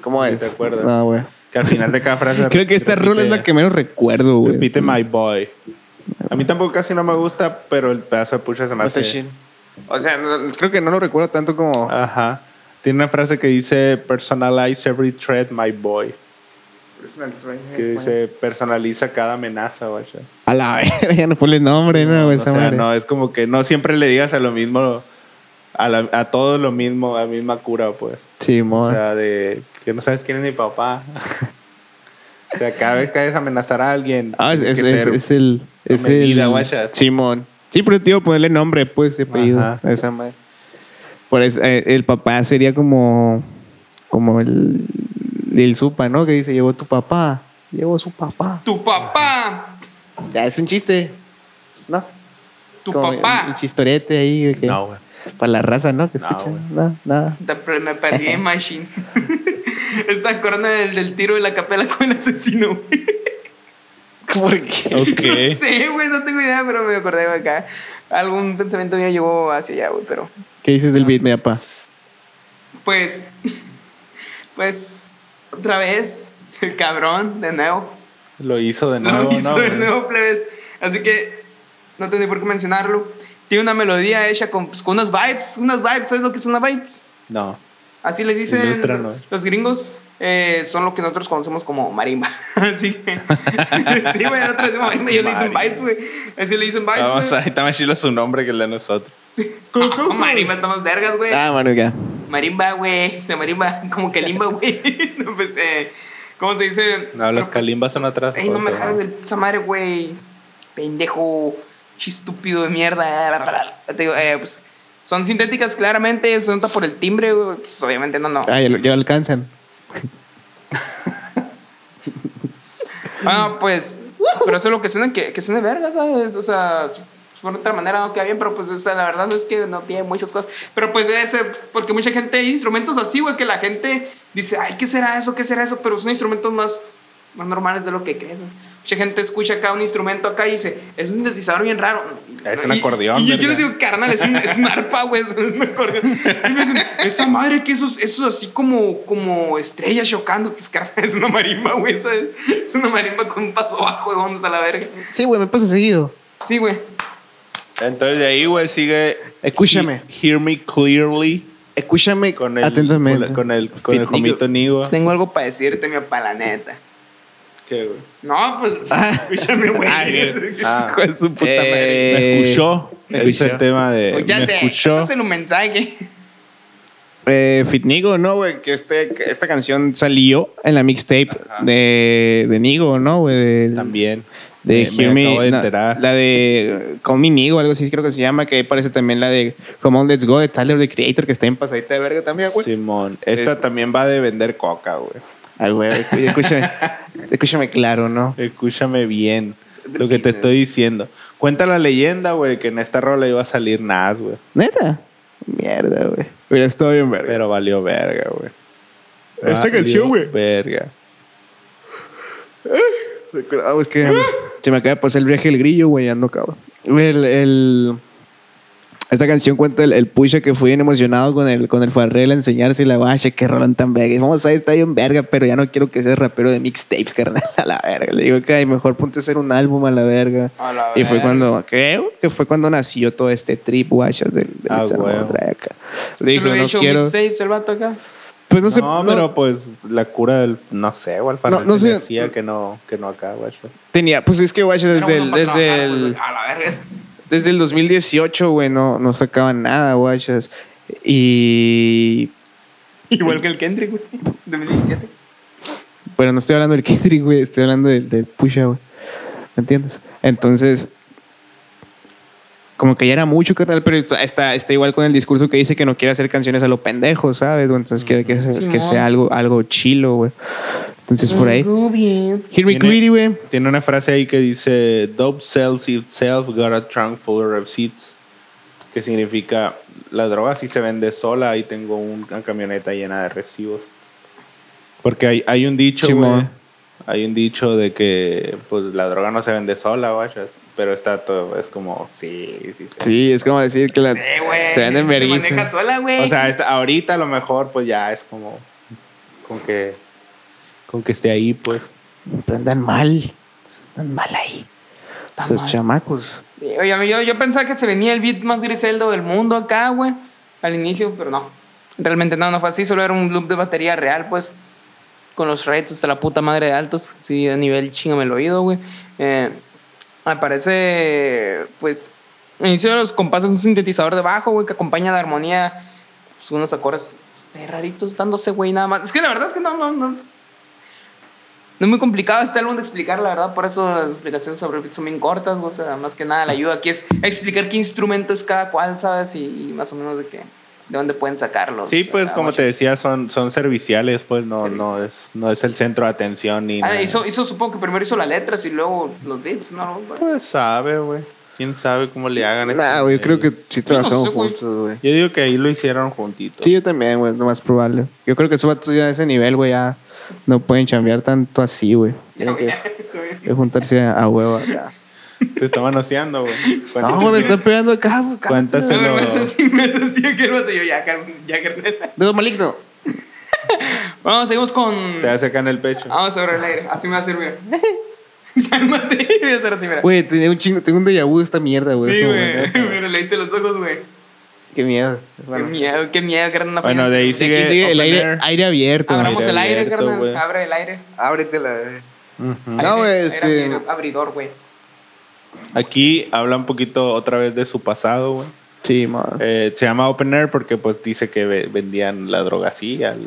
Speaker 3: ¿Cómo
Speaker 1: Sí,
Speaker 3: es?
Speaker 1: te acuerdas.
Speaker 3: No, güey.
Speaker 1: Que al final de cada frase.
Speaker 3: [laughs] Creo que esta rola es la que menos recuerdo, güey.
Speaker 1: Repite My Boy. A mí tampoco casi no me gusta, pero el pedazo de pucha se me hace.
Speaker 3: O sea, no- creo que no lo recuerdo tanto como.
Speaker 1: Ah. Ajá. Tiene una frase que dice personalize every threat, my boy. Que dice personaliza cada amenaza, guacha.
Speaker 3: A la [laughs] verga, ya no ponle nombre, no, güey.
Speaker 1: O
Speaker 3: esa
Speaker 1: sea,
Speaker 3: madre.
Speaker 1: no, es como que no siempre le digas a lo mismo, a, la- a todo lo mismo, a la misma cura, pues.
Speaker 3: Sí,
Speaker 1: O
Speaker 3: mor.
Speaker 1: sea, de que no sabes quién es mi papá. [laughs] o sea, cada vez que vayas a amenazar a alguien.
Speaker 3: Ah, es,
Speaker 1: tiene
Speaker 3: es,
Speaker 1: que
Speaker 3: es,
Speaker 1: ser-
Speaker 3: es el. Es
Speaker 1: medida,
Speaker 3: el
Speaker 1: guachas.
Speaker 3: Simón. Sí, pero tío, ponerle nombre, pues, de apellido
Speaker 1: Ajá.
Speaker 3: a esa madre. Por eso, eh, el papá sería como. Como el. El supa, ¿no? Que dice, llevó tu papá. Llevó su papá.
Speaker 4: Tu papá.
Speaker 3: Ya, es un chiste. ¿No?
Speaker 4: Tu
Speaker 3: Como
Speaker 4: papá.
Speaker 3: Un chistorete ahí. güey, que-
Speaker 1: No, güey.
Speaker 3: Para la raza, ¿no? Que
Speaker 1: No,
Speaker 3: escucha.
Speaker 1: güey.
Speaker 3: No, nada.
Speaker 4: Te pre- Me perdí en Machine. [laughs] Esta corona del, del tiro de la capela con el asesino, güey.
Speaker 3: ¿Por qué?
Speaker 1: [laughs]
Speaker 4: No
Speaker 1: Ok.
Speaker 4: sé, güey, no tengo idea, pero me acordé de acá. Algún pensamiento mío llegó hacia allá, güey, pero.
Speaker 3: ¿Qué dices del beat, mi papá?
Speaker 4: Pues. [laughs] Pues. Otra vez. El cabrón, de nuevo.
Speaker 1: Lo hizo de nuevo,
Speaker 4: Lo hizo
Speaker 1: ¿no,
Speaker 4: de
Speaker 1: güey?
Speaker 4: nuevo, plebes. Así que no tendré por qué mencionarlo. Tiene una melodía hecha con, pues, con unas vibes. Unas vibes, ¿sabes lo que son las vibes?
Speaker 1: No.
Speaker 4: Así le dicen
Speaker 1: Ilústranos.
Speaker 4: los gringos. eh, son lo que nosotros conocemos como marimba. [laughs] Así que. sí, güey, nosotros decimos marimba. Ellos le dicen
Speaker 1: Marimba.
Speaker 4: vibes, güey. Así le dicen vibes.
Speaker 1: Vamos a,
Speaker 4: güey.
Speaker 1: está más chido su nombre que el de nosotros.
Speaker 4: No, marimba, estamos vergas, güey.
Speaker 3: Ah, mano, ya.
Speaker 4: Marimba, güey. La marimba, [laughs] como calimba, güey. [laughs] No, pues, eh, ¿cómo se dice?
Speaker 1: No, los
Speaker 4: Pero, pues,
Speaker 1: calimbas son atrás.
Speaker 4: Ey, no me
Speaker 1: cosas,
Speaker 4: jales del esa madre, güey. Pendejo, chi estúpido de mierda. Te digo, eh, pues, son sintéticas, claramente. Se nota por el timbre, güey. Pues, obviamente, no, no.
Speaker 3: Ah, ya, lo- ya lo alcanzan.
Speaker 4: Ah, pues. Pero eso es lo que suena, que, que suena verga, ¿sabes? O sea, por otra manera no queda bien, pero pues esa, la verdad no es que no tiene muchas cosas. Pero pues ese, porque mucha gente hay instrumentos así, güey, que la gente dice, ay, ¿qué será eso? ¿Qué será eso? Pero son instrumentos más, más normales de lo que crees. güey. Mucha gente escucha acá un instrumento acá y dice, es un sintetizador bien raro.
Speaker 1: Es un
Speaker 4: Y-
Speaker 1: acordeón,
Speaker 4: Y, yo- yo
Speaker 1: verga.
Speaker 4: les digo, carnal, es un, es un arpa, güey, es un acordeón. Y me dicen, [laughs] esa madre que eso, es- eso es así como, como estrellas chocando, pues carnal, es una marimba, güey, ¿sabes? Es una marimba con un paso bajo, ¿dónde está la verga?
Speaker 3: Sí, güey, me pasa seguido.
Speaker 4: Sí, güey.
Speaker 1: Entonces de ahí, güey, sigue.
Speaker 3: Escúchame.
Speaker 1: He- hear me clearly.
Speaker 3: Escúchame
Speaker 1: Con el,
Speaker 3: atentamente.
Speaker 1: Con el, con
Speaker 3: Fit
Speaker 1: el
Speaker 3: Nico.
Speaker 1: jomito Nigo.
Speaker 4: Tengo algo para decirte, mi papá, la neta.
Speaker 1: ¿Qué, güey?
Speaker 4: No, pues, escúchame, güey. [laughs]
Speaker 1: Ah.
Speaker 3: Hijo de su puta
Speaker 1: Eh,
Speaker 3: madre.
Speaker 1: me escuchó.
Speaker 3: me
Speaker 1: Es el
Speaker 3: escuchó.
Speaker 1: tema de. me
Speaker 4: Escúchate,
Speaker 1: escuchó.
Speaker 4: en un mensaje.
Speaker 3: Eh, Fitnigo, ¿no, güey? Que este, que esta canción salió en la mixtape de, de Nigo, ¿no, güey? Del-
Speaker 1: También.
Speaker 3: De
Speaker 1: Eh, me, me
Speaker 3: Hear Me.
Speaker 1: acabo de
Speaker 3: no,
Speaker 1: enterar.
Speaker 3: la de Call Me Nigo, algo así creo que se llama, que ahí parece también la de Come On, Let's Go de Tyler, The Creator, que está en pasadita de verga también, güey.
Speaker 1: Simón. Esta
Speaker 3: Es-
Speaker 1: también va de vender coca, güey.
Speaker 3: Ay, güey, escú- escúchame,
Speaker 1: [laughs]
Speaker 3: escúchame claro, ¿no?
Speaker 1: Escúchame bien lo que te estoy diciendo. Cuenta la leyenda, güey, que en esta rola iba a salir Nas, güey.
Speaker 3: ¿Neta? Mierda, güey. Hubiera estado bien verga.
Speaker 1: Pero valió verga, güey.
Speaker 3: Esa
Speaker 1: Valió
Speaker 3: canción, güey.
Speaker 1: Verga.
Speaker 3: Recuerda, güey, Ah, es que se me acaba de pasar el viaje del grillo, güey, ya no acaba. El, el- esta canción cuenta el, el pucha que fui bien emocionado con el, con el Farrell a enseñarse y la guacha, que rolan tan verga. Y Vamos a ver, está bien verga, pero ya no quiero que seas rapero de mixtapes, carnal, [laughs] a la verga. Le digo, que ay, mejor ponte a hacer un álbum a la verga.
Speaker 4: A la
Speaker 3: y fue
Speaker 4: verga.
Speaker 3: cuando, creo que fue cuando nació todo este trip, guacha, del, del
Speaker 1: Ah,
Speaker 3: Mixamo
Speaker 1: güey.
Speaker 3: Drive acá. Le
Speaker 4: Se
Speaker 3: digo,
Speaker 4: lo he
Speaker 3: no
Speaker 4: hecho
Speaker 3: quiero.
Speaker 4: mixtapes, el vato acá.
Speaker 3: Pues no,
Speaker 1: No,
Speaker 3: sé.
Speaker 1: pero pues la cura del. No sé, güey.
Speaker 3: No,
Speaker 1: No,
Speaker 3: no sé.
Speaker 1: decía que no, que no acá, güey.
Speaker 3: tenía, pues es que, guacha, desde
Speaker 4: Era
Speaker 3: el.
Speaker 4: bueno para
Speaker 3: Desde
Speaker 4: trabajar,
Speaker 3: el
Speaker 4: güey. A la verga.
Speaker 3: Desde el 2018, güey, no, no sacaban nada, guachas. Y.
Speaker 4: [laughs] Igual que el Kendrick, güey. 2017.
Speaker 3: Pero no estoy hablando del [laughs] Kendrick, güey. Estoy hablando del, del Pusha, güey. ¿Me entiendes? Entonces, como que ya era mucho, carnal, pero está, está, está igual con el discurso que dice que no quiere hacer canciones a lo pendejo, ¿sabes? güey? Entonces quiere que, que
Speaker 4: Simón.
Speaker 3: sea algo, algo chilo, güey. Entonces, por ahí. Hear me
Speaker 1: Tiene-
Speaker 3: greedy, güey.
Speaker 1: Tiene una frase ahí que dice: Dope sells itself, got a trunk full of receipts. Que significa: La droga sí se vende sola. Ahí tengo un- una camioneta llena de recibos. Porque hay, hay un dicho,
Speaker 3: Simón.
Speaker 1: güey, Hay un dicho de que pues la droga no se vende sola, vaya. Pero está todo, es como, sí, sí, sí.
Speaker 3: Sí, es como decir que la,
Speaker 4: Sí, güey.
Speaker 3: se venden vergüenza.
Speaker 4: Se maneja sola, güey.
Speaker 1: O sea, esta- ahorita a lo mejor, pues ya es como, con que, con que esté ahí, pues.
Speaker 3: Pero andan mal. Andan mal ahí. Esos
Speaker 4: mal.
Speaker 3: chamacos.
Speaker 4: Oye, a mí- yo, yo pensaba que se venía el beat más griseldo del mundo acá, güey. Al inicio, pero no. Realmente no, no fue así. Solo era un loop de batería real, pues. Con los rates hasta la puta madre de altos. Sí, a nivel chingame el oído, güey. Eh, aparece, pues... al Inicio de los compases un sintetizador de bajo, güey, que acompaña la armonía. Pues, unos acordes pues, raritos dándose, güey, nada más. Es que la verdad es que no, no, no. No es muy complicado este álbum de explicar, la verdad. Por eso las explicaciones sobre el beat son bien cortas. O sea, más que nada la ayuda aquí es explicar qué instrumento es cada cual, ¿sabes? Y, y más o menos de qué, de dónde pueden sacarlos.
Speaker 1: Sí, pues
Speaker 4: Ah,
Speaker 1: como te
Speaker 4: muchas-
Speaker 1: decía, son, son serviciales, pues no, no,
Speaker 4: Serviciales.
Speaker 1: es, no es el centro de atención ni...
Speaker 4: Ah,
Speaker 1: nada.
Speaker 4: hizo, hizo, supongo que primero hizo las letras y luego los beats, ¿no?
Speaker 1: Pues sabe, güey. ¿Quién sabe cómo le hagan?
Speaker 3: Nah,
Speaker 1: estos
Speaker 3: güey, yo creo que
Speaker 1: güeyes?
Speaker 3: sí
Speaker 4: Este, Yo no
Speaker 3: trabajamos
Speaker 4: sé, güey.
Speaker 3: juntos, güey.
Speaker 1: Yo digo que ahí lo hicieron juntitos.
Speaker 3: Sí, yo también, güey, es lo más probable. Yo creo que esos vatos ya a ese nivel, güey, ya no pueden chambear tanto así, güey. Tienen
Speaker 4: [laughs]
Speaker 3: que, que juntarse a, a huevo acá.
Speaker 1: Te está manoseando, güey.
Speaker 3: [laughs] No, güey, me están pegando acá, güey.
Speaker 1: Cuéntaselo.
Speaker 3: cállate.
Speaker 4: [laughs]
Speaker 1: Pero-
Speaker 4: Me hacía que el vato, yo ya, car- ya, carnal.
Speaker 3: Dedo maligno.
Speaker 4: Vamos, seguimos con... Ah,
Speaker 1: Te hace acá en el pecho.
Speaker 4: Vamos a ver el aire. Así me va a [laughs] servir. Cálmate. Voy a hacer así, mira.
Speaker 3: Güey, tenía un chingo, tengo un déjà vu de esta mierda, güey.
Speaker 4: sí,
Speaker 3: ese
Speaker 4: güey. [laughs]
Speaker 3: momento.
Speaker 4: Pero le diste los ojos, güey.
Speaker 3: Qué miedo.
Speaker 4: Qué miedo, qué miedo, carnal. no
Speaker 1: Bueno,
Speaker 4: fíjense.
Speaker 1: de ahí
Speaker 3: Y
Speaker 1: sigue,
Speaker 3: aquí sigue el
Speaker 1: Open
Speaker 3: aire,
Speaker 1: Air.
Speaker 3: aire abierto. güey.
Speaker 4: Abramos el aire,
Speaker 1: abierto,
Speaker 4: carnal.
Speaker 1: güey.
Speaker 4: Abre el aire.
Speaker 3: Ábretela.
Speaker 1: Ujú.
Speaker 3: No, güey,
Speaker 4: Aire-
Speaker 3: este-
Speaker 4: aire- Abridor, güey. [laughs]
Speaker 1: Aquí habla un poquito otra vez de su pasado, güey.
Speaker 3: Sí, madre.
Speaker 1: Eh, se llama Open Air porque pues dice que ve- vendían la droga así al,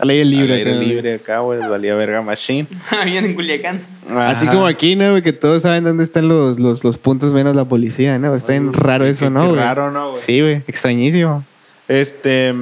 Speaker 3: Al aire libre,
Speaker 1: al aire
Speaker 3: acá, güey.
Speaker 1: libre acá, güey. Valía verga machine.
Speaker 4: Ah, Bien en Culiacán.
Speaker 3: Así
Speaker 1: Ajá.
Speaker 3: como aquí, ¿no, güey? Que todos saben dónde están los, los, los puntos menos la policía, ¿no? Está bien raro eso,
Speaker 1: qué-
Speaker 3: ¿no,
Speaker 1: qué
Speaker 3: güey?
Speaker 1: raro, ¿no, güey?
Speaker 3: Sí, güey. Extrañísimo.
Speaker 1: Este,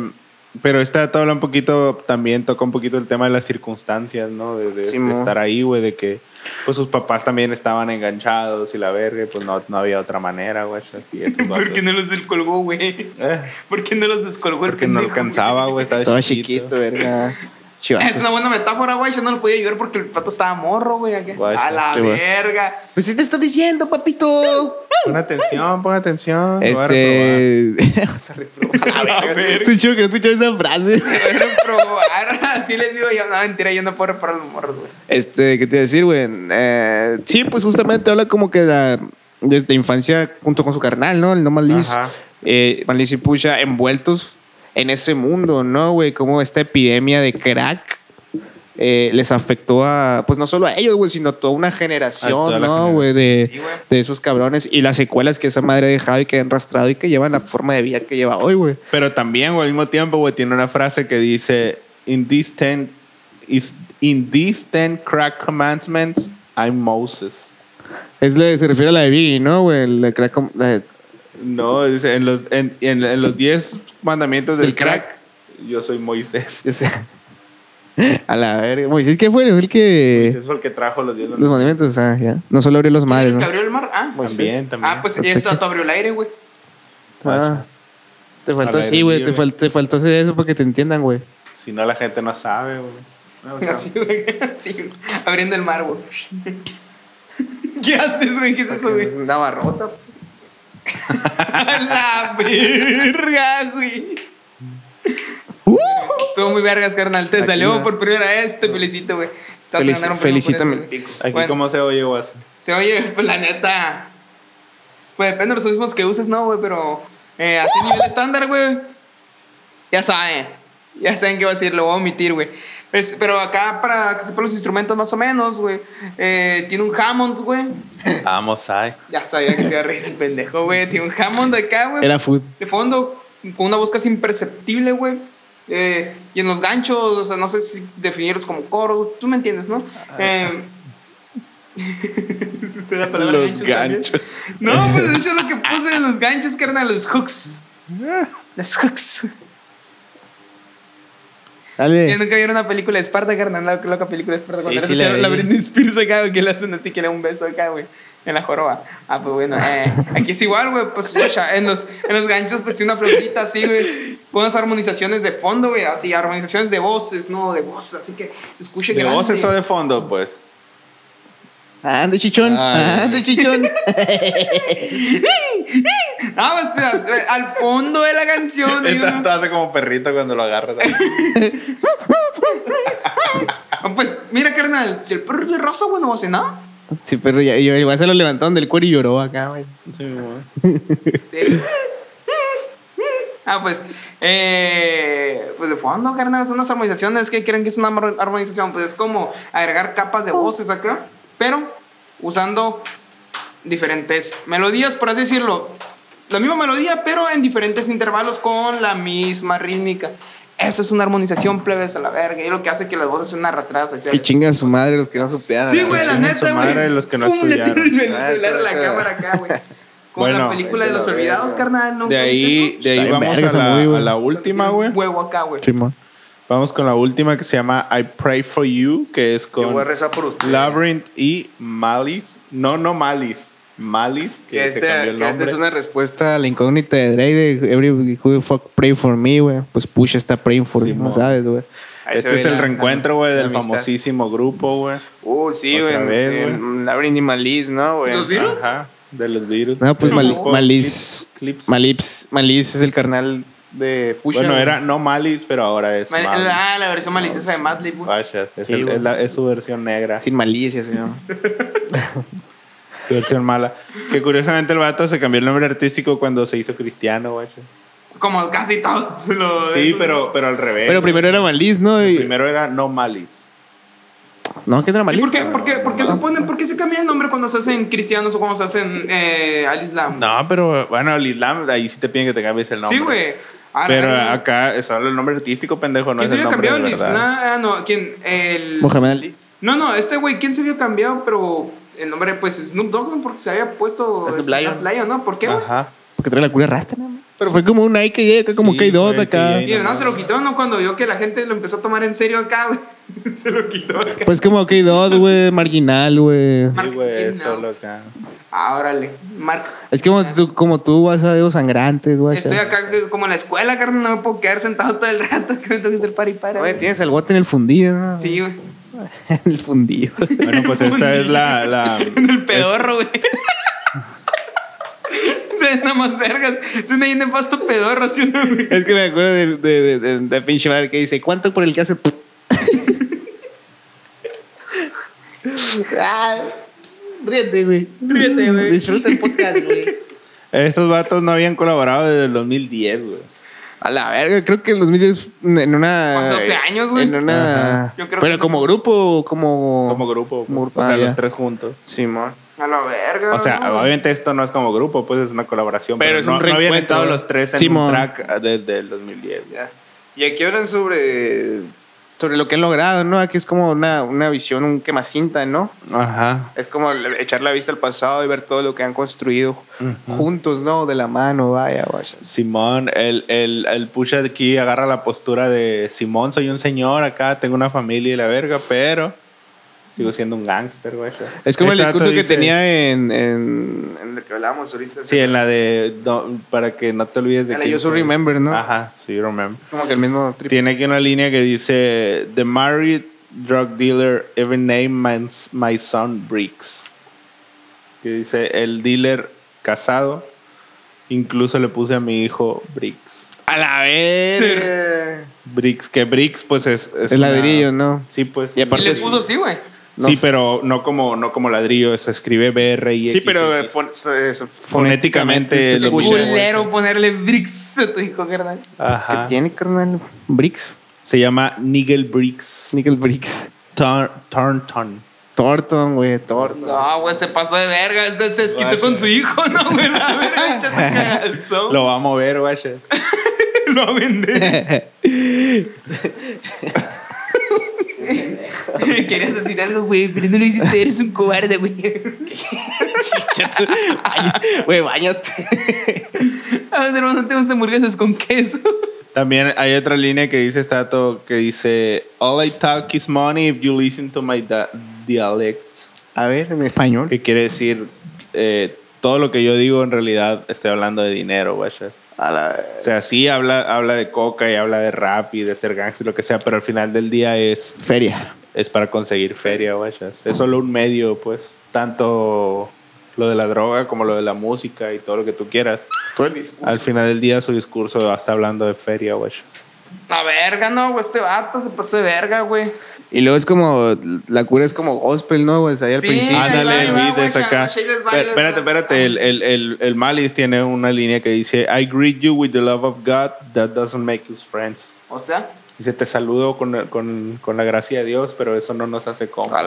Speaker 1: pero esta te habla un poquito, también toca un poquito el tema de las circunstancias, ¿no? De, de-
Speaker 3: Simón.
Speaker 1: de estar ahí, güey, de que pues sus papás también estaban enganchados y la verga, y pues no, no había otra manera, güey. Así, estos
Speaker 4: [laughs] ¿Por
Speaker 1: vatos.
Speaker 4: qué no los descolgó, güey?
Speaker 1: Eh,
Speaker 4: ¿Por qué no los descolgó el
Speaker 1: porque no
Speaker 4: pendejo, güey?
Speaker 1: alcanzaba, güey, estaba
Speaker 3: Todo
Speaker 1: chiquito.
Speaker 3: chiquito, verga.
Speaker 1: [laughs]
Speaker 3: Chivato.
Speaker 4: [laughs] Es una buena metáfora, güey. Yo no lo podía ayudar porque el pato estaba [laughs] morro, güey. acá.
Speaker 1: Guay,
Speaker 4: A
Speaker 1: sí,
Speaker 4: la
Speaker 3: sí, güey.
Speaker 4: verga.
Speaker 3: Pues sí te está diciendo, papito.
Speaker 1: Pon atención, pon atención. te voy a reprobar.
Speaker 3: Este. [laughs] Estoy chido que no escuchas esa
Speaker 1: [laughs]
Speaker 3: frase.
Speaker 4: Reprobar. Así Ah, les digo yo. No, mentira, yo no puedo reparar los morros, güey.
Speaker 3: Este, ¿qué te iba a decir, güey? Eh, sí, pues justamente habla como que la- desde infancia junto con su carnal, ¿no? El No Maliz.
Speaker 1: Ajá.
Speaker 3: Eh, Maliz y Pusha envueltos en ese mundo, ¿no, güey? Como esta epidemia de crack eh, les afectó a, pues no solo a ellos, güey, sino a toda una generación,
Speaker 1: A toda la
Speaker 3: ¿no, güey? De,
Speaker 4: Sí, güey.
Speaker 3: de esos cabrones y las secuelas que esa madre ha dejado y que ha enrastrado y que llevan la forma de vida que lleva hoy, güey.
Speaker 1: Pero también, güey, al mismo tiempo, güey, tiene una frase que dice: In these ten, is, in these ten crack commandments, I'm Moses.
Speaker 3: Es la- se refiere a la de Biggie, ¿no, güey? La de crack, la de-
Speaker 1: No, dice, en los en, en- en los 10 mandamientos del
Speaker 3: Del crack.
Speaker 1: crack, yo soy Moisés. [laughs]
Speaker 3: O sea, a la verga. Moisés, ¿qué fue? Fue el que.
Speaker 1: Ese fue el que trajo los 10
Speaker 3: Los
Speaker 1: mandamientos.
Speaker 3: mandamientos, ah, ya. No solo abrió los mares,
Speaker 4: ¿El que
Speaker 3: ¿no?
Speaker 4: abrió el mar? Ah,
Speaker 1: También, también.
Speaker 4: ah pues
Speaker 3: Hasta
Speaker 4: esto
Speaker 3: aquí.
Speaker 4: te abrió el aire, güey.
Speaker 3: Ah. Te faltó
Speaker 1: Al aire
Speaker 3: así, güey. Te
Speaker 1: libre.
Speaker 3: faltó, te faltó hacer eso para que te entiendan, güey.
Speaker 1: Si no, la gente no sabe, güey. No, no.
Speaker 4: [laughs] Así, güey. Así, güey. abriendo el mar, güey.
Speaker 5: [laughs]
Speaker 4: ¿Qué haces, güey? ¿Qué es eso, güey?
Speaker 3: Una barrota.
Speaker 5: [laughs]
Speaker 4: A la verga, güey. [laughs]
Speaker 1: ¡Uh!
Speaker 4: Estuvo muy vergas, carnal. Te
Speaker 3: Aquí
Speaker 4: salió
Speaker 3: va.
Speaker 4: por primera vez. Te felicito, güey. Te vas a
Speaker 3: Felici-
Speaker 4: ganar un premio por
Speaker 3: felicítame.
Speaker 4: eso, güey.
Speaker 1: Aquí,
Speaker 4: Bueno,
Speaker 1: ¿cómo se oye, güey?
Speaker 4: Se oye, [laughs] pues la neta. Pues depende de los mismos que uses, no, güey, pero eh, así nivel estándar, güey. Ya saben. Ya saben qué voy a decir, lo voy a omitir, güey. Pues, pero acá, para que sepan los instrumentos más o menos, güey. eh, tiene un Hammond, güey.
Speaker 1: Vamos, ay.
Speaker 4: Ya sabía que se iba a reír el pendejo, güey. Tiene un Hammond acá, güey.
Speaker 3: Era food.
Speaker 4: De fondo, con una voz casi imperceptible, güey.
Speaker 5: Eh, y en los ganchos, o sea, no sé si definirlos como coros, tú me entiendes, ¿no? Eh, [laughs] ¿esa es la palabra
Speaker 4: Los
Speaker 5: ganchos también?
Speaker 4: ganchos.
Speaker 5: [laughs] No, pues de hecho lo que puse en los ganchos, carnal, los hooks. [laughs] Los hooks. Ya
Speaker 3: Dale.
Speaker 5: nunca vieron una película de Esparta, carnal, la loca película de Esparta.
Speaker 1: Sí,
Speaker 5: cuando
Speaker 1: sí
Speaker 5: la,
Speaker 1: la
Speaker 5: la
Speaker 1: vi.
Speaker 5: Britney Spears acá, güey, que le hacen así que le da un beso acá, güey, en la joroba. Ah, pues bueno, eh, aquí es igual, güey, pues guacha, en los, en los ganchos pues tiene una flautita así, güey, con unas armonizaciones de fondo, güey, así, armonizaciones de voces, no, de voces, así que se escuche
Speaker 1: De
Speaker 5: grande.
Speaker 1: voz eso de fondo, pues.
Speaker 3: Ande, chichón.
Speaker 4: Ay.
Speaker 3: Ande, chichón.
Speaker 5: Ah, pues, o sea, al fondo de la canción. hay
Speaker 1: Está,
Speaker 5: unos-
Speaker 1: está hace como perrito cuando lo agarras.
Speaker 5: Ah, Pues mira, carnal, si el perro es de raza, güey, no hace nada.
Speaker 3: Sí, pero ya, yo, igual se lo levantaron del cuero y lloró acá, güey.
Speaker 5: Sí. Ah, pues, eh, pues de fondo, carnal, son unas armonizaciones. ¿Qué creen que es una mar- armonización? Pues es como agregar capas de voces acá, pero usando diferentes melodías, por así decirlo. La misma melodía, pero en diferentes intervalos con la misma rítmica. Eso es una armonización plebes a la verga. Y es lo que hace que las voces sean arrastradas hacia
Speaker 3: Que chinga su madre los que no supieran.
Speaker 5: Sí, güey, la
Speaker 1: Chinga
Speaker 5: neta,
Speaker 1: su
Speaker 5: güey.
Speaker 1: madre los que no
Speaker 5: Fum, le
Speaker 1: estudiaron.
Speaker 5: tiro el
Speaker 4: Ah,
Speaker 5: celular a la
Speaker 4: está-
Speaker 5: cámara acá, güey. Como la
Speaker 1: Bueno,
Speaker 5: película de
Speaker 4: esa
Speaker 5: los
Speaker 4: la
Speaker 5: olvidados,
Speaker 4: verga.
Speaker 5: carnal. ¿no?
Speaker 1: De ahí, de
Speaker 5: ¿Viste
Speaker 1: ahí
Speaker 3: Está bien
Speaker 1: vamos
Speaker 3: verga
Speaker 1: a
Speaker 3: esa movie,
Speaker 1: la, a
Speaker 3: güey.
Speaker 1: la
Speaker 5: eso?
Speaker 1: última,
Speaker 5: Tiene
Speaker 1: güey.
Speaker 5: un Huevo acá, güey.
Speaker 3: Simón.
Speaker 1: Vamos con la última que se llama I Pray For You, que es
Speaker 4: Yo
Speaker 1: con
Speaker 4: voy a rezar por usted.
Speaker 1: Labyrinth y Malice. No, no Malice. Malice, que,
Speaker 5: Que
Speaker 1: se
Speaker 5: este-
Speaker 1: cambió el
Speaker 5: que este
Speaker 1: nombre.
Speaker 5: es una
Speaker 3: Respuesta a la incógnita de Drake de Every Who the Fuck Pray For Me, güey. Pues Push está praying for
Speaker 1: Simón.
Speaker 3: him, ¿sabes, güey?
Speaker 5: Ahí se
Speaker 1: Este
Speaker 5: ve
Speaker 1: es el
Speaker 5: la-
Speaker 1: reencuentro, güey,
Speaker 5: la
Speaker 1: del
Speaker 5: amistad.
Speaker 1: famosísimo grupo, güey.
Speaker 4: Uh, sí,
Speaker 1: Otra
Speaker 4: güey. en-
Speaker 1: vez, güey.
Speaker 4: en Labyrinth y Malice, ¿no, güey?
Speaker 5: Los vi. ¿Beatles?
Speaker 1: Ajá, de los Beatles.
Speaker 3: No, pues
Speaker 1: Del
Speaker 3: Mal-
Speaker 1: grupo
Speaker 3: Malice.
Speaker 1: Clips- Clips.
Speaker 3: Malips. Malips es el carnal de Push.
Speaker 1: Bueno, era no Malice, pero ahora es
Speaker 5: Mal-
Speaker 1: Malice.
Speaker 5: Ah, la, la versión maliciosa de Madlib, güey.
Speaker 1: Vaya, es,
Speaker 3: Sí,
Speaker 1: el-
Speaker 3: güey.
Speaker 1: es la- es su versión negra,
Speaker 3: Sin malicia, señor.
Speaker 1: [laughs] su versión mala. Que curiosamente el vato se cambió el nombre artístico cuando se hizo cristiano, güey.
Speaker 5: Como casi todos los.
Speaker 1: Sí, pero, pero al revés.
Speaker 3: Pero primero era Malis, ¿no? Y-
Speaker 1: Primero era no Malice.
Speaker 3: No, que era
Speaker 5: ¿Y
Speaker 3: Malis.
Speaker 5: por qué, por qué, por qué se ponen, por qué se cambia el nombre cuando se hacen cristianos o cuando se hacen eh, al Islam?
Speaker 1: No, pero bueno, el Islam, ahí sí te piden que te cambies el nombre.
Speaker 5: sí, güey. Ah,
Speaker 1: Pero
Speaker 5: ah,
Speaker 1: acá es solo el nombre artístico, pendejo, no
Speaker 5: ¿Quién
Speaker 1: es
Speaker 5: se
Speaker 1: el nombre
Speaker 5: había cambiado
Speaker 1: de
Speaker 5: el
Speaker 1: verdad.
Speaker 5: Islam? Ah, no, ¿quién? El.
Speaker 3: Mohamed Ali.
Speaker 5: No, no, este güey, ¿quién se había cambiado? Pero el nombre, pues Snoop Dogg, ¿no? porque se había puesto este,
Speaker 3: Snoop Lion.
Speaker 5: ¿no? ¿Por qué, güey?
Speaker 1: Ajá.
Speaker 3: Porque trae la cura rasta, ¿no? Pero fue como un Nike, eh, acá como
Speaker 1: Sí,
Speaker 3: que hay dos
Speaker 1: fue
Speaker 3: acá.
Speaker 1: que-
Speaker 5: Y de verdad se lo quitó, ¿no? Cuando vio que la gente lo empezó a tomar en serio [laughs] acá, güey. se lo quitó acá.
Speaker 3: Pues como que hay dos, güey, marginal, güey.
Speaker 1: Sí, güey,
Speaker 5: Marketing,
Speaker 1: es
Speaker 5: no.
Speaker 1: solo acá.
Speaker 5: Ah, órale, Marco.
Speaker 3: Es que como tú, como tú vas a dedos sangrantes, güey.
Speaker 5: Estoy acá que- como en la escuela, carnal, no me puedo quedar sentado todo el rato, [laughs] que me tengo que hacer para y para.
Speaker 3: Oye,
Speaker 5: güey.
Speaker 3: tienes el guate en el fundido, ¿no?
Speaker 5: Sí, güey.
Speaker 3: [laughs] en el fundido.
Speaker 1: Bueno, pues esta es la. la
Speaker 5: En el pedorro, [laughs] güey. Se nada más vergas. Se una llena de pasto pedorro, así una, güey.
Speaker 3: es que me acuerdo de, de, de, de- de pinche madre que dice, ¿cuánto por el que hace? ah, ríete, güey.
Speaker 5: Ríete, güey.
Speaker 3: Disfruta el podcast, güey.
Speaker 1: estos vatos no habían colaborado desde el 2010, güey.
Speaker 3: A la verga, creo que en 2010 en una. eh,
Speaker 5: Fue Pues hace 12 años, güey.
Speaker 3: En una.
Speaker 1: Ajá.
Speaker 5: Yo creo que
Speaker 3: pero
Speaker 5: eso
Speaker 3: como
Speaker 5: fue-
Speaker 3: grupo, como.
Speaker 1: Como grupo.
Speaker 3: Como
Speaker 1: Pues,
Speaker 3: grupo,
Speaker 1: o sea,
Speaker 3: ah, ya.
Speaker 1: los tres juntos.
Speaker 4: Simón.
Speaker 5: A la verga.
Speaker 4: Ah.
Speaker 1: O sea,
Speaker 5: ¿no?
Speaker 1: obviamente esto no es como grupo, pues es una colaboración.
Speaker 3: Pero
Speaker 1: Pero,
Speaker 3: es
Speaker 1: no,
Speaker 3: un
Speaker 1: no habían
Speaker 3: reencuentro,
Speaker 1: estado
Speaker 3: ¿verdad?
Speaker 1: los tres en
Speaker 3: Simón.
Speaker 1: un track ah, desde el 2010. güey.
Speaker 4: Ya. Y aquí hablan sobre.
Speaker 3: Sobre lo que han logrado, ¿no? Aquí es como una, una visión, un quemacinta, ¿no?
Speaker 1: Ajá.
Speaker 4: Es como le- echar la vista al pasado y ver todo lo que han construido.
Speaker 3: Juntos, ¿no? De la mano, vaya, vaya.
Speaker 1: Simón, el, el, el push aquí agarra la postura de Simón, soy un señor acá, tengo una familia y la verga, pero sigo siendo un gángster, güey.
Speaker 3: Es como el
Speaker 1: Este vato
Speaker 3: discurso que
Speaker 1: dice-
Speaker 3: tenía en. en,
Speaker 4: En el que hablábamos ahorita.
Speaker 1: Sí, en la de no, para que no te olvides de
Speaker 3: en la
Speaker 1: que
Speaker 3: Yo Soy Remember, ¿no?
Speaker 1: Ajá, sí, remember.
Speaker 3: Es como que el mismo trip.
Speaker 1: Tiene aquí una línea que dice The married drug dealer every name my, my son breaks. Que dice el dealer casado incluso le puse a mi hijo Bricks.
Speaker 3: A la vez.
Speaker 1: Bricks, que Bricks pues es es
Speaker 3: El
Speaker 1: una-
Speaker 3: ladrillo, ¿no?
Speaker 1: Sí, pues.
Speaker 3: Y
Speaker 1: Sí,
Speaker 3: aparte
Speaker 5: Y le
Speaker 3: es-
Speaker 5: puso así, güey.
Speaker 3: no
Speaker 1: sí,
Speaker 3: sé.
Speaker 1: pero no como no como ladrillo, se escribe B R I
Speaker 4: Sí,
Speaker 1: X,
Speaker 4: pero eh,
Speaker 1: X.
Speaker 4: fon- se- se-
Speaker 1: fonéticamente
Speaker 3: se
Speaker 1: lo
Speaker 3: escucha.
Speaker 1: puse.
Speaker 5: Culero ponerle bricks a tu hijo, carnal.
Speaker 3: ¿Qué
Speaker 1: Ajá.
Speaker 3: tiene, carnal? Bricks.
Speaker 1: Se llama Nigel Bricks.
Speaker 3: Nickel Bricks.
Speaker 1: Tar- Tarnton.
Speaker 3: Torton, güey, Torton.
Speaker 5: No, güey, se pasó de verga. Este
Speaker 1: [laughs]
Speaker 5: se desquitó con su hijo, ¿no, güey? La verga, échate cagazón.
Speaker 1: Lo va a mover, güey.
Speaker 4: lo va a vender. Querías decir algo, güey, pero no lo hiciste, eres un cobarde, güey.
Speaker 5: [laughs]
Speaker 3: Güey, bañate.
Speaker 4: Vamos, hermano, tenemos hamburguesas con queso.
Speaker 1: También hay otra línea que dice Stato que dice All I talk is money if you listen to my da- dialect.
Speaker 3: A ver, en español.
Speaker 1: Que quiere decir eh, todo lo que yo digo en realidad estoy hablando de dinero, güey.
Speaker 3: A la...
Speaker 1: O sea, sí habla, habla de coca y habla de rap y de ser gangster, lo que sea, pero al final del día es,
Speaker 3: Feria.
Speaker 1: es para conseguir feria, güey. Es solo un medio, pues. Tanto lo de la droga como lo de la música y todo lo que tú quieras. Al final del día su discurso está hablando de feria, güey.
Speaker 4: La verga, no, güey, este vato se pasó de verga, güey.
Speaker 3: Y luego es como, la cura es como gospel, ¿no? Pues ahí al
Speaker 4: Sí.
Speaker 3: principio.
Speaker 4: Ah,
Speaker 1: Ándale,
Speaker 4: pues, ahí
Speaker 1: el
Speaker 4: va,
Speaker 1: beat
Speaker 4: güey,
Speaker 1: es acá.
Speaker 4: Shades Bailes,
Speaker 1: Pero, espérate,
Speaker 4: güey.
Speaker 1: espérate. El, el, el, el Malice tiene una línea que dice: I greet you with the love of God that doesn't make us friends.
Speaker 4: O sea,
Speaker 1: Dice: Te saludo con, con, con la gracia de Dios, pero eso no nos hace cómodos.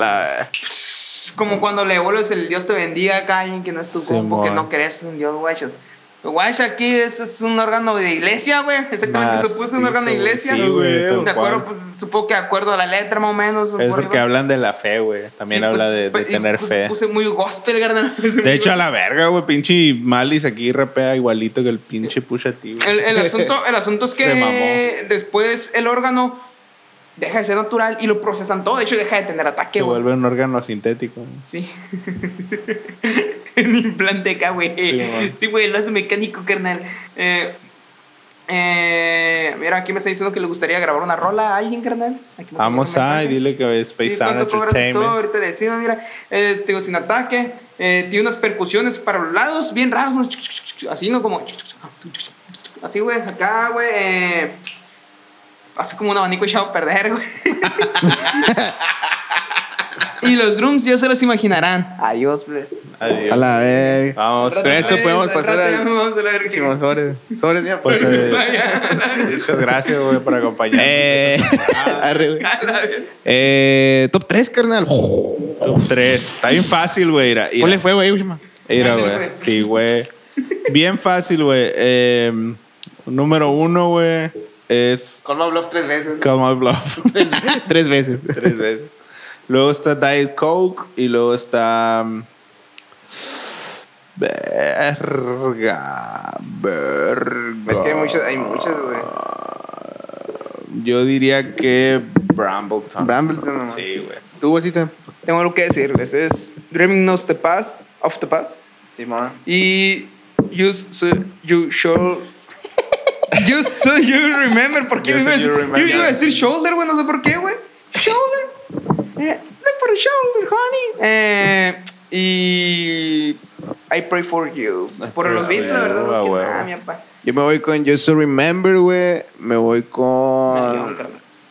Speaker 4: es como cuando le vuelves el Dios te bendiga a alguien que no es tu combo, que
Speaker 1: Simón.
Speaker 4: no crees en Dios, guachas. Guacha, aquí es, es un órgano de iglesia, güey. [laughs] Exactamente,
Speaker 1: Nah,
Speaker 4: se puso
Speaker 1: sí,
Speaker 4: un órgano de
Speaker 1: sí,
Speaker 4: iglesia.
Speaker 1: sí, güey,
Speaker 4: de
Speaker 1: tal cual.
Speaker 4: acuerdo, pues supongo que de acuerdo a la letra, más o menos.
Speaker 1: Es
Speaker 4: por ahí
Speaker 1: porque
Speaker 4: va.
Speaker 1: hablan de la fe, güey. También
Speaker 4: Sí,
Speaker 1: habla
Speaker 4: pues,
Speaker 1: de, de
Speaker 4: pues, y
Speaker 1: tener
Speaker 4: puse-
Speaker 1: fe.
Speaker 4: Puse muy gospel, carnal.
Speaker 1: de hecho, a la verga, güey. Pinche Malice aquí rapea igualito que el pinche Pusha T, güey.
Speaker 4: [laughs] El, el asunto, el asunto es
Speaker 1: Se
Speaker 4: que
Speaker 1: mamó.
Speaker 4: después el órgano deja de ser natural y lo procesan todo. De hecho, deja de tener ataque,
Speaker 1: Se
Speaker 4: [laughs] güey.
Speaker 1: vuelve un órgano sintético.
Speaker 4: Sí. Un implante acá, güey.
Speaker 1: man.
Speaker 4: Sí, güey, lo hace mecánico, carnal. Eh, eh, mira, aquí me está diciendo que le gustaría grabar una rola a alguien, carnal. Aquí me
Speaker 1: Vamos
Speaker 4: mandaron un
Speaker 1: a y
Speaker 4: mensaje.
Speaker 1: dile que Space
Speaker 4: Sí,
Speaker 1: Sound
Speaker 4: ¿cuánto cobras y todo?
Speaker 1: Entertainment.
Speaker 4: Ahorita le decimos, mira, eh, te digo, sin ataque, eh, tiene unas percusiones para los lados bien raros, unos así, ¿no? Como... Así, güey, acá, güey. eh, así como un abanico echado a perder, [laughs] güey. y los drums ya se los imaginarán. Adiós, bless.
Speaker 1: Adiós.
Speaker 3: A la verga.
Speaker 1: Vamos,
Speaker 4: Al rato,
Speaker 1: con Ah. esto
Speaker 4: pues,
Speaker 1: podemos
Speaker 4: al
Speaker 1: pasar
Speaker 4: rato
Speaker 1: a.
Speaker 4: ya nos vamos a la verga. [laughs]
Speaker 3: Simón, Sobres, sobres, mira,
Speaker 1: Pues,
Speaker 3: pues.
Speaker 1: eh, Muchas gracias, güey, por acompañarnos. [laughs]
Speaker 3: Eh, [laughs] arre, güey. Eh, top 3, carnal.
Speaker 1: Top tres. Está bien fácil, güey. Mira, mira.
Speaker 3: Ponle fuego ahí, Ushima.
Speaker 1: Mira,
Speaker 4: Ándale,
Speaker 1: güey.
Speaker 4: pues.
Speaker 1: Sí, güey. Bien fácil, güey. Em, número uno, güey, es
Speaker 4: Colma Bluff tres veces.
Speaker 1: Come Out Bluff.
Speaker 3: [laughs] Tres, tres veces.
Speaker 1: [laughs] Tres veces. Luego está Diet Coke y luego está... mm, Verga, verga.
Speaker 2: Es que hay muchas, hay muchas, güey.
Speaker 1: Yo diría que Brambleton.
Speaker 2: Brambleton, nomás.
Speaker 1: Sí, güey.
Speaker 3: Tú, Bosita.
Speaker 4: Tengo algo que decirles. Es Dreaming Knows the Past, of the Past.
Speaker 2: Simón.
Speaker 4: Y you, su- you should. You, so you remember. ¿Por qué
Speaker 1: You
Speaker 4: me
Speaker 1: so
Speaker 4: ibas-
Speaker 1: you remember.
Speaker 4: Yo iba a decir shoulder, güey. No sé por qué, güey. Shoulder. Eh, look for a shoulder, honey. Eh, y. I pray for you. Por los
Speaker 1: pray
Speaker 4: Beatles, la
Speaker 1: for
Speaker 4: verdad.
Speaker 1: you,
Speaker 4: Más que
Speaker 1: güey.
Speaker 4: nada, mi papá.
Speaker 3: Yo me voy con Just to Remember, güey. Me voy
Speaker 4: Me
Speaker 3: con.
Speaker 4: dio un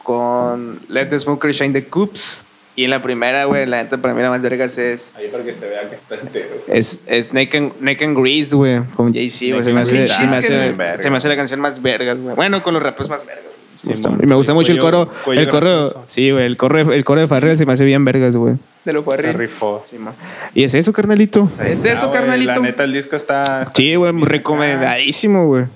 Speaker 3: con Let the Smoker Shine the Coops. Y en la primera, güey, la neta para mí la más vergas es.
Speaker 1: Ahí para que se vea que está entero.
Speaker 3: Es, es Naked and, Naked and Grease, güey, con Jay-Z, güey. Se, me hace-
Speaker 1: Naked
Speaker 3: se, me
Speaker 4: and Grease,
Speaker 3: hace-
Speaker 1: que verga.
Speaker 3: se me hace la canción más vergas, güey. Bueno, con los raperos más vergas. güey.
Speaker 1: Simón.
Speaker 3: y me gusta mucho el
Speaker 1: Cuello-
Speaker 3: coro.
Speaker 1: cuello
Speaker 3: el coro.
Speaker 1: grasoso.
Speaker 3: Sí, güey, el coro, el coro de Farrell se me hace bien vergas, güey.
Speaker 4: De lo
Speaker 1: Se
Speaker 4: Farrell.
Speaker 1: rifó.
Speaker 3: Y es eso, carnalito.
Speaker 4: Es
Speaker 1: Ah,
Speaker 4: eso,
Speaker 1: güey, La
Speaker 4: carnalito.
Speaker 1: neta, el disco está. está-
Speaker 3: Sí, güey, recomendadísimo, güey.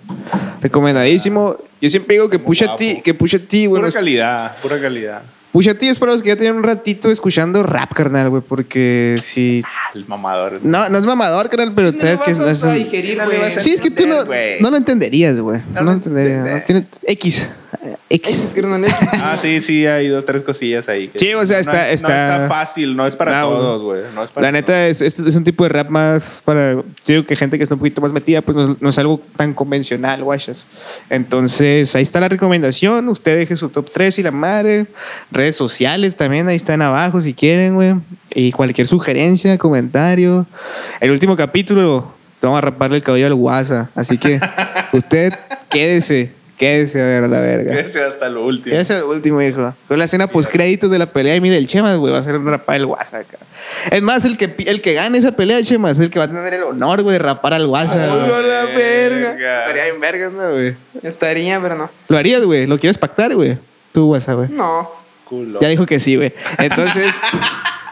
Speaker 3: Recomendadísimo. Yo siempre digo que Pusha T,
Speaker 1: guapo.
Speaker 3: que Pusha T, güey.
Speaker 1: pura
Speaker 3: nos-
Speaker 1: calidad, pura calidad.
Speaker 3: Pusha T es para los que ya tenían un ratito escuchando rap, carnal, güey, porque si...
Speaker 1: El mamador.
Speaker 3: No, no es mamador, carnal, pero
Speaker 4: No
Speaker 3: sabes
Speaker 4: lo
Speaker 3: que
Speaker 4: vas
Speaker 3: no es...
Speaker 4: a digerir, güey.
Speaker 3: Sí, es que tú no, no lo entenderías, güey. No,
Speaker 4: lo
Speaker 3: lo entenderías. no tiene- X. X.
Speaker 1: Ah, sí, sí, hay dos, tres cosillas ahí. que-
Speaker 3: Sí, o sea,
Speaker 1: no
Speaker 3: está-
Speaker 1: es- No
Speaker 3: está-
Speaker 1: está fácil, no es para
Speaker 3: No,
Speaker 1: todos, güey. No es para
Speaker 3: La neta, es, es, es un tipo de rap más para... yo Digo que gente que está un poquito más metida, pues no es, no es algo tan convencional, guayas. Entonces, ahí está la recomendación. Usted deje su top 3 y la madre. Redes sociales también, ahí están abajo si quieren, güey. Y cualquier sugerencia, comentario. El último capítulo, vamos a raparle el cabello al guasa. Así
Speaker 1: [laughs]
Speaker 3: que usted quédese, quédese a ver a la verga.
Speaker 1: todos. [laughs] Que sea hasta lo último.
Speaker 3: Ya es el último, hijo. Con la escena post-créditos de la pelea de mí del Chema, güey, va a ser un rapar el WhatsApp. acá. Es más, el que, pi- el que gane esa pelea, Chema, es el que va a tener el honor, güey, de rapar al WhatsApp.
Speaker 4: Hola,
Speaker 3: güey.
Speaker 4: la verga.
Speaker 3: Estaría bien verga, ¿no, güey?
Speaker 4: Estaría, pero no.
Speaker 3: Lo harías, güey. ¿Lo quieres pactar, güey? Tú, WhatsApp, güey.
Speaker 4: No. [laughs]
Speaker 1: Culo.
Speaker 3: Ya dijo que sí, güey. Entonces,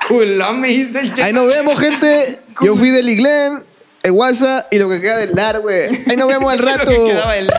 Speaker 4: Culón me dice el
Speaker 3: ahí
Speaker 4: chef.
Speaker 3: nos vemos, gente. Yo fui del Iglen, el WhatsApp y lo que queda del LAR, güey. Ahí nos vemos al
Speaker 4: [laughs] Lo
Speaker 3: rato.
Speaker 4: que quedaba del-